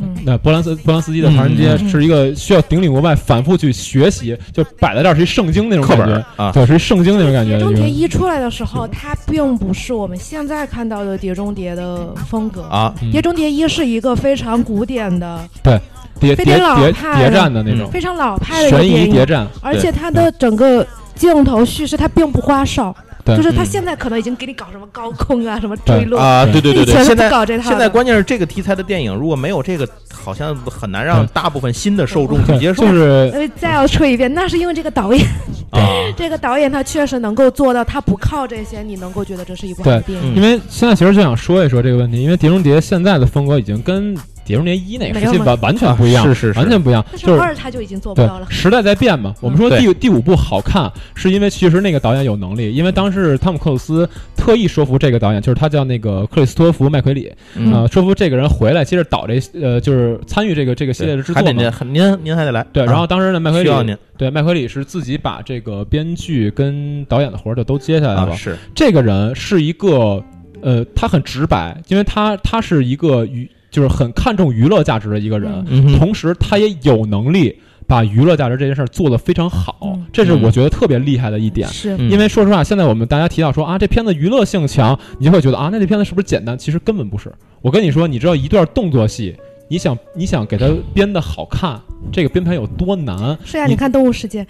Speaker 3: 嗯
Speaker 2: 那波兰斯波兰斯基的《唐人街
Speaker 3: 嗯嗯》嗯
Speaker 2: 是一个需要顶礼膜拜、反复去学习，就摆在这儿是一圣经那种
Speaker 5: 课
Speaker 2: 感
Speaker 5: 本
Speaker 2: 觉，
Speaker 5: 啊，
Speaker 2: 对，是一圣经那种感觉
Speaker 3: 碟
Speaker 2: 的
Speaker 3: 中谍
Speaker 2: 一
Speaker 3: 一出来的时候，它并不是我们现在看到的碟中谍的风格。
Speaker 5: 啊，
Speaker 2: 嗯
Speaker 3: 碟中谍一是一个非常古典的、
Speaker 2: 个谍
Speaker 3: 非
Speaker 2: 谍
Speaker 3: 常
Speaker 2: 谍
Speaker 3: 老派
Speaker 2: 谍
Speaker 3: 的
Speaker 2: 战的那种
Speaker 5: 嗯
Speaker 3: 非常老派的一个
Speaker 2: 悬疑
Speaker 3: 电
Speaker 2: 谍
Speaker 3: 影，
Speaker 2: 战，
Speaker 3: 而且它的整个镜头叙事它并不花哨，
Speaker 2: 对
Speaker 3: 就是它
Speaker 5: 嗯
Speaker 3: 现在可能已经给你搞什么高空啊、什么坠落
Speaker 5: 啊，对对对
Speaker 3: 以
Speaker 5: 对，
Speaker 3: 前
Speaker 5: 现
Speaker 3: 不
Speaker 5: 在
Speaker 3: 搞这套的。
Speaker 5: 现在关键是这个题材的电影，如果没有这个，好像很难让
Speaker 2: 对
Speaker 5: 大部分新的受众去
Speaker 2: 对
Speaker 5: 接受
Speaker 2: 就是
Speaker 3: 呃，再要说一遍，那是因为这个导演，
Speaker 5: 啊。
Speaker 3: 这个导演他确实能够做到，他不靠这些，你能够觉得这是一部好的电影。
Speaker 5: 嗯
Speaker 2: 因为现在其实就想说一说这个问题，因为《碟中谍》现在的风格已经跟《碟中谍一》那个时
Speaker 3: 没
Speaker 2: 期
Speaker 3: 有吗
Speaker 2: 完完全不一样，
Speaker 5: 啊是是是
Speaker 2: 完全不一样，
Speaker 3: 但是
Speaker 2: 就是
Speaker 3: 二他就已经做不
Speaker 2: 对
Speaker 3: 到了，
Speaker 2: 时代在变嘛。我们说
Speaker 5: 对
Speaker 2: 第第五部好看，是因为其实那个导演有能力，因为当时汤姆克鲁斯特意说服这个导演，就是他叫那个克里斯托弗麦奎里，
Speaker 5: 嗯
Speaker 2: 呃，说服这个人回来接着导这呃就是参与这个这个系列的制
Speaker 5: 还
Speaker 2: 作
Speaker 5: 得
Speaker 2: 嘛。
Speaker 5: 您您您还得来
Speaker 2: 对，
Speaker 5: 啊
Speaker 2: 然后当时呢，麦奎
Speaker 5: 需要
Speaker 2: 里
Speaker 5: 您
Speaker 2: 对麦奎里是自己把这个编剧跟导演的活儿就都接下来了
Speaker 5: 啊，，是
Speaker 2: 这个人是一个，呃，他很直白，因为他他是一个娱，就是很看重娱乐价值的一个人，
Speaker 3: 嗯
Speaker 5: 嗯哼
Speaker 2: 同时他也有能力把娱乐价值这件事儿做得非常好，
Speaker 3: 嗯
Speaker 2: 这是我觉得特别厉害的一点。
Speaker 3: 是
Speaker 5: 嗯
Speaker 2: 因为说实话，现在我们大家提到说啊，这片子娱乐性强，你就会觉得啊，那这片子是不是简单？其实根本不是。我跟你说，你知道一段动作戏，你想你想给它编得好看，这个编排有多难？
Speaker 3: 是呀，
Speaker 2: 你
Speaker 3: 你看《动物世界》，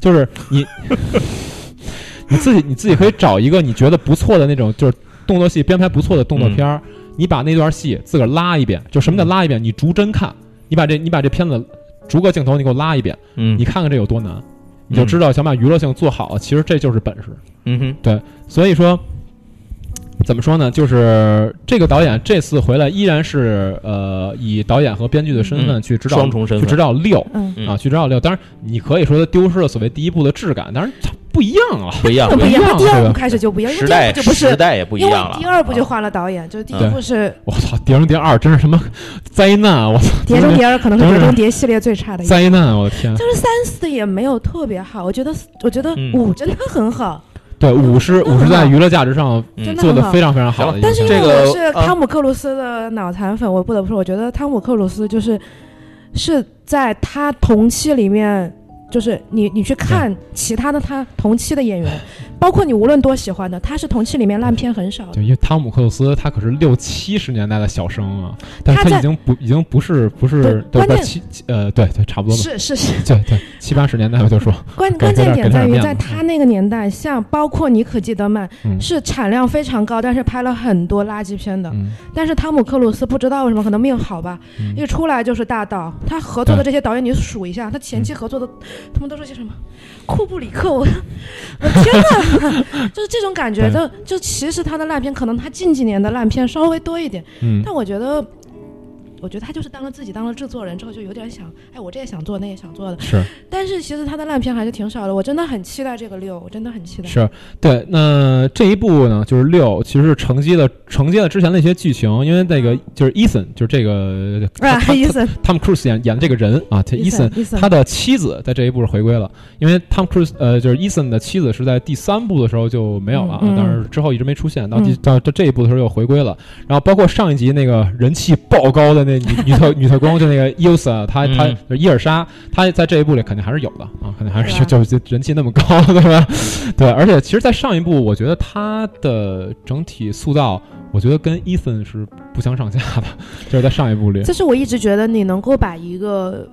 Speaker 2: 就是 你你自己你自己可以找一个你觉得不错的那种，就是动作戏编排不错的动
Speaker 5: 嗯
Speaker 2: 作片儿，你把那段戏自个儿拉一遍，就什么叫拉一遍？你逐帧看，你把这你把这片子逐个镜头你给我拉一遍，
Speaker 5: 嗯
Speaker 2: 你看看这有多难，你就知道想把娱乐性做好了，其实这就是本事。
Speaker 5: 嗯哼
Speaker 2: 所以说。怎么说呢？就是这个导演这次回来依然是呃以导演和编剧的身份
Speaker 5: 嗯
Speaker 2: 去指导、
Speaker 5: 双重身
Speaker 2: 去指
Speaker 5: 份
Speaker 2: 导六，
Speaker 3: 嗯，
Speaker 5: 嗯
Speaker 2: 啊，去找找料。当然，你可以说它丢失了所谓第一部的质感，当然它不一样啊。
Speaker 5: 不一样
Speaker 3: 那，不一样，
Speaker 2: 不一样
Speaker 3: 他第二
Speaker 2: 对吧
Speaker 3: 部开始就不一样，因
Speaker 5: 时
Speaker 3: 为第二
Speaker 5: 代
Speaker 3: 部就不
Speaker 5: 时
Speaker 3: 是，
Speaker 5: 代也不一
Speaker 3: 因为
Speaker 5: 样了。
Speaker 3: 第二部就
Speaker 5: 啊
Speaker 3: 换了导演，就是第
Speaker 2: 对
Speaker 3: 一部是
Speaker 2: 我操，《碟中谍二》真是什么 灾难啊！我操，
Speaker 3: 《碟中谍二》，可能是《
Speaker 2: 真是
Speaker 3: 碟中谍》系列最差的一部。
Speaker 2: 灾难啊！我的天，
Speaker 3: 哎就是三四也没有特别好，我觉得我觉得
Speaker 5: 嗯
Speaker 3: 五真的很好，
Speaker 2: 对五十
Speaker 3: 真的
Speaker 2: 五十在
Speaker 3: 吗
Speaker 2: 娱乐价值上
Speaker 5: 嗯
Speaker 3: 真的
Speaker 2: 做
Speaker 3: 很
Speaker 2: 的
Speaker 3: 好
Speaker 2: 非。常非常好的一个
Speaker 3: 但是
Speaker 2: 片
Speaker 3: 因
Speaker 2: 子，
Speaker 3: 为
Speaker 5: 这个
Speaker 3: 我是
Speaker 5: 啊
Speaker 3: 汤姆克鲁斯的脑残粉，我不得不说，我觉得汤姆克鲁斯就是是在他同期里面，就是你你去看其他的他同期的演员，包括你无论多喜欢的，他是同期里面烂片很少的。
Speaker 2: 对，因为汤姆克鲁斯他可是六七十年代的小生啊，但是
Speaker 3: 他在
Speaker 2: 已经不已经不是不是
Speaker 3: 对
Speaker 2: 对
Speaker 3: 关键
Speaker 2: 不是七七呃对对差不多吧，
Speaker 3: 是是是，
Speaker 2: 对对七八十年代我就说
Speaker 3: 关
Speaker 2: 给
Speaker 3: 关
Speaker 2: 给点
Speaker 3: 键点
Speaker 2: 给点
Speaker 3: 在于，
Speaker 2: 面子
Speaker 3: 在他那个年代，像包括妮可基德曼
Speaker 2: 嗯
Speaker 3: 是产量非常高，但是拍了很多垃圾片的。
Speaker 2: 嗯
Speaker 3: 但是汤姆克鲁斯不知道为什么，可能命好吧，
Speaker 2: 嗯
Speaker 3: 一出来就是大导。他合作的
Speaker 2: 对
Speaker 3: 这些导演，你数一下，他前
Speaker 2: 嗯
Speaker 3: 期合作的，他们都是些什么？库布里克，我我天哪， 就是这种感觉。就
Speaker 2: 对
Speaker 3: 就其实他的烂片，可能他近几年的烂片稍微多一点，
Speaker 2: 嗯
Speaker 3: 但我觉得。我觉得他就是当了自己当了制作人之后，就有点想，哎，我这也想做，那也想做的。
Speaker 2: 是。
Speaker 3: 但是其实他的烂片还是挺少的，我真的很期待这个六，我真的很期待。
Speaker 2: 是对，那这一部呢，就是六，其实是承接了承接了之前的一些剧情，因为那个就是 Ethan，就是这个他
Speaker 3: 啊
Speaker 2: 他
Speaker 3: ，Ethan，
Speaker 2: 他们 Cruise 演演的这个人啊，他 Ethan，
Speaker 3: Ethan，
Speaker 2: 他的妻子在这一部是回归了，因为 Tom Cruise 呃就是 Ethan 的妻子是在第三部的时候就没有了啊，
Speaker 3: 嗯嗯
Speaker 2: 但是之后一直没出现，到第
Speaker 3: 嗯
Speaker 2: 到这这一部的时候又回归了。然后包括上一集那个人气爆高的那女女特女特工，就那个 Elsa，她她
Speaker 4: 嗯
Speaker 2: 就是伊尔莎，她在这一部里肯定还是有的啊，肯定还是
Speaker 3: 对
Speaker 2: 就就人气那么高，对吧？对，而且其实，在上一部我觉得她的整体塑造，我觉得跟 Ethan 是不相上下的，就是在上一部里，
Speaker 3: 这是我一直觉得你能够把一个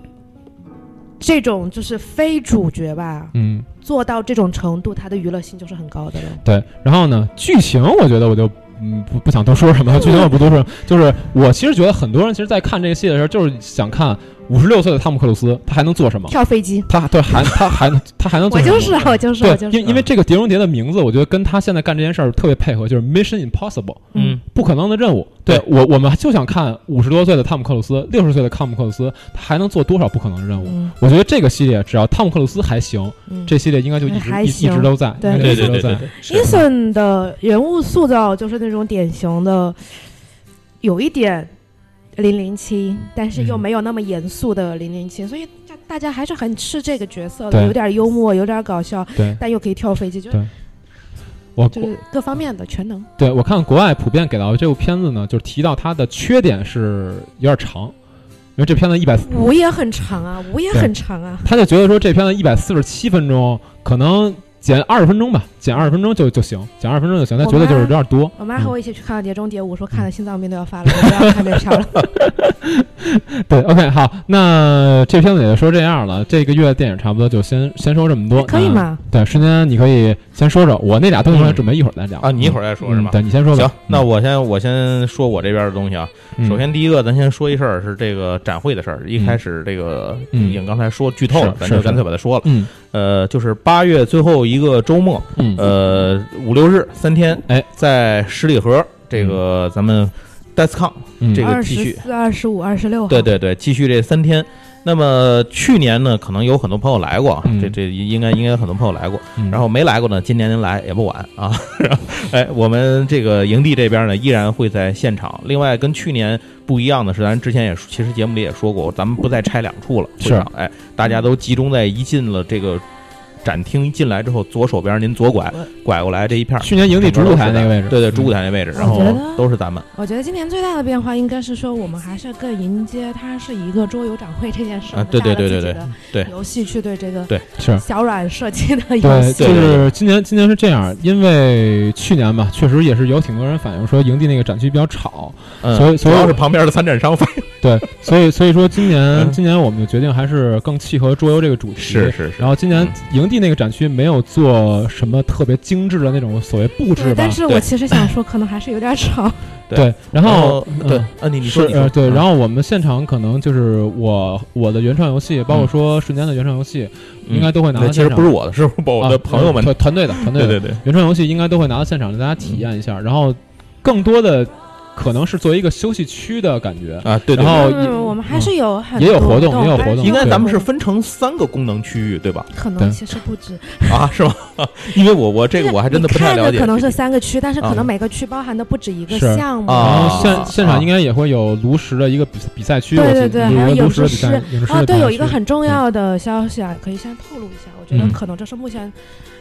Speaker 3: 这种就是非主角吧
Speaker 2: 嗯。
Speaker 3: 做到这种程度，他的娱乐性就是很高的了。
Speaker 2: 对，然后呢，剧情我觉得我就嗯不不想多说什么了，剧情我不多说什么，就是我其实觉得很多人其实，在看这个戏的时候，就是想看五十六岁的汤姆克鲁斯他还能做什么，
Speaker 3: 跳飞机，
Speaker 2: 他对还他还他还能做
Speaker 3: 我
Speaker 2: 什么？
Speaker 3: 就是啊，我就是啊，我就
Speaker 2: 哦对，
Speaker 3: 是啊。
Speaker 2: 因因为这个《碟中谍》的名字，我觉得跟他现在干这件事儿特别配合，就是 Mission Impossible，
Speaker 4: 嗯，
Speaker 2: 不可能的任务。对我，我们就想看五十多岁的汤姆克鲁斯，六十岁的汤姆克鲁斯，他还能做多少不可能的任务？
Speaker 3: 嗯
Speaker 2: 我觉得这个系列只要汤姆克鲁斯还行，
Speaker 3: 嗯
Speaker 2: 这系列应该就一直
Speaker 3: 还
Speaker 2: 一一
Speaker 3: 行
Speaker 2: 直都在，应
Speaker 3: 对
Speaker 2: 该就
Speaker 4: 对
Speaker 2: 一
Speaker 4: 对
Speaker 2: 直都
Speaker 4: 对
Speaker 2: 在
Speaker 4: 对。对，是
Speaker 3: Ethan 的人物塑造就是那种典型的，有一点零零七，但是又
Speaker 2: 嗯
Speaker 3: 没有那么严肃的零零七，所以大大家还是很吃这个角色的，
Speaker 2: 对
Speaker 3: 有点幽默，有点搞笑，
Speaker 2: 对
Speaker 3: 但又可以跳飞机，就
Speaker 2: 对我
Speaker 3: 就
Speaker 2: 我
Speaker 3: 是各方面的全能。
Speaker 2: 对我看国外普遍给到这部片子呢，就是提到它的缺点是有点长，因为这片子一百，
Speaker 3: 五也很长 啊，五也很长啊，
Speaker 2: 他就觉得说这片子一百四十七分钟，可能减二十分钟吧，减二十分钟就就行，减二十分钟就行，他
Speaker 3: 我
Speaker 2: 觉得就是
Speaker 3: 妈
Speaker 2: 有点多。
Speaker 3: 我妈和我一起去看了《碟中谍五》，说看的心脏病都要发了，我不要看这片了。
Speaker 2: 嗯对，OK，好，那这片子也就说这样了，这个月的电影差不多就先先说这么多，
Speaker 3: 哎可以
Speaker 2: 那？
Speaker 3: 吗？
Speaker 2: 对，瞬间你可以先说说，我那俩东西我准备一会儿再聊
Speaker 4: 啊你一会
Speaker 2: 儿
Speaker 4: 儿再说是吧？
Speaker 2: 嗯对，你先说吧。嗯
Speaker 4: 行，那
Speaker 2: 我
Speaker 4: 我先我先说我这边的东西啊。首先第一个，咱先说一事儿是这个展会的事儿。一开始这个
Speaker 2: 嗯
Speaker 4: 已经刚才说剧透了
Speaker 2: 是，
Speaker 4: 咱
Speaker 2: 是
Speaker 4: 就是干脆把它说了。
Speaker 2: 嗯
Speaker 4: 呃，就是八月最后一个周末，
Speaker 2: 嗯
Speaker 4: 呃，五六日三天，
Speaker 2: 哎，
Speaker 4: 在十里河这个咱们 Descon
Speaker 2: 嗯
Speaker 4: 这个
Speaker 3: 二
Speaker 4: 继
Speaker 3: 十
Speaker 4: 续
Speaker 3: 四、二十五、二十六号，
Speaker 4: 对对对，继续这三天。那么去年呢，可能有很多朋友来过啊，
Speaker 2: 嗯
Speaker 4: 这这应该应该有很多朋友来过。
Speaker 2: 嗯
Speaker 4: 然后没来过呢，今年您来也不晚啊。 哎，我们这个营地这边呢，依然会在现场。另外，跟去年不一样的是，咱之前也其实节目里也说过，咱们不再拆两处了，会
Speaker 2: 是
Speaker 4: 场哎，大家都集中在一进了这个展厅进来之后，左手边您左拐拐过来这一片儿，
Speaker 2: 去年营嗯地主舞台那个位置，
Speaker 4: 对对，主舞
Speaker 2: 台，
Speaker 4: 台那位置，
Speaker 3: 我
Speaker 4: 然后
Speaker 3: 觉得
Speaker 4: 都是咱们。
Speaker 3: 我觉得今年最大的变化应该是说，我们还是更迎接它是一个桌游展会这件事儿。
Speaker 4: 啊对对对对对
Speaker 3: 带了自己
Speaker 4: 对
Speaker 3: 的游戏去对这个
Speaker 4: 对
Speaker 2: 嗯是
Speaker 3: 小软设计的游
Speaker 2: 对，
Speaker 3: 戏，
Speaker 2: 就
Speaker 4: 对对
Speaker 2: 是今年，今年是这样，因为去年吧，确实也是有挺多人反映说营地那个展区比较吵，
Speaker 4: 嗯，
Speaker 2: 所以
Speaker 4: 主
Speaker 2: 所以
Speaker 4: 要是旁边的参展商 发
Speaker 2: 对，所以所以说今年
Speaker 4: 嗯
Speaker 2: 今年我们就决定还是更契合桌游这个主题。
Speaker 4: 是是是
Speaker 2: 然，后今年
Speaker 4: 嗯
Speaker 2: 营地那个展区没有做什么特别精致的那种所谓布置
Speaker 3: 对。
Speaker 2: 吧
Speaker 3: 但，是我
Speaker 4: 对
Speaker 3: 其实想说，可能还是有点吵。
Speaker 2: 对，然后嗯
Speaker 4: 对啊，你你
Speaker 2: 是
Speaker 4: 说你
Speaker 2: 呃
Speaker 4: 说
Speaker 2: 对，
Speaker 4: 嗯
Speaker 2: 然后我们现场可能就是我我的原创游戏，包括说瞬间的原创游戏，应该都会拿
Speaker 4: 嗯
Speaker 2: 到
Speaker 4: 那其
Speaker 2: 现
Speaker 4: 实
Speaker 2: 场。
Speaker 4: 不是我的，是我的
Speaker 2: 啊
Speaker 4: 朋友们
Speaker 2: 团团队的团队
Speaker 4: 对
Speaker 2: 的
Speaker 4: 对对，
Speaker 2: 原创游戏应该都会拿到现场让大家体验一下，然后更多的可能是作为一个休息区的感觉。
Speaker 4: 啊，对对
Speaker 2: 然
Speaker 4: 对。
Speaker 2: 后
Speaker 3: 嗯，我们还是有很
Speaker 2: 也有
Speaker 3: 多
Speaker 2: 活动
Speaker 3: 动，
Speaker 2: 也有活
Speaker 3: 还是
Speaker 2: 动
Speaker 4: 应该
Speaker 2: 对
Speaker 4: 咱们是分成三个功能区域，对吧？
Speaker 3: 可能
Speaker 2: 对
Speaker 3: 其实不止，
Speaker 4: 啊，是吗？ 因为我我这
Speaker 3: 就
Speaker 4: 个
Speaker 3: 是
Speaker 4: 我还真的
Speaker 3: 你
Speaker 4: 不太
Speaker 3: 看
Speaker 4: 了解。
Speaker 3: 可能是三个区，但是可
Speaker 4: 啊
Speaker 3: 能每个区包含的不止一个
Speaker 2: 是
Speaker 3: 项目。
Speaker 4: 啊
Speaker 2: 然后现、现
Speaker 4: 啊
Speaker 2: 场应该也会有炉石的一个比比赛区，
Speaker 3: 对
Speaker 2: 我记
Speaker 3: 对对还有
Speaker 2: 有
Speaker 3: 影
Speaker 2: 炉石的
Speaker 3: 视
Speaker 2: 比赛，影视
Speaker 3: 啊，
Speaker 2: 的比
Speaker 3: 对，
Speaker 2: 赛
Speaker 3: 有一个
Speaker 2: 区
Speaker 3: 很重
Speaker 4: 嗯
Speaker 3: 要的消息啊，可以先透露一下。我觉得
Speaker 2: 嗯
Speaker 3: 可能这是目前，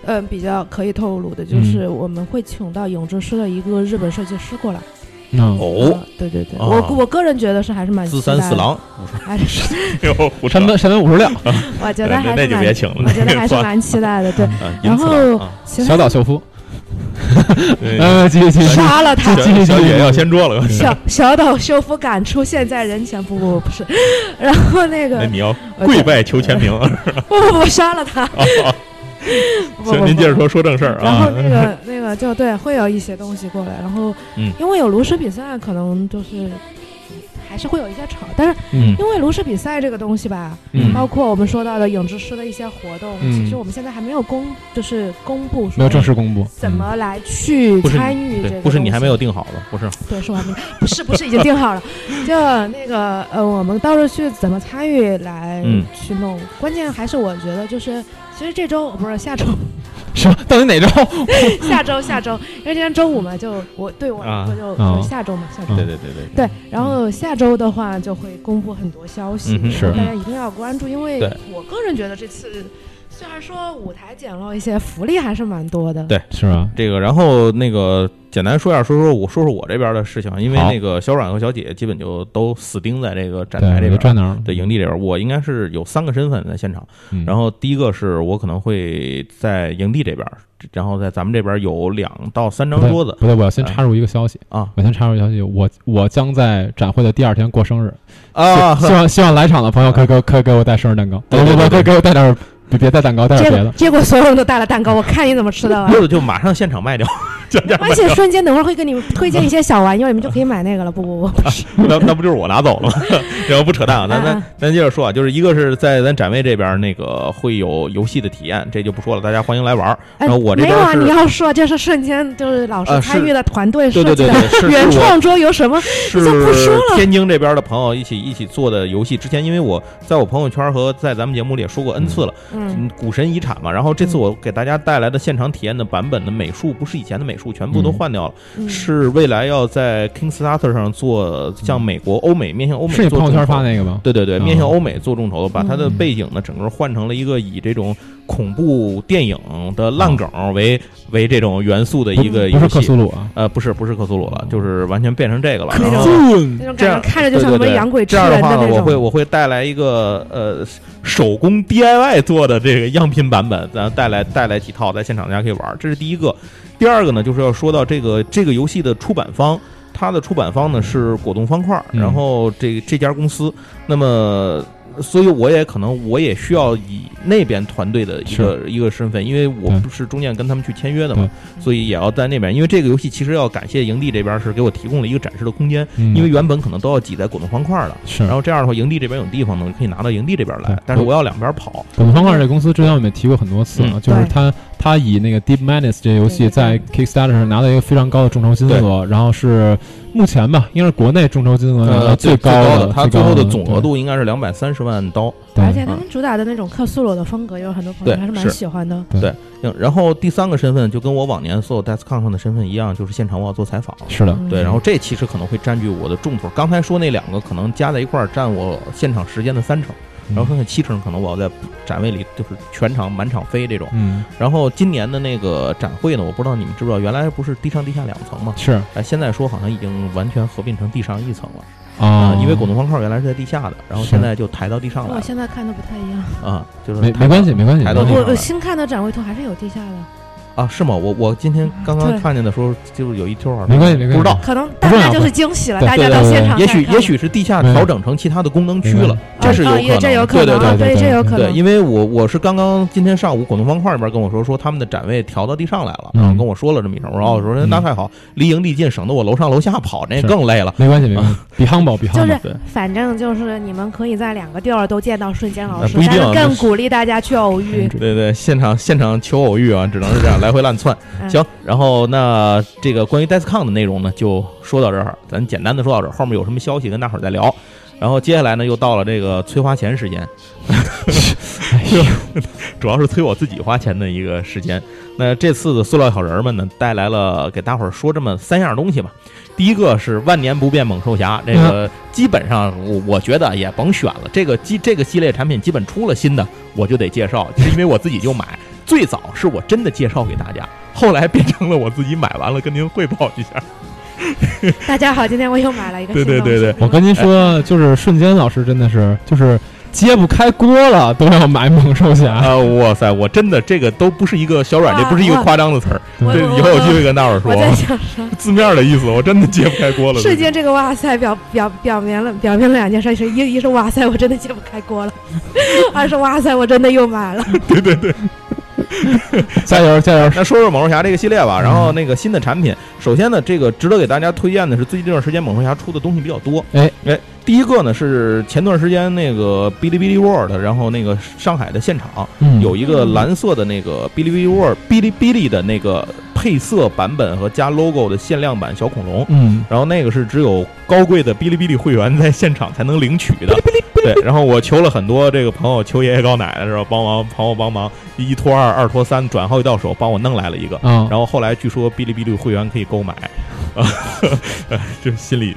Speaker 4: 嗯
Speaker 3: 呃，比较可以透露的，就是我们会请到影之师的一个日本设计师过来，
Speaker 2: 嗯，
Speaker 4: 哦，
Speaker 3: 啊对对对，
Speaker 4: 啊
Speaker 3: 我我个人觉得是还是蛮
Speaker 4: 自
Speaker 3: 期待
Speaker 4: 三
Speaker 3: 的
Speaker 4: 四，郎，
Speaker 3: 还是
Speaker 4: 哟，胡
Speaker 2: 山本山本五 十六，
Speaker 3: 我觉得
Speaker 4: 那
Speaker 3: 还是
Speaker 4: 那就
Speaker 3: 蛮
Speaker 4: 别请嗯了，啊
Speaker 3: 我觉得还是
Speaker 4: 算
Speaker 3: 蛮期待的，对。
Speaker 4: 了。
Speaker 3: 然后 其实
Speaker 2: 小岛秀夫，
Speaker 4: 对
Speaker 2: 呃，继续继续，
Speaker 3: 杀了他
Speaker 2: 这，这
Speaker 4: 嗯小姐要掀桌了，
Speaker 3: 小小岛秀夫敢出现在人前，不不不不是，然后那
Speaker 4: 那
Speaker 3: 个
Speaker 4: 你要
Speaker 3: 我
Speaker 4: 跪拜求签名。啊
Speaker 3: 不不 不杀了他，不
Speaker 4: 行，您接着。说说正事
Speaker 3: 不
Speaker 4: 儿
Speaker 3: 不然后
Speaker 4: 啊。
Speaker 3: 那个 那个就对，会有一些东西过来，然后
Speaker 4: 嗯
Speaker 3: 因为有炉石比赛，可能就是还是会有一些吵，但是
Speaker 2: 嗯
Speaker 3: 因为炉石比赛这个东西吧，
Speaker 2: 嗯，
Speaker 3: 包括我们说到的影之师的一些活动，
Speaker 2: 嗯
Speaker 3: 其实我们现在还没有公，就是公布
Speaker 2: 没有
Speaker 3: 说
Speaker 2: 正式公布，
Speaker 3: 怎么来去
Speaker 4: 不是你
Speaker 3: 参与这个
Speaker 4: 对，
Speaker 3: 东西。
Speaker 4: 不是你还没有定好吧？不是，
Speaker 3: 对，说完没？不是不是，已经定好了。就那个呃，我们到时候去怎么参与来
Speaker 4: 嗯
Speaker 3: 去弄，关键还是我觉得就是，其实这周不是下周，
Speaker 2: 嗯什么？到底哪周？
Speaker 3: 下周下周，因为今天周五嘛，就我对我
Speaker 4: 啊
Speaker 3: 我就
Speaker 2: 啊
Speaker 3: 就下周嘛，下周
Speaker 4: 对对对对
Speaker 3: 对，然后下周的话就会公布很多消息
Speaker 4: 嗯，哼
Speaker 2: 是
Speaker 3: 大家一定要关注，因为
Speaker 4: 对
Speaker 3: 我个人觉得这次虽然说舞台捡漏一些，福利还是蛮多的。
Speaker 4: 对
Speaker 2: 是吧？
Speaker 4: 这个，然后那个简单说一下，说说我说说我这边的事情，因为
Speaker 2: 好
Speaker 4: 那个小阮和小姐基本就都死盯在这个展
Speaker 2: 对，
Speaker 4: 台
Speaker 2: 我
Speaker 4: 这
Speaker 2: 就
Speaker 4: 边啊
Speaker 2: 站。那儿了。
Speaker 3: 嗯
Speaker 4: 对营地这边，我应该是有三个身份在现场。
Speaker 2: 嗯，
Speaker 4: 然后第一个是我可能会在营地这边，然后在咱们这边有两到三张
Speaker 2: 不对
Speaker 4: 桌子
Speaker 2: 不对，我要先
Speaker 4: 哎
Speaker 2: 插入一个消息，
Speaker 3: 嗯
Speaker 4: 啊
Speaker 2: 我先插入一个消息，我我将在展会的第二天过生日，
Speaker 4: 啊，
Speaker 2: 希希望希望来场的朋友可以给我可以给我带生日蛋糕，
Speaker 4: 对
Speaker 2: 不
Speaker 4: 对
Speaker 2: 不
Speaker 4: 对
Speaker 2: 不，
Speaker 4: 对
Speaker 2: 可以给我带点儿，别别带蛋糕，带
Speaker 3: 结
Speaker 2: 点别
Speaker 3: 果
Speaker 2: 的。
Speaker 3: 结果所有人都带了蛋糕，我看你怎么吃的完。
Speaker 4: 或者就马上现场卖掉， 就这样卖
Speaker 3: 而且瞬间，等会儿会给你们推荐一些小玩意儿，你们就可以买那个了。不不不，
Speaker 4: 那那不就是我拿走了吗？ 然后不扯淡啊，咱咱
Speaker 3: 啊
Speaker 4: 咱接着说啊，就是一个是在咱展位这边那个会有游戏的体验，这就不说了，大家欢迎来玩儿。
Speaker 3: 哎
Speaker 4: 然后我这
Speaker 3: 没有
Speaker 4: 边
Speaker 3: 啊，
Speaker 4: 是
Speaker 3: 你要说就是瞬间就是老
Speaker 4: 啊
Speaker 3: 师
Speaker 4: 是
Speaker 3: 参与的团队设
Speaker 4: 对对
Speaker 3: 计
Speaker 4: 对
Speaker 3: 的
Speaker 4: 对，啊是
Speaker 3: 原
Speaker 4: 是我
Speaker 3: 创桌游什么？你就不说
Speaker 4: 是
Speaker 3: 了
Speaker 4: 天津这边的朋友一起一起做的游戏。之前因为我在我朋友圈和在咱们节目里也说过 N 次了，
Speaker 3: 嗯
Speaker 4: 嗯，股神遗产嘛。然后这
Speaker 2: 嗯
Speaker 4: 次我给大家带来的现场体验的版本的美术不是以前的美术，全部都
Speaker 2: 嗯
Speaker 4: 换掉了，
Speaker 3: 嗯，
Speaker 4: 是未来要在 Kickstarter 上做向美国、欧美面向欧美
Speaker 2: 嗯是你
Speaker 4: 做
Speaker 2: 朋友圈
Speaker 4: 众筹
Speaker 2: 发那个吗？
Speaker 4: 对对对，
Speaker 2: 嗯
Speaker 4: 面向欧美做众筹，把它的
Speaker 2: 嗯
Speaker 4: 背景呢整个换成了一个以这种恐怖电影的烂梗为为这种元素的一个
Speaker 2: 啊不是
Speaker 4: 游
Speaker 2: 克
Speaker 4: 戏
Speaker 2: 苏。鲁啊，
Speaker 4: 呃，不是不是克苏鲁了，就是完全变成这个了。
Speaker 3: 那
Speaker 4: 然
Speaker 3: 种
Speaker 4: 后
Speaker 3: 那种
Speaker 4: 这样
Speaker 3: 感觉看着就像什么
Speaker 4: 对对对
Speaker 3: 洋鬼吃
Speaker 4: 这样
Speaker 3: 人
Speaker 4: 的话
Speaker 3: 那
Speaker 4: 呢，我会
Speaker 3: 种。
Speaker 4: 我会带来一个呃手工 DIY 做的这个样品版本，然后带来带来几套，在现场大家可以玩儿。这是第一个。第二个呢，就是要说到这个这个游戏的出版方。它的出版方呢是果冻方块儿，
Speaker 2: 嗯
Speaker 4: 然后这这家公司，那么所以我也可能我也需要以那边团队的一个一个身份，因为我
Speaker 2: 对
Speaker 4: 不是中间跟他们去签约的嘛，
Speaker 3: 对
Speaker 4: 所以也要在那边。因为这个游戏其实要感谢营地这边是给我提供了一个展示的空间，
Speaker 2: 嗯
Speaker 4: 因为原本可能都要挤在果冻方块儿的。
Speaker 2: 是
Speaker 4: 然后这样的话，营地这边有地方呢，可以拿到营地这边来
Speaker 2: 对。
Speaker 4: 但是我要两边跑，
Speaker 2: 我们方块这公司之前我们也提过很多次啊，
Speaker 4: 嗯
Speaker 2: 就是
Speaker 3: 对
Speaker 2: 他他以那个 Deep Madness 这游戏
Speaker 3: 对
Speaker 2: 在 Kickstarter 上拿到一个非常高的众筹金额，然后是目前吧，应该是国内众筹金额拿到
Speaker 4: 呃，最
Speaker 2: 高
Speaker 4: 的，
Speaker 2: 的，
Speaker 4: 它最
Speaker 2: 嗯最高
Speaker 4: 后
Speaker 2: 的嗯
Speaker 4: 的总额度应该是两百三十万刀。
Speaker 2: 对
Speaker 3: 而且他们主打的那种克苏鲁的风格，有很多朋友
Speaker 4: 对
Speaker 3: 还是蛮
Speaker 4: 是
Speaker 3: 喜欢的。
Speaker 4: 嗯然后第三个身份就跟我往年所有 DeskCon 上的身份一样，就是现场我要做采访。
Speaker 2: 对是的，
Speaker 3: 嗯
Speaker 4: 对，然后这其实可能会占据我的重头。刚才说那两个可能加在一块儿占我现场时间的三成，然后剩下七成可能我要在展位里就是全场满场飞这种。
Speaker 2: 嗯
Speaker 4: 然后今年的那个展会呢，我不知道你们知不知道，原来不是地上地下两层吗？
Speaker 2: 是
Speaker 4: 哎，现在说好像已经完全合并成地上一层了。
Speaker 2: 啊
Speaker 4: 啊，，因为果冻方块原来是在地下的，然后
Speaker 2: 是
Speaker 4: 现在就抬到地上
Speaker 3: 跟
Speaker 4: 来
Speaker 3: 我
Speaker 4: 了
Speaker 3: 现在看的不太一样，
Speaker 4: 啊，就是
Speaker 2: 没
Speaker 4: 抬
Speaker 2: 没关系
Speaker 4: 到
Speaker 2: 没关系，
Speaker 4: 抬到
Speaker 2: 没
Speaker 4: 那
Speaker 2: 关
Speaker 4: 个
Speaker 2: 系
Speaker 3: 我我新看的展位图还是有地下的，
Speaker 4: 啊，是吗？我我今天刚刚
Speaker 3: 对
Speaker 4: 看见的时候，就是有一条儿
Speaker 2: 没关系没关系
Speaker 4: 不知道，
Speaker 3: 可能大
Speaker 2: 不重
Speaker 3: 家
Speaker 2: 要
Speaker 3: 就是惊喜了，
Speaker 2: 对
Speaker 3: 大家到
Speaker 2: 对对对
Speaker 3: 现场
Speaker 4: 也
Speaker 3: 再
Speaker 4: 许
Speaker 3: 看
Speaker 4: 也许是地下调整成其他的功能区了
Speaker 2: 嗯，
Speaker 4: 这是有
Speaker 3: 哦
Speaker 4: 可
Speaker 3: 哦也
Speaker 4: 能，
Speaker 3: 这
Speaker 4: 对
Speaker 3: 有可
Speaker 4: 对
Speaker 3: 能
Speaker 4: 对
Speaker 3: 啊，
Speaker 2: 对对
Speaker 3: 这有可
Speaker 4: 对，
Speaker 3: 能。
Speaker 4: 因为我我是刚刚今天上午果冻方块那边跟我说说他们的展位调到地上来了，
Speaker 2: 嗯
Speaker 4: 然后跟我说了这么一声，我说哦，我说
Speaker 2: 嗯
Speaker 4: 那太好，离营地近，省得我楼上楼下跑，那
Speaker 2: 是
Speaker 4: 更累了。
Speaker 2: 没关系没关 系，比汉堡比
Speaker 3: 就
Speaker 2: 汉堡
Speaker 3: 是
Speaker 4: 对，
Speaker 3: 反正就是你们可以在两个地儿都见到瞬间老师，
Speaker 4: 呃不一
Speaker 3: 但
Speaker 4: 定啊嗯
Speaker 3: 是更鼓励大家去偶遇。
Speaker 4: 对对，现场现场求偶遇啊，只能是这样来回乱窜。
Speaker 3: 嗯
Speaker 4: 行，然后那这个关于 DeskCon 的内容呢，就说到这儿，咱简单的说到这儿，后面有什么消息跟大伙儿再聊。然后接下来呢，又到了这个催花钱时间，主要是催我自己花钱的一个时间。那这次的塑料小人儿们呢，带来了给大伙儿说这么三样东西吧。第一个是万年不变猛兽侠，这个基本上我我觉得也甭选了，这个基这个系列产品基本出了新的我就得介绍，就是因为我自己就买。最早是我真的介绍给大家，后来变成了我自己买完了跟您汇报一下。
Speaker 3: 大家好，今天我又买了一个
Speaker 4: 对
Speaker 3: 新
Speaker 4: 对
Speaker 3: 东西。
Speaker 4: 对对
Speaker 2: 我跟您说，就是瞬间老师真的是就是揭不开锅了，都要买猛兽 侠。
Speaker 4: 啊，哇塞！我真的这个都不是一个小软件，
Speaker 3: 哇
Speaker 4: 不是一个夸张的词儿。
Speaker 3: 我
Speaker 4: 对，
Speaker 3: 我
Speaker 4: 以后有机会跟大 伙儿
Speaker 3: 我
Speaker 4: 说
Speaker 3: 在想说，
Speaker 4: 字面的意思，我真的揭不开锅了。
Speaker 3: 瞬间这个哇塞表表表明了表明了两件事，是一一是哇塞我真的揭不开锅了， 二是哇塞我真的又买
Speaker 4: 嗯
Speaker 3: 了。
Speaker 2: 加油加油！
Speaker 4: 那说说《猛兽侠》这个系列吧，
Speaker 2: 嗯
Speaker 4: 然后那个新的产品，首先呢，这个值得给大家推荐的是，最近这段时间《猛兽侠》出的东西比较多。
Speaker 2: 哎
Speaker 4: 哎，第一个呢是前段时间那个哔哩哔哩 World，然后那个上海的现场
Speaker 2: 嗯
Speaker 4: 有一个蓝色的那个哔哩哔哩 World 哔哩哔哩的那个配色版本和加 logo 的限量版小恐龙。
Speaker 2: 嗯，
Speaker 4: 然后那个是只有高贵的哔哩哔哩会员在现场才能领取
Speaker 2: 嗯
Speaker 4: 的。 对，然后我求了很多这个朋友，求爷爷告奶奶的时候帮忙，朋友帮忙一拖二，二拖三，转好几道手帮我弄来了一个。
Speaker 2: 啊，
Speaker 4: 然后后来据说哔哩哔哩会员可以购买， 啊，就心里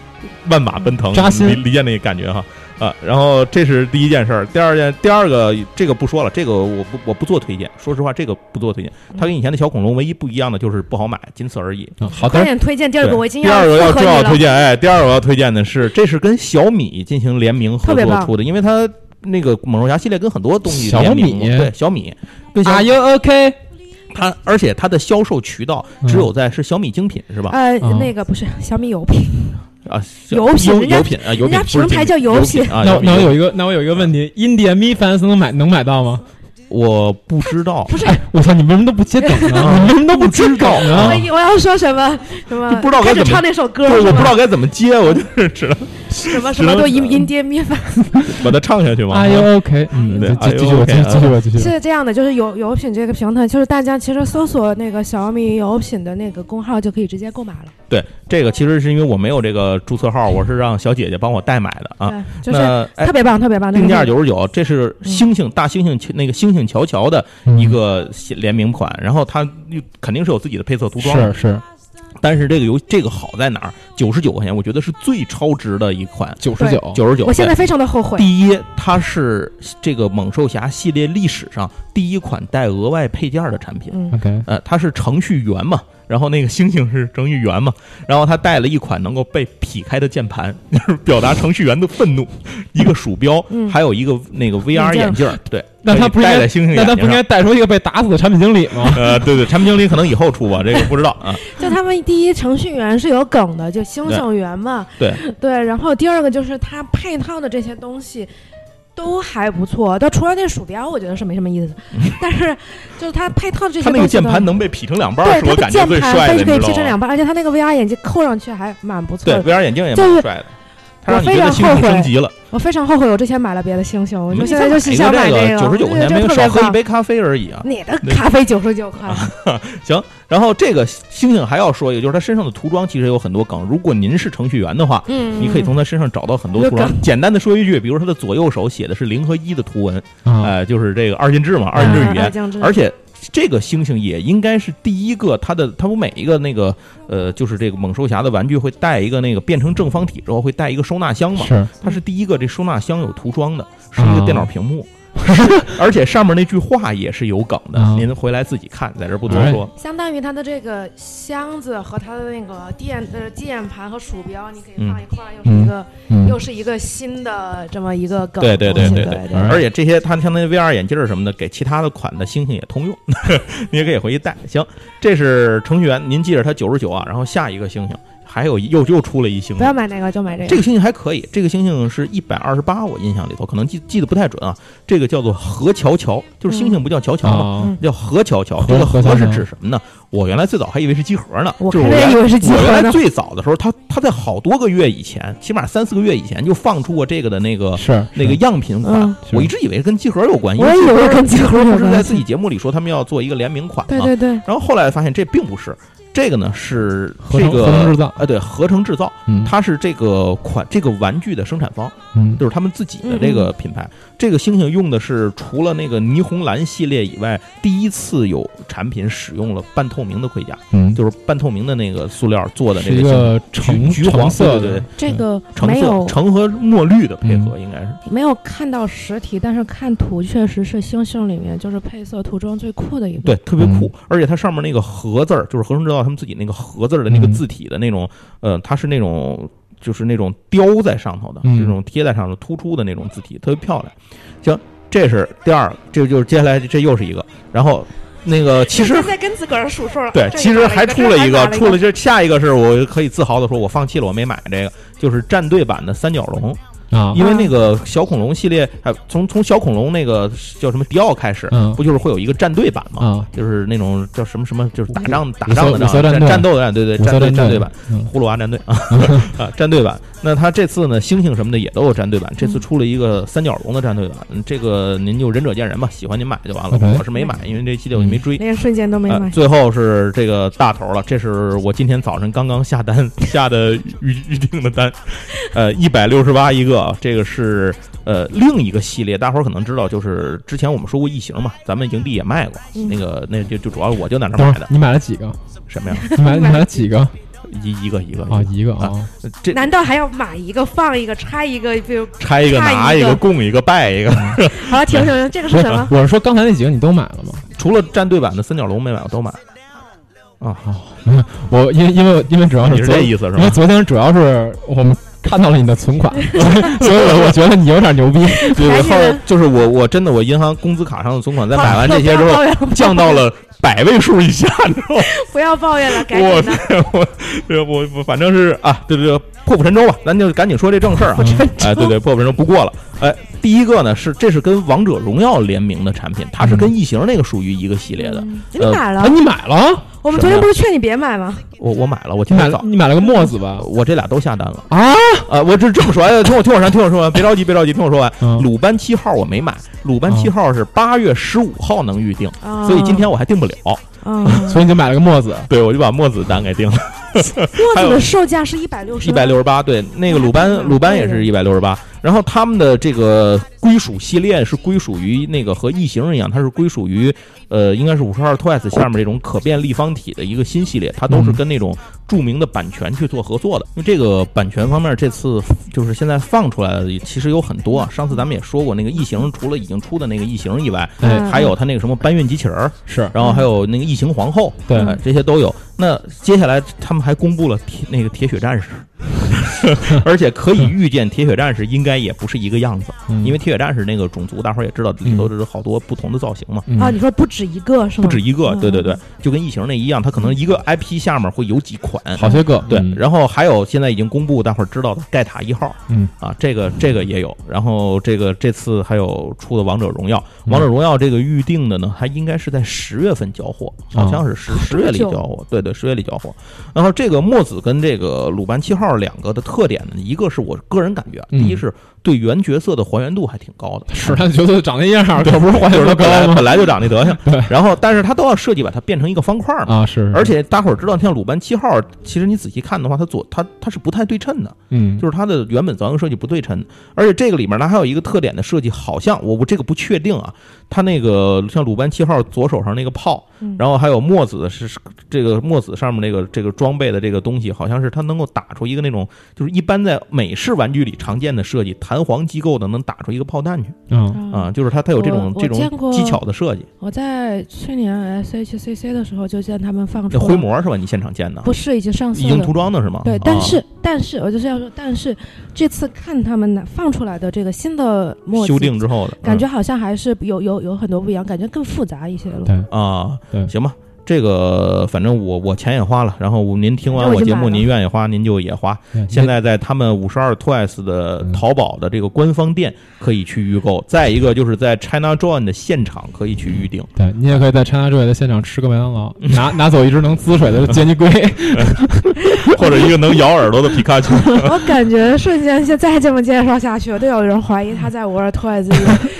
Speaker 4: 万马奔腾，
Speaker 2: 扎心
Speaker 4: 理理解那个感觉哈。啊，然后这是第一件事儿，第二件，第二个这个不说了，这个我不我不做推荐，说实话，这个不做推荐。它跟以前的小恐龙唯一不一样的就是不好买，仅此而已。
Speaker 2: 后好
Speaker 3: 快
Speaker 2: 的，
Speaker 3: 点推荐第二个，
Speaker 4: 对
Speaker 3: 我已经
Speaker 4: 第二个
Speaker 3: 要
Speaker 4: 要
Speaker 3: 附
Speaker 4: 重要
Speaker 3: 和
Speaker 4: 推
Speaker 3: 你了。
Speaker 4: 荐，哎，第二个要推荐的是，这是跟小米进行联名合
Speaker 3: 特别
Speaker 4: 作
Speaker 3: 棒
Speaker 4: 出的，因为它那个猛兽侠系列跟很多东西
Speaker 2: 小
Speaker 4: 联名
Speaker 2: 米
Speaker 4: 嘛对小米跟小
Speaker 2: 啊
Speaker 4: 米，
Speaker 2: you OK？
Speaker 4: 它而且它的销售渠道只有在是小米精品是吧？
Speaker 3: 呃，
Speaker 2: 嗯
Speaker 3: 那个不是小米有品，
Speaker 4: 啊，
Speaker 3: 油品
Speaker 4: 油
Speaker 3: 人家
Speaker 4: 油品啊，油
Speaker 3: 人
Speaker 4: 品
Speaker 3: 家
Speaker 4: 不是
Speaker 3: 平台
Speaker 4: 精
Speaker 3: 叫
Speaker 4: 品
Speaker 3: 油
Speaker 4: 油
Speaker 3: 品
Speaker 4: 啊。
Speaker 2: 那我
Speaker 4: 油品
Speaker 2: 那我有一个那我有一个问题，India Mi Fans 能买能买到吗？
Speaker 4: 我不知道，
Speaker 3: 不是
Speaker 2: 哎，我操，你们为什么都不接梗啊呢？ 你们为什么都不接梗啊
Speaker 3: 我
Speaker 2: 呢？
Speaker 3: 我要说什么什么，
Speaker 4: 啊就不知道该
Speaker 3: 开
Speaker 4: 怎么
Speaker 3: 始唱那首歌
Speaker 4: 对，
Speaker 3: 是
Speaker 4: 我不知
Speaker 3: 吗？
Speaker 4: 道该怎么接，我就是只能
Speaker 3: 什么
Speaker 4: 只
Speaker 3: 什么
Speaker 4: 能
Speaker 3: 都因因爹灭饭。
Speaker 4: 把它唱下去嘛。
Speaker 2: 啊 you OK？嗯，
Speaker 4: 对
Speaker 2: 对，
Speaker 4: 啊
Speaker 2: 继
Speaker 4: ，you
Speaker 2: 继续我
Speaker 4: OK，
Speaker 2: 继续
Speaker 4: 啊
Speaker 2: 继续我继续。
Speaker 3: 是这样的，就是有有品这个平台，就是大家其实搜索那个小米有品的那个公号就可以直接购买了。
Speaker 4: 对，这个其实是因为我没有这个注册号，我是让小姐姐帮我代买的啊。
Speaker 3: 对，就是
Speaker 4: 那哎
Speaker 3: 特，别棒，特别棒，
Speaker 4: 定价
Speaker 3: 就
Speaker 4: 九十九，这是
Speaker 3: 嗯
Speaker 4: 猩猩大猩猩那个猩猩乔乔的
Speaker 2: 嗯
Speaker 4: 一个联名款，然后它又肯定是有自己的配色涂
Speaker 2: 嗯
Speaker 4: 装，
Speaker 2: 是是
Speaker 4: 但是这个游这个好在哪儿？九十九块钱，我觉得是最超值的一款，
Speaker 2: 九十九，
Speaker 4: 九十九。
Speaker 3: 哦我现在非常的后悔。
Speaker 4: 第一，它是这个猛兽侠系列历史上第一款带额外配件的产品。
Speaker 3: 嗯，
Speaker 2: OK，
Speaker 4: 呃，它是程序员嘛，然后那个猩猩是程序员嘛，然后他带了一款能够被劈开的键盘， 就是表达程序员的愤怒，一个鼠标，
Speaker 3: 嗯
Speaker 4: 还有一个那个 VR
Speaker 3: 眼镜
Speaker 4: 眼镜儿，对，
Speaker 2: 那他不应
Speaker 4: 戴
Speaker 2: 该
Speaker 4: 在猩猩
Speaker 2: 那他
Speaker 4: 眼
Speaker 2: 不
Speaker 4: 镜
Speaker 2: 应该
Speaker 4: 上。
Speaker 2: 带出一个被打死的产品经理吗？
Speaker 4: 呃，对对，产品经理可能以后出吧，这个不知道 啊。
Speaker 3: 就他们第一程序员是有梗的，就猩猩员嘛。
Speaker 4: 对
Speaker 3: 对，然后第二个就是它配套的这些东西。都还不错，但除了那鼠标，我觉得是没什么意思。 但是，就是它配套的这些
Speaker 4: 他
Speaker 3: 东
Speaker 4: 那
Speaker 3: 西
Speaker 4: 个嗯键
Speaker 3: 呢，
Speaker 4: 盘能被劈成两半儿，
Speaker 3: 对
Speaker 4: 是我
Speaker 3: 它的
Speaker 4: 感觉
Speaker 3: 键
Speaker 4: 最
Speaker 3: 盘
Speaker 4: 帅
Speaker 3: 它
Speaker 4: 的，
Speaker 3: 是可以
Speaker 4: 你
Speaker 3: 劈
Speaker 4: 知
Speaker 3: 成
Speaker 4: 道吗？
Speaker 3: 两半，而且它那个 VR 眼镜扣上去还蛮不错
Speaker 4: 对
Speaker 3: 的。
Speaker 4: ，VR 眼镜也
Speaker 3: 就
Speaker 4: 蛮
Speaker 3: 是
Speaker 4: 帅的，它
Speaker 3: 我
Speaker 4: 让你
Speaker 3: 非
Speaker 4: 觉得
Speaker 3: 常
Speaker 4: 猩
Speaker 3: 后
Speaker 4: 猩
Speaker 3: 悔
Speaker 4: 升级了。
Speaker 3: 我非常后悔我之前买了别的猩猩，我
Speaker 4: 你
Speaker 3: 就现
Speaker 4: 再
Speaker 3: 在就是想
Speaker 4: 买
Speaker 3: 买这
Speaker 4: 一个九十九
Speaker 3: 我
Speaker 4: 块
Speaker 3: 觉得
Speaker 4: 钱，没
Speaker 3: 这
Speaker 4: 有
Speaker 3: 特
Speaker 4: 少
Speaker 3: 别
Speaker 4: 喝一
Speaker 3: 棒。
Speaker 4: 杯咖啡而已啊。
Speaker 3: 你的咖啡九十 九块，
Speaker 4: 行，然后这个猩猩还要说一个，就是它身上的涂装其实有很多梗。如果您是程序员的话，
Speaker 3: 嗯，
Speaker 4: 你可以从它身上找到很多涂
Speaker 3: 有
Speaker 4: 装。简单的说一句，比如它的左右手写的是零和一的图文，
Speaker 2: 啊，
Speaker 4: 呃，就是这个二进制嘛，二进
Speaker 3: 啊
Speaker 4: 制语言。
Speaker 3: 言
Speaker 4: 而且这个猩猩也应该是第一个，它的它不每一个那个呃，就是这个猛兽侠的玩具会带一个那个变成正方体之后会带一个收纳箱嘛，
Speaker 2: 是
Speaker 4: 它是第一个这收纳箱有涂装的，是一个
Speaker 2: 啊
Speaker 4: 电脑屏幕。 而且上面那句话也是有梗的
Speaker 2: 啊，
Speaker 4: 您回来自己看，在这儿不多说。
Speaker 3: 相当于它的这个箱子和它的那个键呃键盘和鼠标，你可以放一块儿，又是一个、
Speaker 2: 嗯
Speaker 3: 又是一个新的这么一个梗。
Speaker 4: 对对对
Speaker 3: 对
Speaker 4: 对嗯
Speaker 3: 对
Speaker 2: 哎
Speaker 4: 而且这些它相当于 VR 眼镜儿什么的，给其他的款的猩猩也通用， 你也可以回去带。行，这是程序员，您记着它九十九啊。然后下一个猩猩还有一又又出了一猩
Speaker 3: 不要
Speaker 4: 猩，
Speaker 3: 买那个，就买这个。
Speaker 4: 这个猩猩还可以，这个猩猩是一百二十八，我印象里头可能记记得不太准啊。这个叫做何乔乔，就是
Speaker 3: 嗯
Speaker 4: 猩猩不叫乔乔吗？
Speaker 2: 啊，
Speaker 4: 叫何乔乔。
Speaker 2: 何
Speaker 4: 这个
Speaker 2: 何乔
Speaker 4: 何是
Speaker 2: 乔
Speaker 4: 指什么呢？我原来最早还以为是集合呢，
Speaker 3: 我
Speaker 4: 就是
Speaker 3: 开
Speaker 4: 原
Speaker 3: 始以为是集
Speaker 4: 我
Speaker 3: 合
Speaker 4: 原来
Speaker 3: 呢，
Speaker 4: 最早的时候，他他在好多个月以前，起码三四个月以前就放出过这个的那个
Speaker 2: 是
Speaker 4: 那个样品款，
Speaker 3: 嗯
Speaker 4: 我一直以为跟集合有关，因
Speaker 3: 我也以为跟集合有
Speaker 4: 不是在啊
Speaker 3: 关
Speaker 4: 自己
Speaker 3: 系。
Speaker 4: 节目里说他们要做一个联名款嘛，
Speaker 3: 对对对，
Speaker 4: 然后后来发现这并不是，这个呢是
Speaker 2: 合
Speaker 4: 这
Speaker 2: 成合成
Speaker 4: 个
Speaker 2: 制造，
Speaker 4: 啊对合成制造，
Speaker 2: 嗯
Speaker 4: 它是这个款这个玩具的生产方，
Speaker 2: 嗯
Speaker 3: 嗯
Speaker 4: 就是他们自己的这个品牌。这个星星用的是除了那个霓虹蓝系列以外，第一次有产品使用了半透明的盔甲，
Speaker 2: 嗯，
Speaker 4: 就是半透明的那个塑料做的
Speaker 2: 是
Speaker 4: 这
Speaker 2: 一
Speaker 4: 个
Speaker 2: 个
Speaker 4: 星
Speaker 2: 橙
Speaker 4: 星橘橘黄
Speaker 2: 橙色
Speaker 4: 对对
Speaker 2: 的
Speaker 4: 对，
Speaker 3: 这个
Speaker 4: 橙
Speaker 3: 没
Speaker 4: 色
Speaker 3: 有
Speaker 4: 橙和墨绿的配合应该是。
Speaker 3: 没有看到实体，但是看图确实是星星里面就是配色涂装最酷的一个。
Speaker 4: 对，特别酷
Speaker 2: 嗯，
Speaker 4: 而且它上面那个“盒”字儿，就是合成制造他们自己那个“盒”字儿的那个
Speaker 2: 嗯
Speaker 4: 字体的那种，呃，它是那种就是那种雕在上头的，
Speaker 2: 嗯
Speaker 4: 这种贴在上头突出的那种字体，特别漂亮。行，这是第二，这就是接下来这又是一个，然后那个其实
Speaker 3: 现在跟自个儿数数了。
Speaker 4: 对，
Speaker 3: 这
Speaker 4: 其
Speaker 3: 里
Speaker 4: 实
Speaker 3: 拿了
Speaker 4: 还
Speaker 3: 一个
Speaker 4: 出
Speaker 3: 这
Speaker 4: 了
Speaker 3: 还
Speaker 4: 一
Speaker 3: 拿
Speaker 4: 个，
Speaker 3: 了
Speaker 4: 出了这下一个是我可以自豪的说，我放弃了，我没买这个，就是战队版的三角龙，
Speaker 2: 啊，
Speaker 4: 因为那个小恐龙系列，还从从小恐龙那个叫什么迪奥开始，
Speaker 2: 嗯
Speaker 4: 不就是会有一个战队版吗？
Speaker 2: 啊，
Speaker 4: 就是那种叫什么什么，就是打仗打
Speaker 2: 武
Speaker 4: 仗的
Speaker 2: 武
Speaker 4: 仗，
Speaker 2: 色战
Speaker 4: 战
Speaker 2: 队
Speaker 4: 战斗的战，对对，
Speaker 2: 五色
Speaker 4: 战队
Speaker 2: 战
Speaker 4: 战队
Speaker 2: 队
Speaker 4: 版，，
Speaker 2: 嗯
Speaker 4: 葫芦娃战队啊 啊，战队版。那他这次呢，星星什么的也都有战队版，这次出了一个三角龙的战队版，嗯这个您就仁者见仁吧，喜欢您买就完了。
Speaker 2: OK
Speaker 4: 我是没买，因为这系列我就没追。
Speaker 3: 连瞬间都没
Speaker 4: 呃，
Speaker 3: 买。
Speaker 4: 最后是这个大头了，这是我今天早晨刚刚下单下的预预定的单，呃，一百六十八一个，这个是呃另一个系列，大伙儿可能知道，就是之前我们说过异形嘛，咱们营地也卖过，
Speaker 3: 嗯
Speaker 4: 那个那就就主要我就在那儿
Speaker 2: 等
Speaker 4: 买
Speaker 2: 会儿
Speaker 4: 的，
Speaker 2: 你买了几 个？
Speaker 4: 什么呀，
Speaker 2: 你买你买了几个
Speaker 4: 一一个一个
Speaker 2: 啊？
Speaker 4: 一
Speaker 2: 一个
Speaker 4: 啊
Speaker 2: 啊，
Speaker 4: 个这
Speaker 3: 难道还要买一个、放一个、拆一个？比如
Speaker 4: 拆一个
Speaker 3: 差一
Speaker 4: 拿一
Speaker 3: 个
Speaker 4: 个供一个拜一个，
Speaker 3: 好了，停停停，这个
Speaker 2: 不
Speaker 3: 是
Speaker 2: 是
Speaker 3: 什么？
Speaker 2: 我是说刚才那几个你都买了吗？
Speaker 4: 除了战队版的三角龙没买，我都买了。啊，
Speaker 2: 我因为因为因为主要
Speaker 4: 你
Speaker 2: 是
Speaker 4: 是
Speaker 2: 昨
Speaker 4: 这意思是
Speaker 2: 因为
Speaker 4: 吧？
Speaker 2: 昨天主要是我们看到了你的存 款，所以所以我我觉得你有点牛逼。
Speaker 4: 对，
Speaker 3: 还
Speaker 4: 我
Speaker 3: 是
Speaker 4: 后就是我我真的我银行工资卡上的存款，在买完这些之
Speaker 3: 好
Speaker 4: 后
Speaker 3: 了不要抱怨了
Speaker 4: 降到了百位数以下，你知道吗？
Speaker 3: 不要抱怨了，赶
Speaker 4: 我
Speaker 3: 紧的。
Speaker 4: 我呃我我反正是啊，对对对，破釜沉舟吧，咱就赶紧说这正事儿啊。哎，对对，破釜沉舟不过了。哎，第一个呢是这是跟王者荣耀联名的产品，它是跟异形那个属于一个系列的。呃哎
Speaker 3: 你嗯买了
Speaker 2: 啊，？你买了啊？
Speaker 3: 我们昨天不是劝你别买吗？
Speaker 4: 我我买了，我
Speaker 2: 你
Speaker 4: 今
Speaker 2: 买
Speaker 4: 天
Speaker 2: 了
Speaker 4: 早。
Speaker 2: 你买了个墨子吧？
Speaker 4: 我这俩都下单了
Speaker 2: 啊
Speaker 4: 啊！我这这么说，哎，听我听我说，听我说完，别着急，别着急，听我说完。
Speaker 2: 嗯
Speaker 4: 鲁班七号我没买，鲁班七号是八月十五号能预定，
Speaker 3: 啊，
Speaker 4: 所以今天我还定不了。
Speaker 3: 啊，
Speaker 2: 所以你就买了个墨子。
Speaker 4: 哦对，我就把墨子单给定了。还
Speaker 3: 墨
Speaker 4: 有
Speaker 3: 子的售价是一百六十，
Speaker 4: 一百六十八，对，那个鲁班
Speaker 3: 嗯
Speaker 4: 鲁班也是一百六十八。然后他们的这个归属系列是归属于那个和异形一样，它是归属于呃，应该是五十二 Twice 下面这种可变立方体的一个新系列，它都是
Speaker 2: 嗯
Speaker 4: 跟那种著名的版权去做合作的。因为这个版权方面，这次就是现在放出来的其实有很多啊。上次咱们也说过，那个异形除了已经出的那个异形以外，
Speaker 3: 嗯
Speaker 2: 哎，
Speaker 4: 还有它那个什么搬运机器人儿，
Speaker 2: 是
Speaker 4: 然后还有那个异形皇后，
Speaker 2: 对
Speaker 4: 哎这些都有。那接下来他们还公布了铁那个铁血 战士，而且可以预见铁血战士应该也不是一个样子，
Speaker 2: 嗯
Speaker 4: 因为铁血战士那个种族大伙儿也知道里头这是好多不同的造型嘛。
Speaker 2: 嗯
Speaker 3: 啊，你说不止一个是吗？
Speaker 4: 不止一个，
Speaker 3: 嗯
Speaker 4: 对对对，就跟异形那一样，它可能一个 IP 下面会有几款，
Speaker 2: 好些个
Speaker 4: 对
Speaker 2: 嗯，
Speaker 4: 然后还有现在已经公布，大伙儿知道的盖塔一号，
Speaker 2: 嗯
Speaker 4: 啊，这个这个也有。然后这个这次还有出的王者荣耀，
Speaker 2: 嗯
Speaker 4: 王者荣耀这个预定的呢，它应该是在十月份交货，好
Speaker 2: 哦
Speaker 4: 像是十十月里交货，对对，十月里交货。然后这个墨子跟这个鲁班七号两个的特点呢，一个是我个人感觉，啊第
Speaker 2: 嗯
Speaker 4: 一是对原角色的还原度还挺高的，啊
Speaker 2: 是啊他觉得长那样儿，可不是花
Speaker 4: 就是它
Speaker 2: 球的
Speaker 4: 本来
Speaker 2: 高吗
Speaker 4: 本？来就长那德行
Speaker 2: 对，
Speaker 4: 然后但是它都要设计把它变成一个方块嘛。
Speaker 2: 啊，是，
Speaker 4: 而且大伙儿知道，像鲁班七号，其实你仔细看的话，它左它它是不太对称的，
Speaker 2: 嗯，
Speaker 4: 就是它的原本造型设计不对称。而且这个里面呢，还有一个特点的设计，好像我我这个不确定啊，它那个像鲁班七号左手上那个炮
Speaker 3: 嗯，
Speaker 4: 然后还有墨子是是这个墨子上面那个这个装备的这个东西，好像是它能够打出一个那种就是一般在美式玩具里常见的设计，弹簧机构的能打出一个炮弹去
Speaker 2: 嗯
Speaker 4: 啊，，就是它它有这种
Speaker 3: 我
Speaker 4: 这
Speaker 3: 我见
Speaker 4: 种
Speaker 3: 过
Speaker 4: 技巧的设计。
Speaker 3: 我在去年 SHCC 的时候就见他们放出
Speaker 4: 那
Speaker 3: 了
Speaker 4: 灰，模是吧？你现场见的，
Speaker 3: 不是已经上色
Speaker 4: 已经
Speaker 3: 了
Speaker 4: 涂装的是吗？
Speaker 3: 对，
Speaker 4: 啊
Speaker 3: 但是、但是我就是要说，但是这次看他们拿放出来的这个新的墨
Speaker 4: 修
Speaker 3: 子
Speaker 4: 订之后的嗯
Speaker 3: 感觉好像还是有有有很多不一样，感觉更复杂一 些了。
Speaker 2: 对，
Speaker 4: 啊，
Speaker 2: 对
Speaker 4: 行吧，这个反正我我钱也花了，然后您听完
Speaker 3: 那我
Speaker 4: 我
Speaker 3: 就
Speaker 4: 节
Speaker 3: 买
Speaker 4: 目，
Speaker 3: 了
Speaker 4: 您愿意花您就也花。
Speaker 2: 对
Speaker 4: 现在在他们五十二 Twice 的
Speaker 2: 嗯
Speaker 4: 淘宝的这个官方店可以去预购，再一个就是在 China John 的现场可以去预 定。
Speaker 2: 对你也可以在 China Joy 的现场吃个麦当劳，拿 拿走一只能滋水的杰尼龟，
Speaker 4: 或者一个能咬耳朵的皮卡丘。
Speaker 3: 我感觉瞬间现在这么介绍下去，都有人怀疑他在五二 Toys 里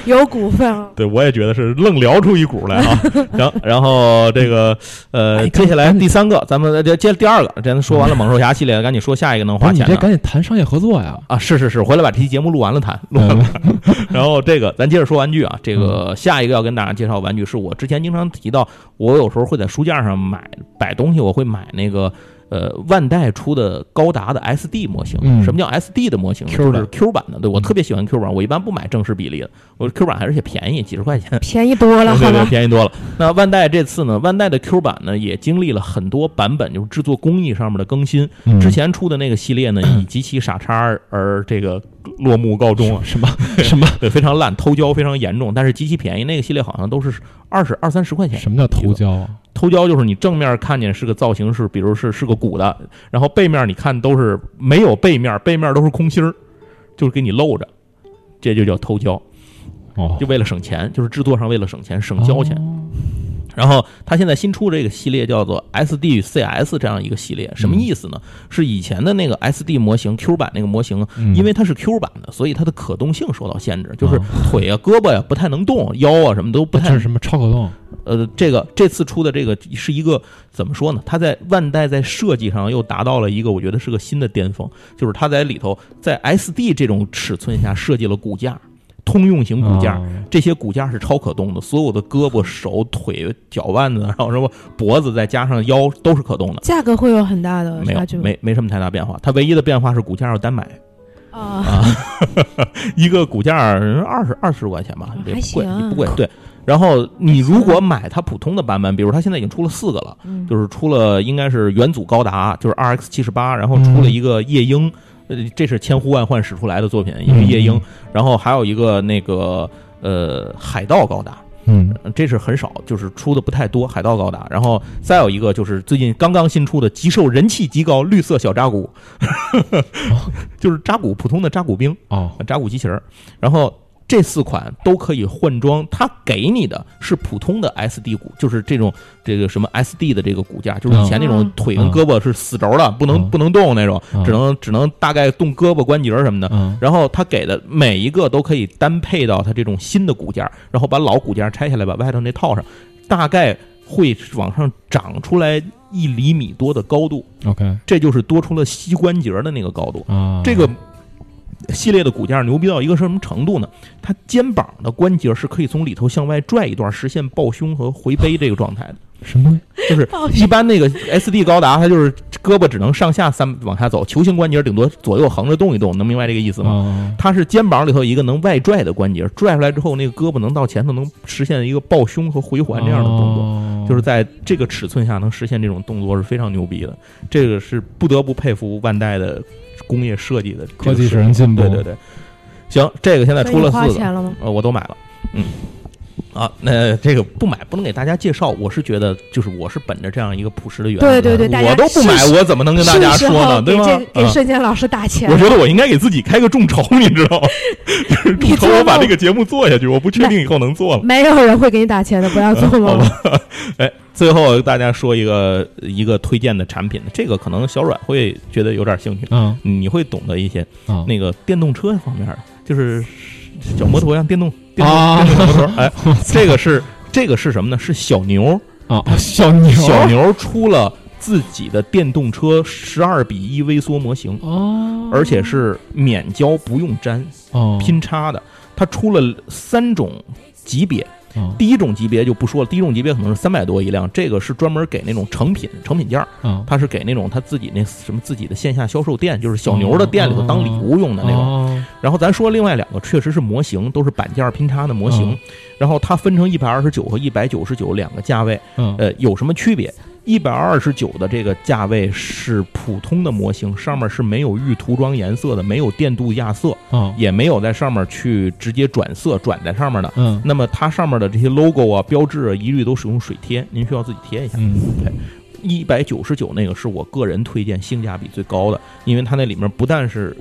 Speaker 3: 有股份了。
Speaker 4: 对，我也觉得是愣聊出一股来啊。行，然后这个个呃，
Speaker 2: 哎
Speaker 4: 接下来
Speaker 2: 赶紧
Speaker 4: 第三个，咱们呃接接第二个，咱说完了
Speaker 2: 嗯
Speaker 4: 猛兽侠系列，赶紧说下一个能
Speaker 2: 不
Speaker 4: 花
Speaker 2: 是你
Speaker 4: 钱
Speaker 2: 这
Speaker 4: 的
Speaker 2: 赶紧谈商业合作呀！
Speaker 4: 啊！是是是，回来把这期节目录完了谈，录完了。 然后这个咱接着说玩具啊，这个
Speaker 2: 嗯
Speaker 4: 下一个要跟大家介绍玩具是我之前经常提到，我有时候会在书架上买摆东西，我会买那个呃万代出的高达的 SD 模型。
Speaker 2: 嗯
Speaker 4: 什么叫 SD 的模型呢
Speaker 2: Q 版
Speaker 4: 就是 Q 版的，对我
Speaker 2: 嗯
Speaker 4: 特别喜欢 Q 版，我一般不买正式比例的，我 Q 版还是且便宜，几十块钱。
Speaker 3: 便宜多了，
Speaker 4: 嗯对
Speaker 3: 好
Speaker 4: 对，
Speaker 3: 吧？
Speaker 4: 便宜多了。那万代这次呢，万代的 Q 版呢也经历了很多版本，就是制作工艺上面的更新。
Speaker 2: 嗯
Speaker 4: 之前出的那个系 列呢，以极其傻叉而而这个落幕告终了，
Speaker 2: 什么什 么
Speaker 4: 对，非常烂，偷胶非常严重，但是极其便宜。那个系列好像都是二十二三十块钱，
Speaker 2: 什么叫头胶啊？
Speaker 4: 偷胶就是你正面看见是个造型是，比如是是个鼓的，然后背面你看都是没有背面，背面都是空心儿，就是给你露着，这就叫偷胶，
Speaker 2: 哦
Speaker 4: 就，为了省钱，就是制作上为了省钱省胶钱。
Speaker 2: 哦
Speaker 4: 然后它现在新出这个系列叫做 SD CS 这样一个系列，什么意思呢？是以前的那个 SD 模型 Q 版那个模型，
Speaker 2: 嗯
Speaker 4: 因为它是 Q 版的，所以它的可动性受到限制，就是
Speaker 2: 哦
Speaker 4: 腿啊、胳膊呀、不太能动，腰啊什么都不
Speaker 2: 那这
Speaker 4: 太
Speaker 2: 是什么超可动？
Speaker 4: 呃，这个这次出的这个是一个怎么说呢？它在万代在设计上又达到了一个我觉得是个新的巅峰，就是它在里头在 SD 这种尺寸下设计了骨架，通用型骨架。
Speaker 2: 哦
Speaker 4: 这些骨架是超可动的，所有的胳膊、手、腿、脚腕子，然后什么脖子，再加上腰都是可动的，
Speaker 3: 价格会有很大的
Speaker 4: 没
Speaker 3: 差距
Speaker 4: 有
Speaker 3: 吗
Speaker 4: 没没什么太大变化。它唯一的变化是骨架要单买，
Speaker 3: 啊，
Speaker 4: 一个骨架二十二十块钱吧
Speaker 3: 啊，
Speaker 4: 也
Speaker 3: 还
Speaker 4: 不贵，
Speaker 3: 行啊
Speaker 4: 也不贵。对，然后你如果买它普通的版本，比如它现在已经出了四个了，
Speaker 3: 嗯
Speaker 4: 就是出了应该是元祖高达，就是 RX 七十八，然后出了一个夜鹰，呃，这是千呼万唤始出来的作品，一个夜鹰
Speaker 2: 嗯，
Speaker 4: 然后还有一个那个呃海盗高达。
Speaker 2: 嗯，
Speaker 4: 这是很少，就是出的不太多。海盗高达，然后再有一个就是最近刚刚新出的极受人气极高绿色小扎古，
Speaker 3: 哦
Speaker 4: 就是扎古普通的扎古兵、
Speaker 2: 哦，
Speaker 4: 扎古机器人儿。然后这四款都可以换装，它给你的是普通的 SD 骨，就是这种这个什么 SD 的这个骨架，就是以前那种
Speaker 3: 嗯
Speaker 4: 腿跟胳膊是死轴的，不能
Speaker 2: 嗯
Speaker 4: 不能动那种，
Speaker 2: 嗯
Speaker 4: 只能只能大概动胳膊关节儿什么的。
Speaker 2: 嗯，
Speaker 4: 然后它给的每一个都可以单配到它这种新的骨架，然后把老骨架拆下来，把外头那套上，大概会往上长出来一厘米多的高度，
Speaker 2: ，OK
Speaker 4: 这就是多出了膝关节的那个高度。
Speaker 2: 啊，
Speaker 4: 这个系列的骨架牛逼到一个什么程度呢？它肩膀的关节是可以从里头向外拽一段，实现抱胸和回背这个状态的。
Speaker 2: 什么东西？
Speaker 4: 就是
Speaker 3: 抱
Speaker 4: 一般那个 SD 高达，它就是胳膊只能上下三往下走，球形关节顶多左右横着动一动，能明白这个意思吗？
Speaker 2: 哦
Speaker 4: 它是肩膀里头一个能外拽的关节，拽出来之后，那个胳膊能到前头，能实现一个抱胸和回环这样的动作，
Speaker 2: 哦
Speaker 4: 就是在这个尺寸下能实现这种动作是非常牛逼的。这个是不得不佩服万代的工业设计的这个
Speaker 2: 科
Speaker 4: 水
Speaker 2: 技使
Speaker 4: 平
Speaker 2: 人进步
Speaker 4: 对对对，行，这个现在
Speaker 3: 所以
Speaker 4: 出了
Speaker 3: 你花
Speaker 4: 四个，
Speaker 3: 钱了吗？
Speaker 4: 呃，我都买了，嗯。啊，那这个不买不能给大家介绍，我是觉得就是我是本着这样一个朴实的原则，
Speaker 3: 对对对大家
Speaker 4: 我都不买
Speaker 3: 是，
Speaker 4: 我怎么能跟大家
Speaker 3: 是时
Speaker 4: 说
Speaker 3: 候
Speaker 4: 呢？
Speaker 3: 给
Speaker 4: 对吗
Speaker 3: 这？给
Speaker 4: 嗯
Speaker 3: 瞬间老师打钱
Speaker 4: 我。觉得我应该给自己开个众筹，你知道吗？ 就是众筹
Speaker 3: 你做梦
Speaker 4: 我把这个节目做下去，我不确定以后能做了。
Speaker 3: 没有人会给你打钱的，不 要做
Speaker 4: 好
Speaker 3: 梦。
Speaker 4: 吧，哎，最后大家说一个一个推荐的产品，这个可能小阮会觉得有点兴趣，
Speaker 2: 嗯
Speaker 4: 你会懂得一些
Speaker 2: 嗯，
Speaker 4: 那个电动车方面的，就是小摩托呀，电动电动
Speaker 2: 啊
Speaker 4: 电动摩托。 哎，这个是这个是什么呢？是小牛，
Speaker 2: 啊，小牛，
Speaker 4: 小牛出了自己的电动车十二比一微缩模型，
Speaker 2: 哦，
Speaker 4: 而且是免胶不用粘，
Speaker 2: 哦
Speaker 4: 拼插的，它出了三种级别。
Speaker 2: 哦
Speaker 4: 第一种级别就不说了，第一种级别可能是三百多一辆，这个是专门给那种成品成品件儿，
Speaker 2: 啊
Speaker 4: 它是给那种他自己那什么自己的线下销售店，就是小牛的店里头当礼物用的那种。
Speaker 2: 哦
Speaker 4: 然后咱说另外两个确实是模型，都是板件儿拼插的模型
Speaker 2: 嗯，
Speaker 4: 然后它分成一百二十九和一百九十九两个价位，
Speaker 2: 嗯
Speaker 4: 呃，有什么区别？一百二十九的这个价位是普通的模型，上面是没有预涂装颜色的，没有电镀亚色，
Speaker 2: 嗯
Speaker 4: 也没有在上面去直接转色转在上面的。
Speaker 2: 嗯
Speaker 4: 那么它上面的这些 logo 啊、标志啊，一律都使用水贴，您需要自己贴一下。
Speaker 2: 嗯
Speaker 4: 一百九十九那个是我个人推荐性价比最高的，因为它那里面不但是。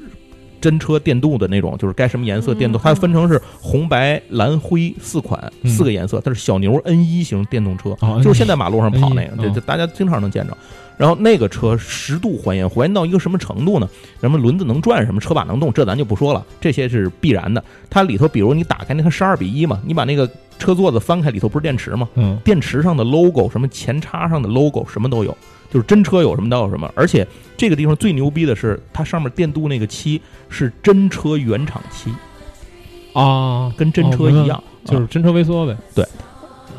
Speaker 4: 真车电镀的那种，就是该什么颜色电镀，
Speaker 3: 嗯
Speaker 4: 它分成是红、白、蓝、灰四款
Speaker 2: 嗯
Speaker 4: 四个颜色，它是小牛 N 一型电动车，
Speaker 2: 哦
Speaker 4: 就是现在马路上跑那
Speaker 2: N1
Speaker 4: 个，这
Speaker 2: 嗯
Speaker 4: 这大家经常能见着。然后那个车十度还原，还原到一个什么程度呢？什么轮子能转，什么车把能动，这咱就不说了，这些是必然的。它里头，比如你打开那个十二比一嘛，你把那个车座子翻开，里头不是电池吗？
Speaker 2: 嗯
Speaker 4: 电池上的 logo，什么前叉上的 logo，什么都有，就是真车有什么都有什么。而且这个地方最牛逼的是，它上面电镀那个漆是真车原厂漆，
Speaker 2: 啊，
Speaker 4: 跟真车一样，
Speaker 2: 就
Speaker 4: 啊
Speaker 2: 是真车微缩呗。
Speaker 4: 对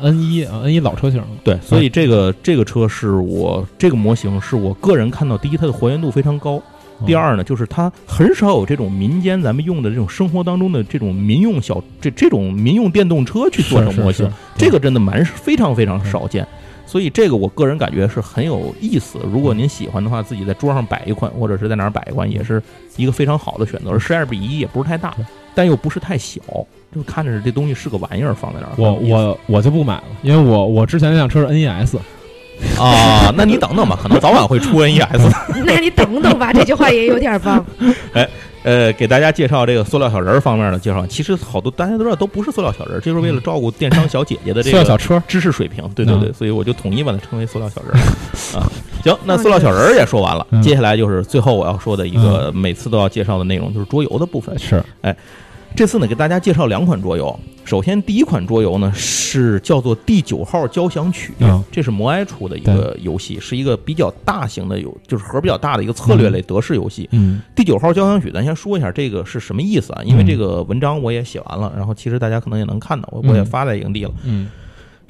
Speaker 2: ，N 一啊，N 一老车型了。
Speaker 4: 对。所以这个这个车是我这个模型是我个人看到，第一它的还原度非常高，
Speaker 2: 哦
Speaker 4: 第二呢就是它很少有这种民间咱们用的这种生活当中的这种民用小这这种民用电动车去做成模型，，这个真的蛮非常非常少见，所以这个我个人感觉是很有意思。如果您喜欢的话，自己在桌上摆一款，或者是在哪儿摆一款，也是一个非常好的选择。十二比一也不是太大
Speaker 2: 对，
Speaker 4: 但又不是太小，就看着这东西是个玩意儿放在那儿。
Speaker 2: 我
Speaker 4: 很有意思
Speaker 2: 我我就不买了，因为我我之前那辆车是 E NES，
Speaker 4: 啊，那你等等吧，可能早晚会 出 E NES。
Speaker 3: 那你等等吧，这句话也有点儿棒。
Speaker 4: 呃，给大家介绍这个塑料小人儿方面的介绍，其实好多大家都知道都不是塑料小人儿，这是为了照顾电商小姐姐的这
Speaker 2: 塑
Speaker 4: 个
Speaker 2: 料小车，
Speaker 4: 知识水平，对对对，
Speaker 2: 嗯
Speaker 4: 所以我就统一把它称为塑料小人儿啊。行，那塑料小人儿也说完了，
Speaker 2: 嗯
Speaker 4: 接下来就是最后我要说的一个每次都要介绍的内容，就是桌游的部分。
Speaker 2: 是
Speaker 4: 这次呢，给大家介绍两款桌游。首先，第一款桌游呢是叫做《第九号交响曲》
Speaker 2: 嗯
Speaker 4: 这是摩埃出的一个游戏，是一个比较大型的游，就是盒比较大的一个策略类德式游戏。
Speaker 2: 嗯
Speaker 4: 第九号交响曲，咱先说一下这个是什么意思啊？因为这个文章我也写完了，然后其实大家可能也能看到，我我也
Speaker 2: 嗯
Speaker 4: 发在营地了。
Speaker 2: 嗯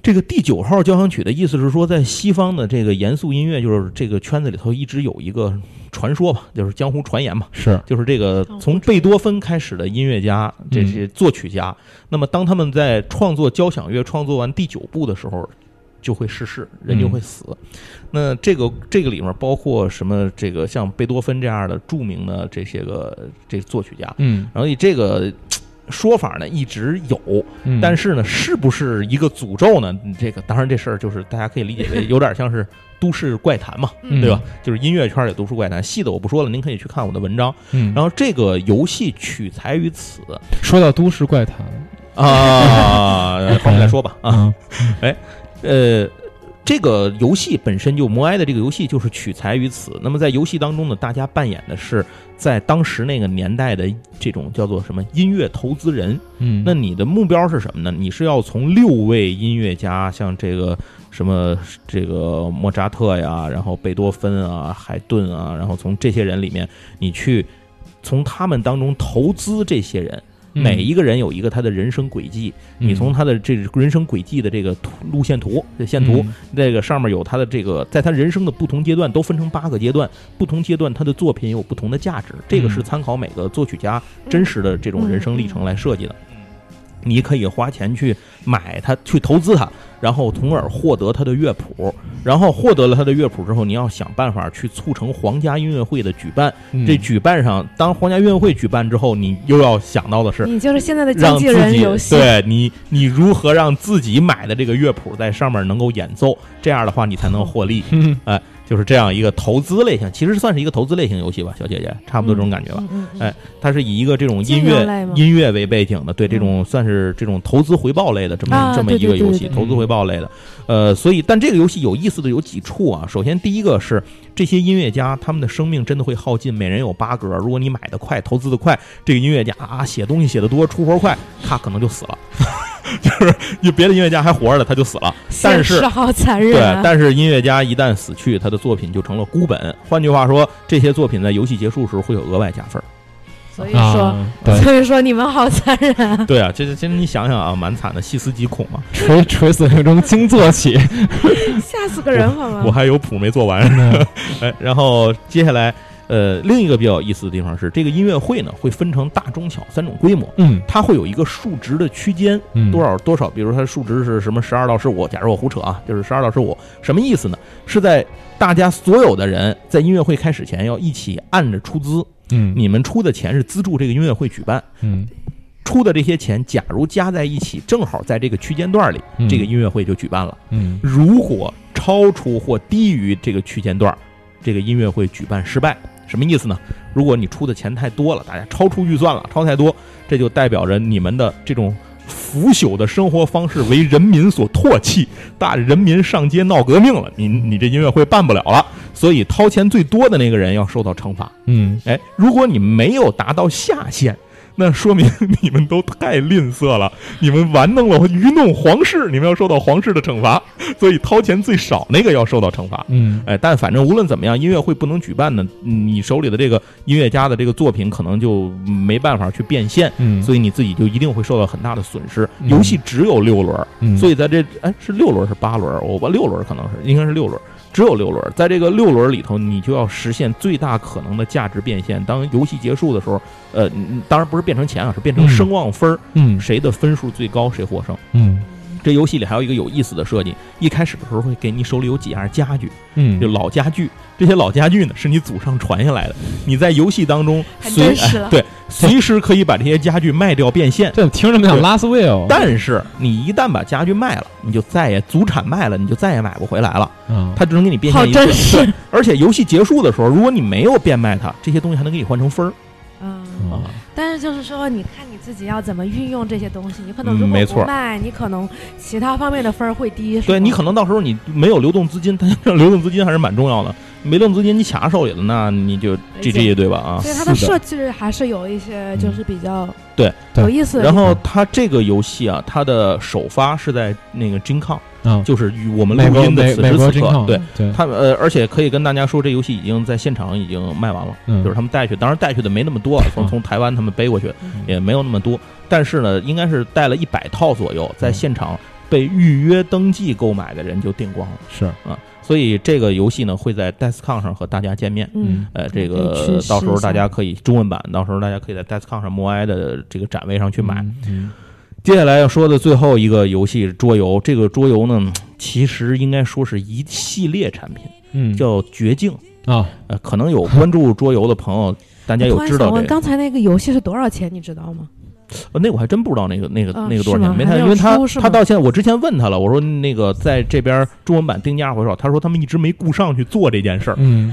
Speaker 4: 这个第九号交响曲的意思是说，在西方的这个严肃音乐，就是这个圈子里头一直有一个传说吧，就是江湖传言嘛，
Speaker 2: 是
Speaker 4: 就是这个
Speaker 3: 江湖
Speaker 4: 从贝多芬开始的音乐家，这些作曲家，那么当他们在创作交响乐创作完第九部的时候，就会逝世，人就会死。那这个这个里面包括什么？这个像贝多芬这样的著名的这些个这作曲家，
Speaker 2: 嗯
Speaker 4: 然后以这个说法呢一直有，
Speaker 2: 嗯，
Speaker 4: 但
Speaker 2: 是
Speaker 4: 是呢，是不是一个诅咒呢？这个当然，这事儿就是大家可以理解为有点像是都市怪谈嘛，
Speaker 3: 嗯
Speaker 4: 对吧？？就是音乐圈里都市怪谈，细的我不说了，您可以去看我的文章。
Speaker 2: 嗯，
Speaker 4: 然后这个游戏取材于此
Speaker 2: 说到都市怪谈
Speaker 4: 啊，后面再说吧啊。
Speaker 2: 啊，
Speaker 4: 呃，这个游戏本身就摩埃的这个游戏就是取材于此。那么在游戏当中呢，大家扮演的是在当时那个年代的这种叫做什么音乐投资人，
Speaker 2: 嗯，
Speaker 4: 那你的目标是什么呢？你是要从六位音乐家，像这个什么这个莫扎特呀，然后贝多芬啊、海顿啊，然后从这些人里面，你去从他们当中投资这些人，
Speaker 2: 嗯
Speaker 4: 每一个人有一个他的人生轨迹，你从他的这人生轨迹的这个图路线图、这线图，
Speaker 2: 嗯
Speaker 4: 这个上面有他的这个，在他人生的不同阶段都分成八个阶段，不同阶段他的作品有不同的价值，这
Speaker 2: 嗯
Speaker 4: 个是参考每个作曲家 真实的这种人生历程来设计的。
Speaker 3: 嗯
Speaker 4: 你可以花钱去买它，去投资它，然后从而获得它的乐谱，然后获得了它的乐谱之后，你要想办法去促成皇家音乐会的举办。
Speaker 2: 嗯
Speaker 4: 这举办上，当皇家音乐会举办之后，你又要想到的是
Speaker 3: 嗯你就是现在的经
Speaker 4: 让
Speaker 3: 纪
Speaker 4: 自
Speaker 3: 人
Speaker 4: 己
Speaker 3: 游戏，
Speaker 4: 对你，你如何让自己买的这个乐谱在上面能够演奏？这样的话，你才能获利。
Speaker 2: 嗯
Speaker 4: 就是这样一个投资类型，其实算是一个投资类型游戏吧，小姐姐，差不多这种感觉吧。
Speaker 3: 嗯嗯嗯
Speaker 4: 哎它是以一个这种音
Speaker 3: 金融类
Speaker 4: 乐
Speaker 3: 吗
Speaker 4: 音乐为背景的，对
Speaker 3: 嗯
Speaker 4: 这种算是这种投资回报类的这么、
Speaker 3: 啊
Speaker 4: 这么
Speaker 3: 对
Speaker 4: 一
Speaker 3: 对
Speaker 4: 个游
Speaker 3: 对
Speaker 4: 戏，
Speaker 3: 对对
Speaker 4: 投资回报类的。呃，所以但这个游戏有意思的有几处啊。首先第一个是这些音乐家他们的生命真的会耗尽，每人有八格。如果你买的快，投资的快，这个音乐家啊写东西写的多，出活快，他可能就死了。就是你别的音乐家还活着的，他就 死了。但
Speaker 3: 现
Speaker 4: 是
Speaker 3: 实好残忍
Speaker 4: 对
Speaker 3: 啊！，
Speaker 4: 但是音乐家一旦死去，他的作品就成了孤本。换句话说，这些作品在游戏结束时会有额外加分。
Speaker 3: 所以说，
Speaker 2: 啊，对，
Speaker 3: 所以说你们好残忍 啊！
Speaker 4: 对啊，这这其实你想想啊，蛮惨的，细思极恐啊。
Speaker 2: 垂垂死梦中惊 坐起，
Speaker 3: 吓死个人
Speaker 2: 嗯
Speaker 3: 好吗？
Speaker 4: 我还有谱没做完，哎，然后接下来，呃，另一个比较有意思的地方是，这个音乐会呢会分成大、中、小三种规模，
Speaker 2: 嗯
Speaker 4: 它会有一个数值的区间，
Speaker 2: 嗯，
Speaker 4: 多少多少，比如它数值是什么十二到十五，假如我胡扯啊，就是十二到十五，什么意思呢？是在大家所有的人在音乐会开始前要一起按着出资，
Speaker 2: 嗯
Speaker 4: 你们出的钱是资助这个音乐会举办。
Speaker 2: 嗯
Speaker 4: 出的这些钱，假如加在一起，正好在这个区间段里，
Speaker 2: 嗯
Speaker 4: 这个音乐会就举办了。
Speaker 2: 嗯
Speaker 4: 如果超出或低于这个区间段儿，这个音乐会举办失败。什么意思呢？如果你出的钱太多了，大家超出预算了，超太多，这就代表着你们的这种腐朽的生活方式为人民所唾弃，大人民上街闹革命了，你你这音乐会办不了了，所以掏钱最多的那个人要受到惩罚。
Speaker 2: 嗯，
Speaker 4: 哎，如果你没有达到下限，那说明你们都太吝啬了，你们玩弄了愚弄皇室，你们要受到皇室的惩罚，所以掏钱最少那个要受到惩罚。
Speaker 2: 嗯，
Speaker 4: 哎，但反正无论怎么样，音乐会不能举办呢，你手里的这个音乐家的这个作品可能就没办法去变现，
Speaker 2: 嗯，
Speaker 4: 所以你自己就一定会受到很大的损失。
Speaker 2: 嗯
Speaker 4: 游戏只有六轮儿，
Speaker 2: 以
Speaker 4: 所以在这哎是六轮儿是八轮儿，我把六轮儿可能是应该是六轮儿，只有六轮儿，在这个六轮儿里头，你就要实现最大可能的价值变现。当游戏结束的时候，呃，嗯当然不是变成钱啊，是变成
Speaker 2: 嗯
Speaker 4: 声望分儿，
Speaker 2: 嗯
Speaker 4: 谁的分数最高谁获胜。
Speaker 2: 嗯
Speaker 4: 这游戏里还有一个有意思的设计，一开始的时候会给你手里有几样家具，
Speaker 2: 嗯，
Speaker 4: 就老家具，这些老家具呢是你祖上传下来的，你在游戏当中
Speaker 3: 还
Speaker 4: 随
Speaker 3: 真实了
Speaker 4: 哎对随时可以把这些家具卖掉变现。
Speaker 2: 这听着像拉斯维尔，
Speaker 4: 但是你一旦把家具卖了，你就再也祖产卖了，你就再也买不回来了。
Speaker 2: 啊，
Speaker 4: 它只能给你变
Speaker 3: 好
Speaker 4: 现一次
Speaker 3: 真。实
Speaker 4: 对，而且游戏结束的时候，如果你没有变卖它，这些东西还能给你换成分儿。
Speaker 3: 嗯，
Speaker 2: 啊
Speaker 3: 但是就是说，你看你自己要怎么运用这些东西。你可能
Speaker 4: 嗯
Speaker 3: 如果
Speaker 4: 没
Speaker 3: 不
Speaker 4: 错
Speaker 3: 卖，你可能其他方面的分儿会低。是
Speaker 4: 对
Speaker 3: 吗
Speaker 4: 你可能到时候你没有流动资金，但是流动资金还是蛮重要的。没流动资金你卡手里了，那你就
Speaker 3: 解
Speaker 4: GG 对吧？啊，
Speaker 3: 所以它的
Speaker 2: 是的
Speaker 3: 设置还是有一些就是比较
Speaker 4: 嗯对
Speaker 2: 对
Speaker 3: 有意思的地
Speaker 4: 然
Speaker 3: 方。
Speaker 4: 后它这个游戏啊，它的首发是在那个 Gen Con，
Speaker 2: 啊，
Speaker 4: 就是与我们
Speaker 2: 美
Speaker 4: 录
Speaker 2: 国
Speaker 4: 音的
Speaker 2: 美
Speaker 4: 此
Speaker 2: 美
Speaker 4: 时
Speaker 2: 国
Speaker 4: 此
Speaker 2: 金
Speaker 4: 刻
Speaker 2: 矿，
Speaker 4: 对。
Speaker 2: 对，
Speaker 4: 他们呃，而且可以跟大家说，这游戏已经在现场已经卖完了，
Speaker 2: 嗯
Speaker 4: 就是他们带去，当然带去的没那么多，啊从
Speaker 2: 嗯
Speaker 4: 从台湾他们背过去
Speaker 2: 嗯
Speaker 4: 也没有那么多，但是呢，应该是带了一百套左右，在
Speaker 2: 嗯
Speaker 4: 现场被预约登记购买的人就订光了
Speaker 2: 是
Speaker 4: 啊，所以这个游戏呢会在 Descon 上和大家见面。
Speaker 3: 嗯，
Speaker 4: 呃，这
Speaker 3: 可以去
Speaker 4: 个
Speaker 3: 试
Speaker 4: 到时候
Speaker 3: 一下
Speaker 4: 大家可以中文版，到时候大家可以在 Descon 上默哀的这个展位上去买。，
Speaker 2: 嗯
Speaker 4: 接下来要说的最后一个游戏桌游，这个桌游呢，其实应该说是一系列产品，
Speaker 2: 嗯
Speaker 4: 叫《绝境》。
Speaker 2: 啊，
Speaker 4: 呃，可能有关注桌游的朋友，大家
Speaker 3: 我
Speaker 4: 有
Speaker 3: 突然
Speaker 4: 知道
Speaker 3: 想问，
Speaker 4: 这个？
Speaker 3: 刚才那个游戏是多少钱？你知道吗？
Speaker 4: 呃那我还真不知道那个那个
Speaker 3: 啊
Speaker 4: 那个多少
Speaker 3: 是吗
Speaker 4: 钱，没
Speaker 3: 还
Speaker 4: 太，
Speaker 3: 没有
Speaker 4: 因为他
Speaker 3: 出是吗
Speaker 4: 他到现在，我之前问他了，我说那个在这边中文版定价回少，他说他们一直没顾上去做这件事儿，
Speaker 2: 嗯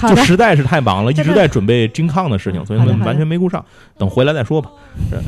Speaker 3: 好
Speaker 4: 就
Speaker 3: 的，
Speaker 4: 实在是太 忙了，一
Speaker 3: 这
Speaker 4: 直
Speaker 3: 个
Speaker 4: 在准备金抗的事情，
Speaker 3: 嗯
Speaker 4: 所以他
Speaker 3: 好
Speaker 4: 们
Speaker 3: 的
Speaker 4: 完全没顾上。等回来再说吧。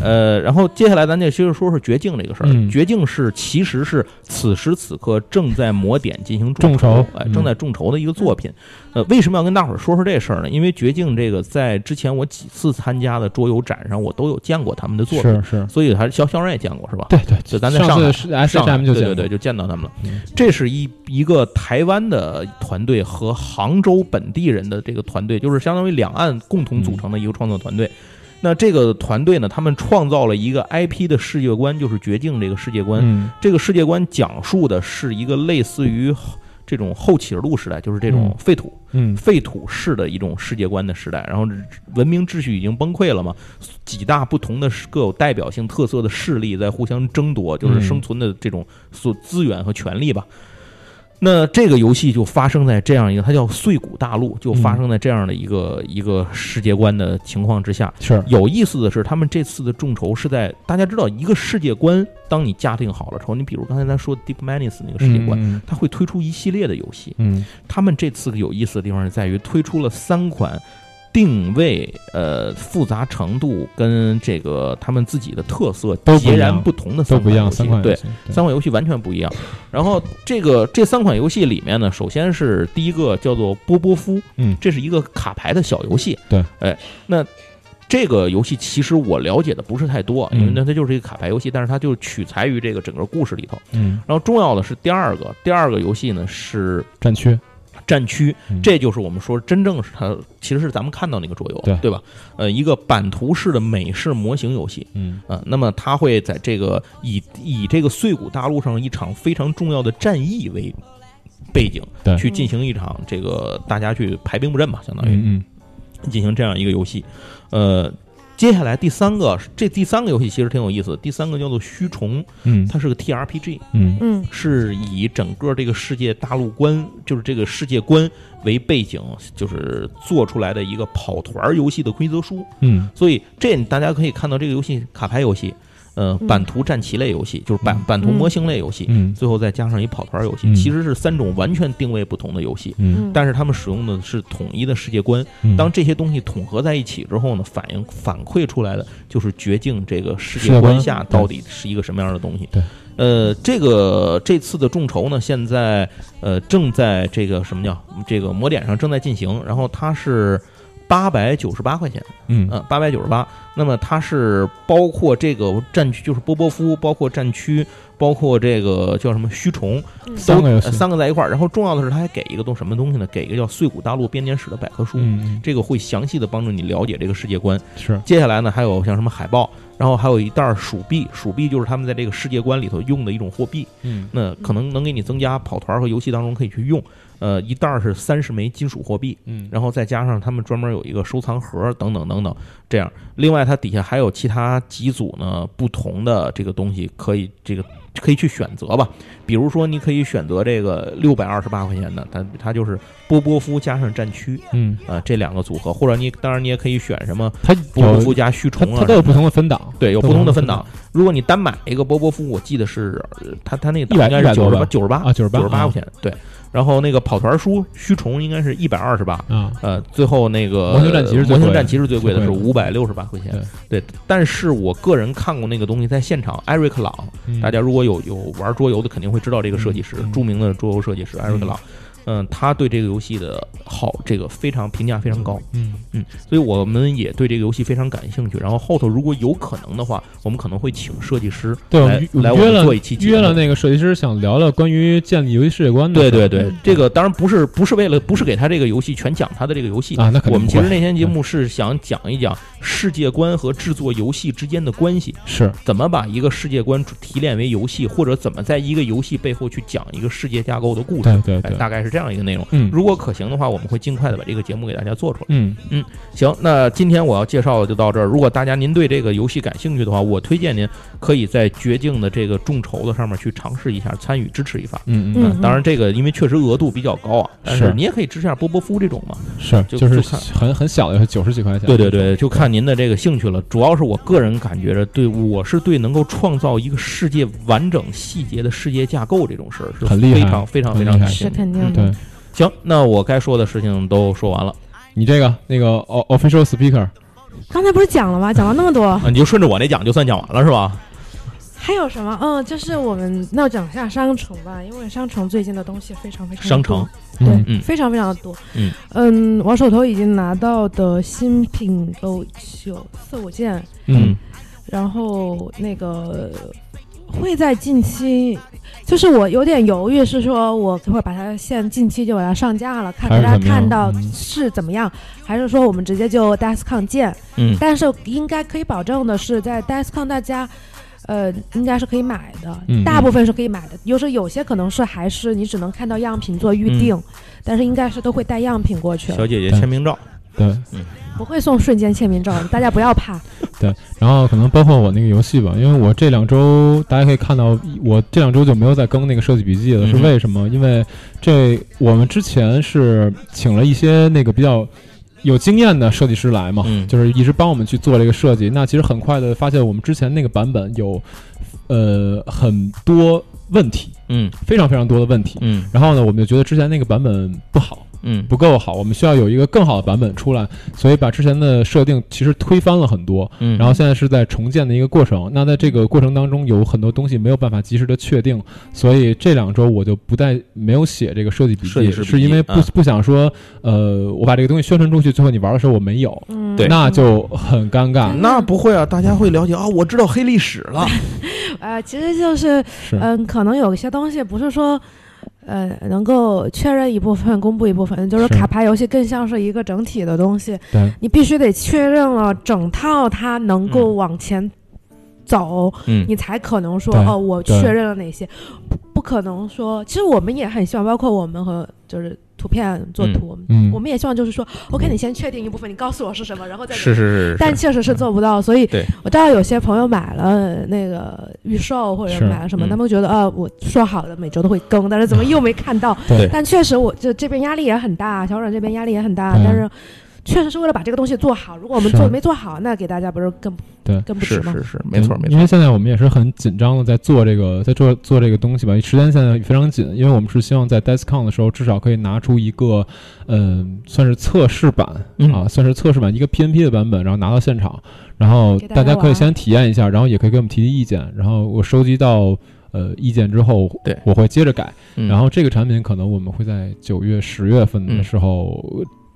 Speaker 4: 呃，然后接下来咱就接着说说绝境这个事儿。
Speaker 2: 嗯
Speaker 4: 绝境是其实是此时此刻正在磨点进行
Speaker 2: 众
Speaker 4: 筹
Speaker 2: 筹，
Speaker 4: 哎，
Speaker 2: 嗯
Speaker 4: 正在众筹的一个作品。呃，为什么要跟大伙儿说说这事儿呢？因为绝境这个在之前我几次参加的桌游展上，我都有见过他们的作品，
Speaker 2: 是是，
Speaker 4: 所以还是肖肖然也见过是吧？
Speaker 2: 对对，
Speaker 4: 就咱在上
Speaker 2: 上
Speaker 4: 海
Speaker 2: 次是 S
Speaker 4: 上
Speaker 2: H
Speaker 4: 海
Speaker 2: M 就
Speaker 4: 对
Speaker 2: 见
Speaker 4: 对对，
Speaker 2: 过
Speaker 4: 就见到他们了。
Speaker 2: 嗯
Speaker 4: 这是一一个台湾的团队和杭州本地人的这个团队，就是相当于两岸共同组成的一个创作团队。
Speaker 2: 嗯
Speaker 4: 那这个团队呢，他们创造了一个 IP 的世界观，就是《绝境》这个世界观。
Speaker 2: 嗯
Speaker 4: 这个世界观讲述的是一个类似于这种后启示录时代，就是这种
Speaker 2: 嗯
Speaker 4: 废土、
Speaker 2: 嗯
Speaker 4: 废土式的一种世界观的时代。然后文明秩序已经崩溃了嘛，几大不同的各有代表性特色的势力在互相争夺，就是生存的这种所资源和权利吧。那这个游戏就发生在这样一个，它叫碎骨大陆，就发生在这样的一个、一个世界观的情况之下。
Speaker 2: 是
Speaker 4: 有意思的是，他们这次的众筹是在大家知道一个世界观，当你架定好了之后，你比如刚才咱说 Deep Manis 那个世界观，
Speaker 2: 嗯
Speaker 4: 它会推出一系列的游戏。
Speaker 2: 嗯
Speaker 4: 他们这次有意思的地方是在于推出了三款定位、呃复杂程度跟这个他们自己的特色
Speaker 2: 都不一
Speaker 4: 截
Speaker 2: 样
Speaker 4: 然不同的
Speaker 2: 都
Speaker 4: 三
Speaker 2: 不一样，三
Speaker 4: 款
Speaker 2: 款
Speaker 4: 游戏对
Speaker 2: 游。戏
Speaker 4: 三款游戏完全不一样。然后这个这三款游戏里面呢，首先是第一个叫做波波夫，
Speaker 2: 嗯
Speaker 4: 这是一个卡牌的小游戏。
Speaker 2: 对，
Speaker 4: 哎，那这个游戏其实我了解的不是太多，
Speaker 2: 嗯
Speaker 4: 因为那它就是一个卡牌游戏，但是它就取材于这个整个故事里头。
Speaker 2: 嗯
Speaker 4: 然后重要的是第二个，第二个游戏呢是
Speaker 2: 战区
Speaker 4: 战区，
Speaker 2: 嗯
Speaker 4: 这就是我们说真正是它其实是咱们看到那个桌游，
Speaker 2: 对
Speaker 4: 对吧？呃，一个版图式的美式模型游戏。
Speaker 2: 嗯
Speaker 4: 啊，那么他会在这个以以这个碎骨大陆上一场非常重要的战役为背景，
Speaker 2: 对
Speaker 4: 去进行一场这个大家去排兵布阵吧，相当于
Speaker 2: 嗯
Speaker 4: 进行这样一个游戏。呃，接下来第三个，这第三个游戏其实挺有意思的，第三个叫做虚虫，
Speaker 2: 嗯
Speaker 4: 它是个 TRPG，
Speaker 2: 嗯
Speaker 3: 嗯，
Speaker 4: 是以整个这个世界大陆观，就是这个世界观为背景，就是做出来的一个跑团儿游戏的规则书。
Speaker 2: 嗯
Speaker 4: 所以这大家可以看到，这个游戏卡牌游戏，呃
Speaker 3: 嗯
Speaker 4: 版图战棋类游戏，就是版
Speaker 2: 嗯
Speaker 4: 版图模型类游戏，
Speaker 2: 嗯
Speaker 4: 最后再加上一跑团游戏，
Speaker 2: 嗯
Speaker 4: 其实是三种完全定位不同的游戏。
Speaker 2: 嗯
Speaker 3: 嗯
Speaker 4: 但是他们使用的是统一的世界观，
Speaker 2: 嗯，
Speaker 4: 当这些东西统合在一起之后呢，反映反馈出来的就是绝境这个世
Speaker 2: 世
Speaker 4: 界
Speaker 2: 界观
Speaker 4: 观下到底是一个什么样的东西。
Speaker 2: 对，
Speaker 4: 呃，这个这次的众筹呢，现在呃正在这个什么叫这个魔点上正在进行，然后它是。八百九十八块钱，
Speaker 2: 嗯
Speaker 4: 嗯，八百九十八。那么它是包括这个战区，就是波波夫，包括战区，包括这个叫什么虚虫，
Speaker 3: 嗯
Speaker 4: 都
Speaker 2: 三个游戏
Speaker 4: 呃三个在一块儿。然后重要的是，他还给一个都什么东西呢？给一个叫《碎骨大陆编年史》的百科书，
Speaker 2: 嗯
Speaker 4: 这个会详细的帮助你了解这个世界观。
Speaker 2: 是
Speaker 4: 接下来呢，还有像什么海报，然后还有一袋儿鼠币，鼠币就是他们在这个世界观里头用的一种货币，
Speaker 2: 嗯
Speaker 4: 那可能能给你增加跑团和游戏当中可以去用。呃，一袋儿是三十枚金属货币，
Speaker 2: 嗯
Speaker 4: 然后再加上他们专门有一个收藏盒等等等等，这样。另外，它底下还有其他几组呢不同的这个东西可以这个可以去选择吧。比如说，你可以选择这个六百二十八块钱的，它它就是波波夫加上战区
Speaker 2: 嗯，
Speaker 4: 啊、呃这两个组合，或者你当然你也可以选什么
Speaker 2: 它
Speaker 4: 波波夫
Speaker 2: 有
Speaker 4: 加虚
Speaker 2: 它
Speaker 4: 虫啊
Speaker 2: 它都有不同的分档，
Speaker 4: 对，有不
Speaker 2: 都
Speaker 4: 同
Speaker 2: 有
Speaker 4: 的
Speaker 2: 不
Speaker 4: 分
Speaker 2: 同
Speaker 4: 档。如果你单买一个波波夫，我记得是呃它它那个档
Speaker 2: 100
Speaker 4: 应该是
Speaker 2: 100
Speaker 4: 九
Speaker 2: 多
Speaker 4: 十八
Speaker 2: 吧
Speaker 4: 九十八
Speaker 2: 啊98
Speaker 4: 九十八
Speaker 2: 啊
Speaker 4: 块钱，对。然后那个跑团书虚虫应该是一百二十八，
Speaker 2: 啊，
Speaker 4: 呃，最后那个
Speaker 2: 模型战旗是最贵的
Speaker 4: 模型战旗是最贵的，
Speaker 2: 最
Speaker 4: 是
Speaker 2: 贵的
Speaker 4: 五百六十八块钱。对，但是我个人看过那个东西，在现场，艾瑞克朗，
Speaker 2: 嗯
Speaker 4: 大家如果有有玩桌游的，肯定会知道这个设计师，
Speaker 2: 嗯嗯
Speaker 4: 著名的桌游设计师艾瑞克朗。嗯，他对这个游戏的好，这个非常评价非常高，
Speaker 2: 嗯
Speaker 4: 所以我们也对这个游戏非常感兴趣。然后后头如果有可能的话，我们可能会请设计师
Speaker 2: 对，我
Speaker 4: 来
Speaker 2: 们
Speaker 4: 来
Speaker 2: 我
Speaker 4: 我
Speaker 2: 嗯们约
Speaker 4: 们
Speaker 2: 了
Speaker 4: 做一期节目
Speaker 2: 约了那个设计师，想聊聊关于建立游戏世界观的
Speaker 4: 对
Speaker 2: 事儿。
Speaker 4: 对对
Speaker 3: 嗯，
Speaker 4: 这个当然不是不是为了不是给他这个游戏全讲他的这个游戏
Speaker 2: 啊那肯定
Speaker 4: 我们
Speaker 2: 不
Speaker 4: 其实
Speaker 2: 会
Speaker 4: 那天节目是想讲一讲世界观和制作游戏之间的关系，
Speaker 2: 是
Speaker 4: 怎么把一个世界观提炼为游戏，或者怎么在一个游戏背后去讲一个世界架构的故事，
Speaker 2: 对对
Speaker 4: 哎
Speaker 2: 对，
Speaker 4: 大概是这样一个内容。
Speaker 2: 嗯
Speaker 4: 如果可行的话，我们会尽快的把这个节目给大家做出来。
Speaker 2: 嗯
Speaker 4: 行，那今天我要介绍的就到这儿。如果大家您对这个游戏感兴趣的话，我推荐您可以在绝境的这个众筹的上面去尝试一下，参与支持一下。
Speaker 2: 嗯
Speaker 3: 嗯
Speaker 2: 嗯，
Speaker 4: 嗯，当然这个因为确实额度比较高啊，但是
Speaker 2: 是
Speaker 4: 你也可以支持一下波波夫这种嘛。
Speaker 2: 是
Speaker 4: 嗯就
Speaker 2: 就是
Speaker 4: 就看
Speaker 2: 很很小的，九十几块钱。
Speaker 4: 对对对，就看您的这个兴趣了。主要是我个人感觉着，对我是对能够创造一个世界完整细节的世界架构这种事儿是
Speaker 2: 很厉害
Speaker 4: 非常非常非常感
Speaker 2: 很厉害嗯
Speaker 4: 兴
Speaker 3: 是
Speaker 4: 趣。
Speaker 3: 肯定的。
Speaker 2: 对，
Speaker 4: 行，那我该说的事情都说完了，
Speaker 2: 你这个那个 o- official speaker
Speaker 3: 刚才不是讲了吗？讲了那么多，
Speaker 4: 啊，你就顺着我那讲就算讲完了是吧？
Speaker 3: 还有什么？嗯，就是我们那我讲一下商城吧，因为商城最近的东西非常非常
Speaker 4: 商
Speaker 3: 多
Speaker 4: 城，
Speaker 2: 嗯
Speaker 3: 对，
Speaker 4: 嗯
Speaker 3: 非常非常的多。
Speaker 4: 嗯
Speaker 3: 我手头已经拿到的新品有九四五件，
Speaker 2: 嗯
Speaker 3: 然后那个会在近期，就是我有点犹豫，是说我会把它现近期就把它上架了，看
Speaker 2: 还
Speaker 3: 大
Speaker 2: 是怎
Speaker 3: 家
Speaker 2: 么样
Speaker 3: 看到
Speaker 2: 嗯
Speaker 3: 是怎么样，还是说我们直接就 DesCon 见？
Speaker 4: 嗯
Speaker 3: 但是应该可以保证的是，在 DesCon 大家。呃，应该是可以买的，
Speaker 2: 嗯
Speaker 3: 大部分是可以买的。有时候有些可能是还是你只能看到样品做预定，但是应该是都会带样品过去，
Speaker 4: 小姐姐
Speaker 2: 对
Speaker 4: 签名照，
Speaker 2: 对，
Speaker 3: 不会送瞬间签名照，大家不要怕。
Speaker 2: 然后可能包括我那个游戏吧，因为我这两周大家可以看到，我这两周就没有再更那个设计笔记了，是
Speaker 4: 嗯哼
Speaker 2: 为什么？因为这我们之前是请了一些那个比较。有经验的设计师来嘛，
Speaker 4: 嗯
Speaker 2: 就是一直帮我们去做这个设计。那其实很快的发现，我们之前那个版本有，呃，很多问题，
Speaker 4: 嗯
Speaker 2: 非常非常多的问题。
Speaker 4: 嗯
Speaker 2: 然后呢，我们就觉得之前那个版本不好，
Speaker 4: 嗯
Speaker 2: 不够好，我们需要有一个更好的版本出来，所以把之前的设定其实推翻了很多。
Speaker 4: 嗯，
Speaker 2: 然后现在是在重建的一个过程。那在这个过程当中，有很多东西没有办法及时的确定，所以这两周我就不再没有写这个设计笔
Speaker 4: 设计
Speaker 2: 记，
Speaker 4: 师笔记
Speaker 2: 是因为不、
Speaker 4: 啊
Speaker 2: 不想说，呃，我把这个东西宣传出去，最后你玩的时候我没有，
Speaker 3: 嗯，
Speaker 4: 对
Speaker 2: 那就很尴尬。
Speaker 4: 那不会啊，大家会了解啊，我知道黑历史了，
Speaker 3: 呃，其实就是，
Speaker 2: 是，
Speaker 3: 嗯、可能有一些东西不是说，呃，能够确认一部分，公布一部分，就是
Speaker 2: 是
Speaker 3: 卡牌游戏更像是一个整体的东西，
Speaker 2: 对，
Speaker 3: 你必须得确认了整套它能够往前走，
Speaker 4: 嗯
Speaker 3: 你才可能说
Speaker 2: 对
Speaker 3: 哦，我
Speaker 2: 对
Speaker 3: 确认了哪些，不不可能说，其实我们也很希望，包括我们和就是图片做
Speaker 4: 嗯
Speaker 3: 图，
Speaker 2: 嗯
Speaker 3: 我们也希望就是说，OK，你先确定一部分，你告诉我是什么，然后再给
Speaker 4: 是是是，
Speaker 3: 但确实是做不到，所以
Speaker 4: 对
Speaker 3: 我知道有些朋友买了那个预售或者
Speaker 2: 是
Speaker 3: 买了什么，
Speaker 4: 嗯
Speaker 3: 他们觉得啊，我说好了每周都会更，但是怎么又没看到？
Speaker 2: 对
Speaker 3: 但确实我这这边压力也很大，小软这边压力也很大，
Speaker 2: 对
Speaker 3: 但是确实是为了把这个东西做好。如果我们
Speaker 2: 是
Speaker 3: 做没做好，那给大家不是更不
Speaker 2: 对
Speaker 3: 更不值
Speaker 4: 是
Speaker 3: 吗？
Speaker 4: 是是，没错
Speaker 2: 嗯
Speaker 4: 没
Speaker 2: 因
Speaker 4: 错，
Speaker 2: 为现在我们也是很紧张的在做这个，在做做这个东西吧，时间现在非常紧，因为我们是希望在 DeskCon 的时候至少可以拿出一个，嗯、算是测试版、
Speaker 4: 嗯
Speaker 2: 啊，算是测试版一个 PNP 的版本，然后拿到现场，然后
Speaker 3: 给大
Speaker 2: 大
Speaker 3: 家
Speaker 2: 家可以
Speaker 3: 玩
Speaker 2: 先体验一下，然后也可以给我们提提意见，然后我收集到。呃，意见之后，
Speaker 4: 对
Speaker 2: 我会接着改。
Speaker 4: 嗯
Speaker 2: 然后这个产品可能我们会在九月、十月份的
Speaker 4: 嗯
Speaker 2: 时候，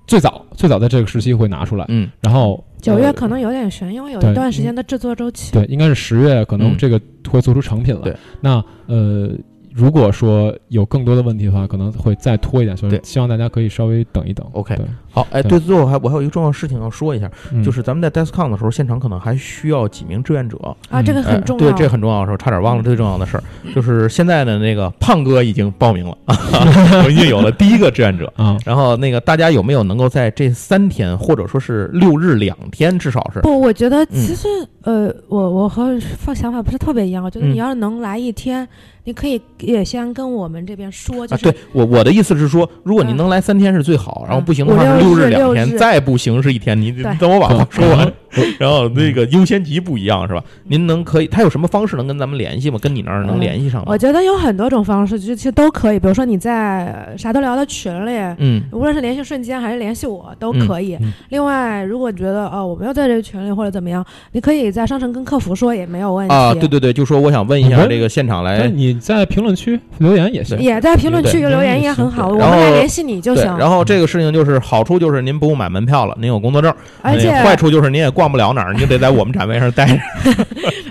Speaker 2: 最早最早在这个时期会拿出来。
Speaker 4: 嗯
Speaker 2: 然后
Speaker 3: 九
Speaker 2: 呃
Speaker 3: 月可能有点悬，因为有
Speaker 2: 对
Speaker 3: 一段时间的制作周期。
Speaker 2: 对，应该是十月，可能
Speaker 4: 嗯
Speaker 2: 这个会做出成品了。
Speaker 4: 对，
Speaker 2: 那呃，如果说有更多的问题的话，可能会再拖一点，所以
Speaker 4: 对
Speaker 2: 希望大家可以稍微等一等。
Speaker 4: OK
Speaker 2: 对
Speaker 4: 好，哎，
Speaker 2: 对
Speaker 4: 对，最后还我还有一个重要事情要说一下，
Speaker 2: 嗯
Speaker 4: 就是咱们在 DeskCon 的时候，现场可能还需要几名志愿者，
Speaker 3: 啊，这个
Speaker 4: 哎
Speaker 3: 很重要。
Speaker 4: 对，这个很重要的事儿，差点忘了最重要的事儿，就是现在的那个胖哥已经报名了， 我们已经有了第一个志愿 者。
Speaker 2: 啊，
Speaker 4: 然后那个大家有没有能够在这三天或者说是六日两天，至少是
Speaker 3: 不，我觉得
Speaker 4: 嗯
Speaker 3: 其实、呃，我我和放想法不是特别一样。我觉得
Speaker 4: 嗯
Speaker 3: 你要是能来一天，你可以也先跟我们这边说，就
Speaker 4: 啊，
Speaker 3: 是、
Speaker 4: 对我我的意思是说，如果你能来三天是最好，然后不行的话
Speaker 3: 嗯
Speaker 4: 是
Speaker 3: 五六
Speaker 4: 日
Speaker 3: 日
Speaker 4: 两
Speaker 3: 六
Speaker 4: 天，
Speaker 3: 日
Speaker 4: 再不行是一天。你你
Speaker 3: 对
Speaker 4: 等我把话说完，然后那个优先级不一样是吧？您能可以，他有什么方式能跟咱们联系吗？跟你那儿能
Speaker 3: 嗯
Speaker 4: 联系上吗
Speaker 3: 我？觉得有很多种方式，就其实都可以。比如说你在啥都聊的群里。
Speaker 4: 嗯
Speaker 3: 无论是联系瞬间还是联系我都可以。
Speaker 2: 嗯嗯
Speaker 3: 另外，如果觉得哦我没有在这个群里或者怎么样，你可以在商城跟客服说也没有问题。
Speaker 4: 啊，对对对，就说我想问一
Speaker 2: 我
Speaker 4: 下
Speaker 2: 们
Speaker 4: 这个现场
Speaker 2: 嗯但
Speaker 4: 来
Speaker 2: 是。你在评论区留言也行。
Speaker 3: 也在评论区
Speaker 2: 对
Speaker 3: 留言
Speaker 2: 对
Speaker 3: 也很好，我
Speaker 4: 对
Speaker 3: 们
Speaker 4: 然后
Speaker 3: 来联系你就
Speaker 4: 对，
Speaker 3: 行。
Speaker 4: 然后这个事情就是好处就是您不用买门票了，您有工作证；
Speaker 3: 而
Speaker 4: 那
Speaker 3: 且
Speaker 4: 个坏处就是您也逛不了哪儿，你就得在我们展位上待 着。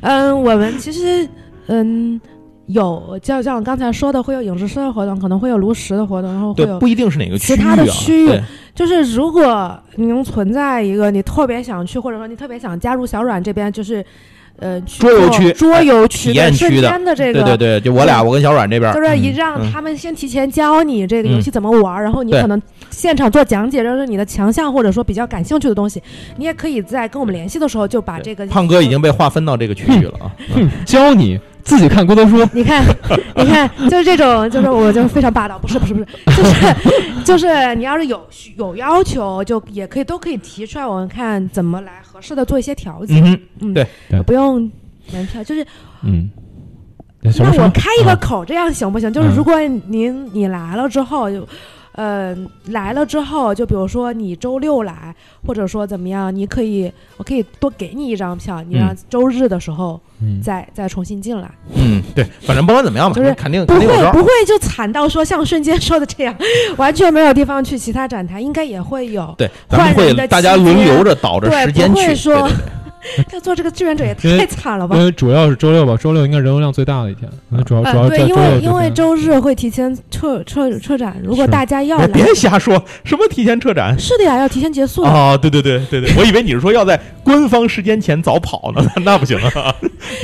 Speaker 3: 嗯，我们其实嗯有，就像我刚才说的，会有影视社的活动，可能会有炉石的活动，然后会
Speaker 4: 对，
Speaker 3: 有
Speaker 4: 不。一定是哪个区
Speaker 3: 其
Speaker 4: 域
Speaker 3: 他
Speaker 4: 啊，
Speaker 3: 的区域
Speaker 4: 对
Speaker 3: 就是如果你能存在一个你特别想去，或者说你特别想加入小软这边，就是呃去
Speaker 4: 桌游
Speaker 3: 做
Speaker 4: 区哎
Speaker 3: 桌游区
Speaker 4: 体验
Speaker 3: 瞬
Speaker 4: 区的
Speaker 3: 间的这
Speaker 4: 对对
Speaker 3: 个。
Speaker 4: 对，就我俩，我跟小阮这边
Speaker 3: 就是一
Speaker 4: 嗯
Speaker 3: 让
Speaker 4: 嗯
Speaker 3: 他们先提前教你这个游戏怎么玩，然后你
Speaker 4: 对
Speaker 3: 可能现场做讲解，就是你的强项或者说比较感兴趣的东西，你也可以在跟我们联系的时候就把这个
Speaker 4: 胖哥已经被划分到这个区域了啊。
Speaker 3: 嗯
Speaker 2: 哼，教你自己看规则书，
Speaker 3: 你看，你看，就是这种，就是我就是非常霸道，不是不是不是，就是就是你要是有需有要求，就也可以都可以提出来，我们看怎么来合适的做一些调节，
Speaker 4: 嗯哼，
Speaker 3: 不用门票，就是
Speaker 2: 嗯，什
Speaker 3: 那
Speaker 2: 么什
Speaker 3: 我
Speaker 2: 么
Speaker 3: 开一个
Speaker 2: 啊
Speaker 3: 口，这样行不行？就是
Speaker 2: 嗯
Speaker 3: 如果您你来了之后，就呃，来了之后，就比如说你周六来，或者说怎么样，你可以，我可以多给你一张票，你让周日的时候
Speaker 2: 嗯
Speaker 3: 再、再重新进来。
Speaker 4: 嗯，对，反正不管怎么样吧，
Speaker 3: 就是
Speaker 4: 肯定
Speaker 3: 不
Speaker 4: 肯定有招
Speaker 3: 会
Speaker 4: 儿。
Speaker 3: 不会就惨到说像瞬间说的这样，完全没有地方去，其他展台应该也会有。
Speaker 4: 对，咱们
Speaker 3: 换
Speaker 4: 会
Speaker 3: 人的
Speaker 4: 大家
Speaker 3: 期
Speaker 4: 轮
Speaker 3: 间
Speaker 4: 流着倒着
Speaker 3: 对，
Speaker 4: 时间
Speaker 3: 不
Speaker 4: 去。
Speaker 3: 会
Speaker 4: 对
Speaker 3: 说
Speaker 4: 对 嗯
Speaker 3: 要做这个志愿者也
Speaker 2: 因为
Speaker 3: 太惨了吧
Speaker 2: 因？为主要是周六吧，周六应该人流量最大的一天，那主要主
Speaker 3: 呃，
Speaker 2: 要
Speaker 3: 对
Speaker 2: 在，
Speaker 3: 因
Speaker 2: 周六
Speaker 3: 为
Speaker 2: 这
Speaker 3: 因为
Speaker 2: 天
Speaker 3: 周日会提前撤撤撤展，如果
Speaker 2: 是
Speaker 3: 大家要
Speaker 4: 哎
Speaker 3: 来，
Speaker 4: 别瞎说，什么提前撤展？
Speaker 3: 是的呀，要提前结束的。
Speaker 4: 哦，对对对对对，我以为你是说要在官方时间前早跑呢， 那那不行啊，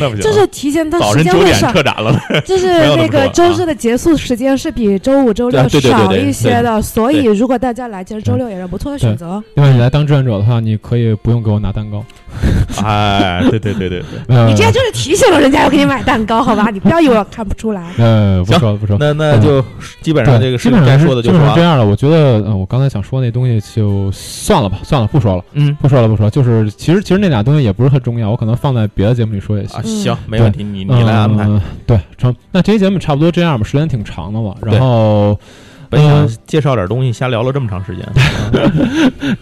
Speaker 4: 那不行啊。
Speaker 3: 就是提前，它
Speaker 4: 早
Speaker 3: 时
Speaker 4: 晨
Speaker 3: 间
Speaker 4: 九
Speaker 3: 会
Speaker 4: 点
Speaker 3: 少，
Speaker 4: 撤展了，
Speaker 3: 就是
Speaker 4: 不要这么
Speaker 3: 那个
Speaker 4: 说
Speaker 3: 周
Speaker 4: 啊
Speaker 3: 日的结束时间是比周五、周
Speaker 4: 对
Speaker 3: 六
Speaker 4: 对对对
Speaker 3: 少
Speaker 4: 对
Speaker 3: 一些
Speaker 4: 对
Speaker 3: 的，所以如果大家来，其实周
Speaker 2: 对
Speaker 3: 六也是不错的选择。
Speaker 2: 另外你来当志愿者的话，你可以不用给我拿蛋糕。
Speaker 4: 哎，对对对对对。
Speaker 2: 呃
Speaker 3: 你这样就是提醒了人家要给你买蛋糕，好吧？你不要以为我看不出来。
Speaker 2: 呃，不
Speaker 4: 行
Speaker 2: 说了不
Speaker 3: 嗯
Speaker 2: 说了，
Speaker 4: 那那就基本上这个事
Speaker 2: 基
Speaker 4: 情
Speaker 2: 本上
Speaker 4: 该
Speaker 2: 是
Speaker 4: 说的就
Speaker 2: 基
Speaker 4: 说啊完
Speaker 2: 本上这
Speaker 4: 了。
Speaker 2: 样了。我觉得，嗯、我刚才想说那东西就算了吧，算了，不说了，
Speaker 4: 嗯
Speaker 2: 不说了，不说了。就是其实其实那俩东西也不是很重要，我可能放在别的节目里说也行。
Speaker 4: 啊，
Speaker 3: 嗯
Speaker 4: 行，没
Speaker 2: 对
Speaker 4: 问题，你你来安排。
Speaker 2: 嗯对，成。那这期节目差不多这样吧，时间挺长的了。然后，
Speaker 4: 本想
Speaker 2: 嗯
Speaker 4: 介绍点东西，瞎聊了这么长时间。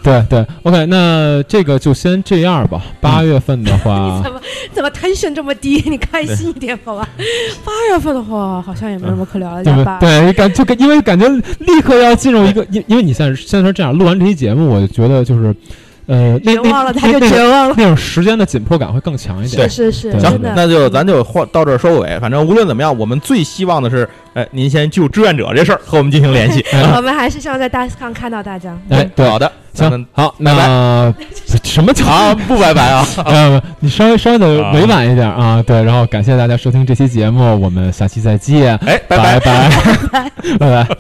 Speaker 2: 对对，OK，那这个就先这样吧。
Speaker 4: 嗯
Speaker 2: 八月份的话
Speaker 3: 你，怎么怎么 tension 这么低？ 你开心一点好吧？ 八月份的话，好像也没什么可聊的，
Speaker 2: 对
Speaker 3: 对
Speaker 2: 不
Speaker 3: 吧？
Speaker 2: 对？感就感因为感觉立刻要进入一个，因因为你现在现在是这样，录完这期节目，我就觉得就是，呃，那
Speaker 3: 绝
Speaker 2: 那
Speaker 3: 望了，他
Speaker 2: 那
Speaker 3: 就
Speaker 2: 那
Speaker 3: 绝望了。
Speaker 2: 那种时间的紧迫感会更强一点。
Speaker 4: 对
Speaker 3: 是是，
Speaker 2: 嗯对
Speaker 4: 行
Speaker 3: 真，的。
Speaker 4: 那就咱就话到这儿收尾。反正无论怎么样，我们最希望的是，哎，您先就志愿者这事儿和我们进行联系。嗯
Speaker 2: 哎
Speaker 3: 我们还是希望在大上看到大家。
Speaker 2: 哎，对，
Speaker 4: 好的，咱们
Speaker 2: 行，好，那 什么叫
Speaker 4: 啊，不拜拜啊，
Speaker 2: 呃，你稍微稍微的
Speaker 4: 啊
Speaker 2: 委婉一点啊，对，然后感谢大家收听这期节目，我们下期再见，
Speaker 4: 哎哎，拜
Speaker 2: 拜
Speaker 4: 拜。
Speaker 2: 拜拜拜。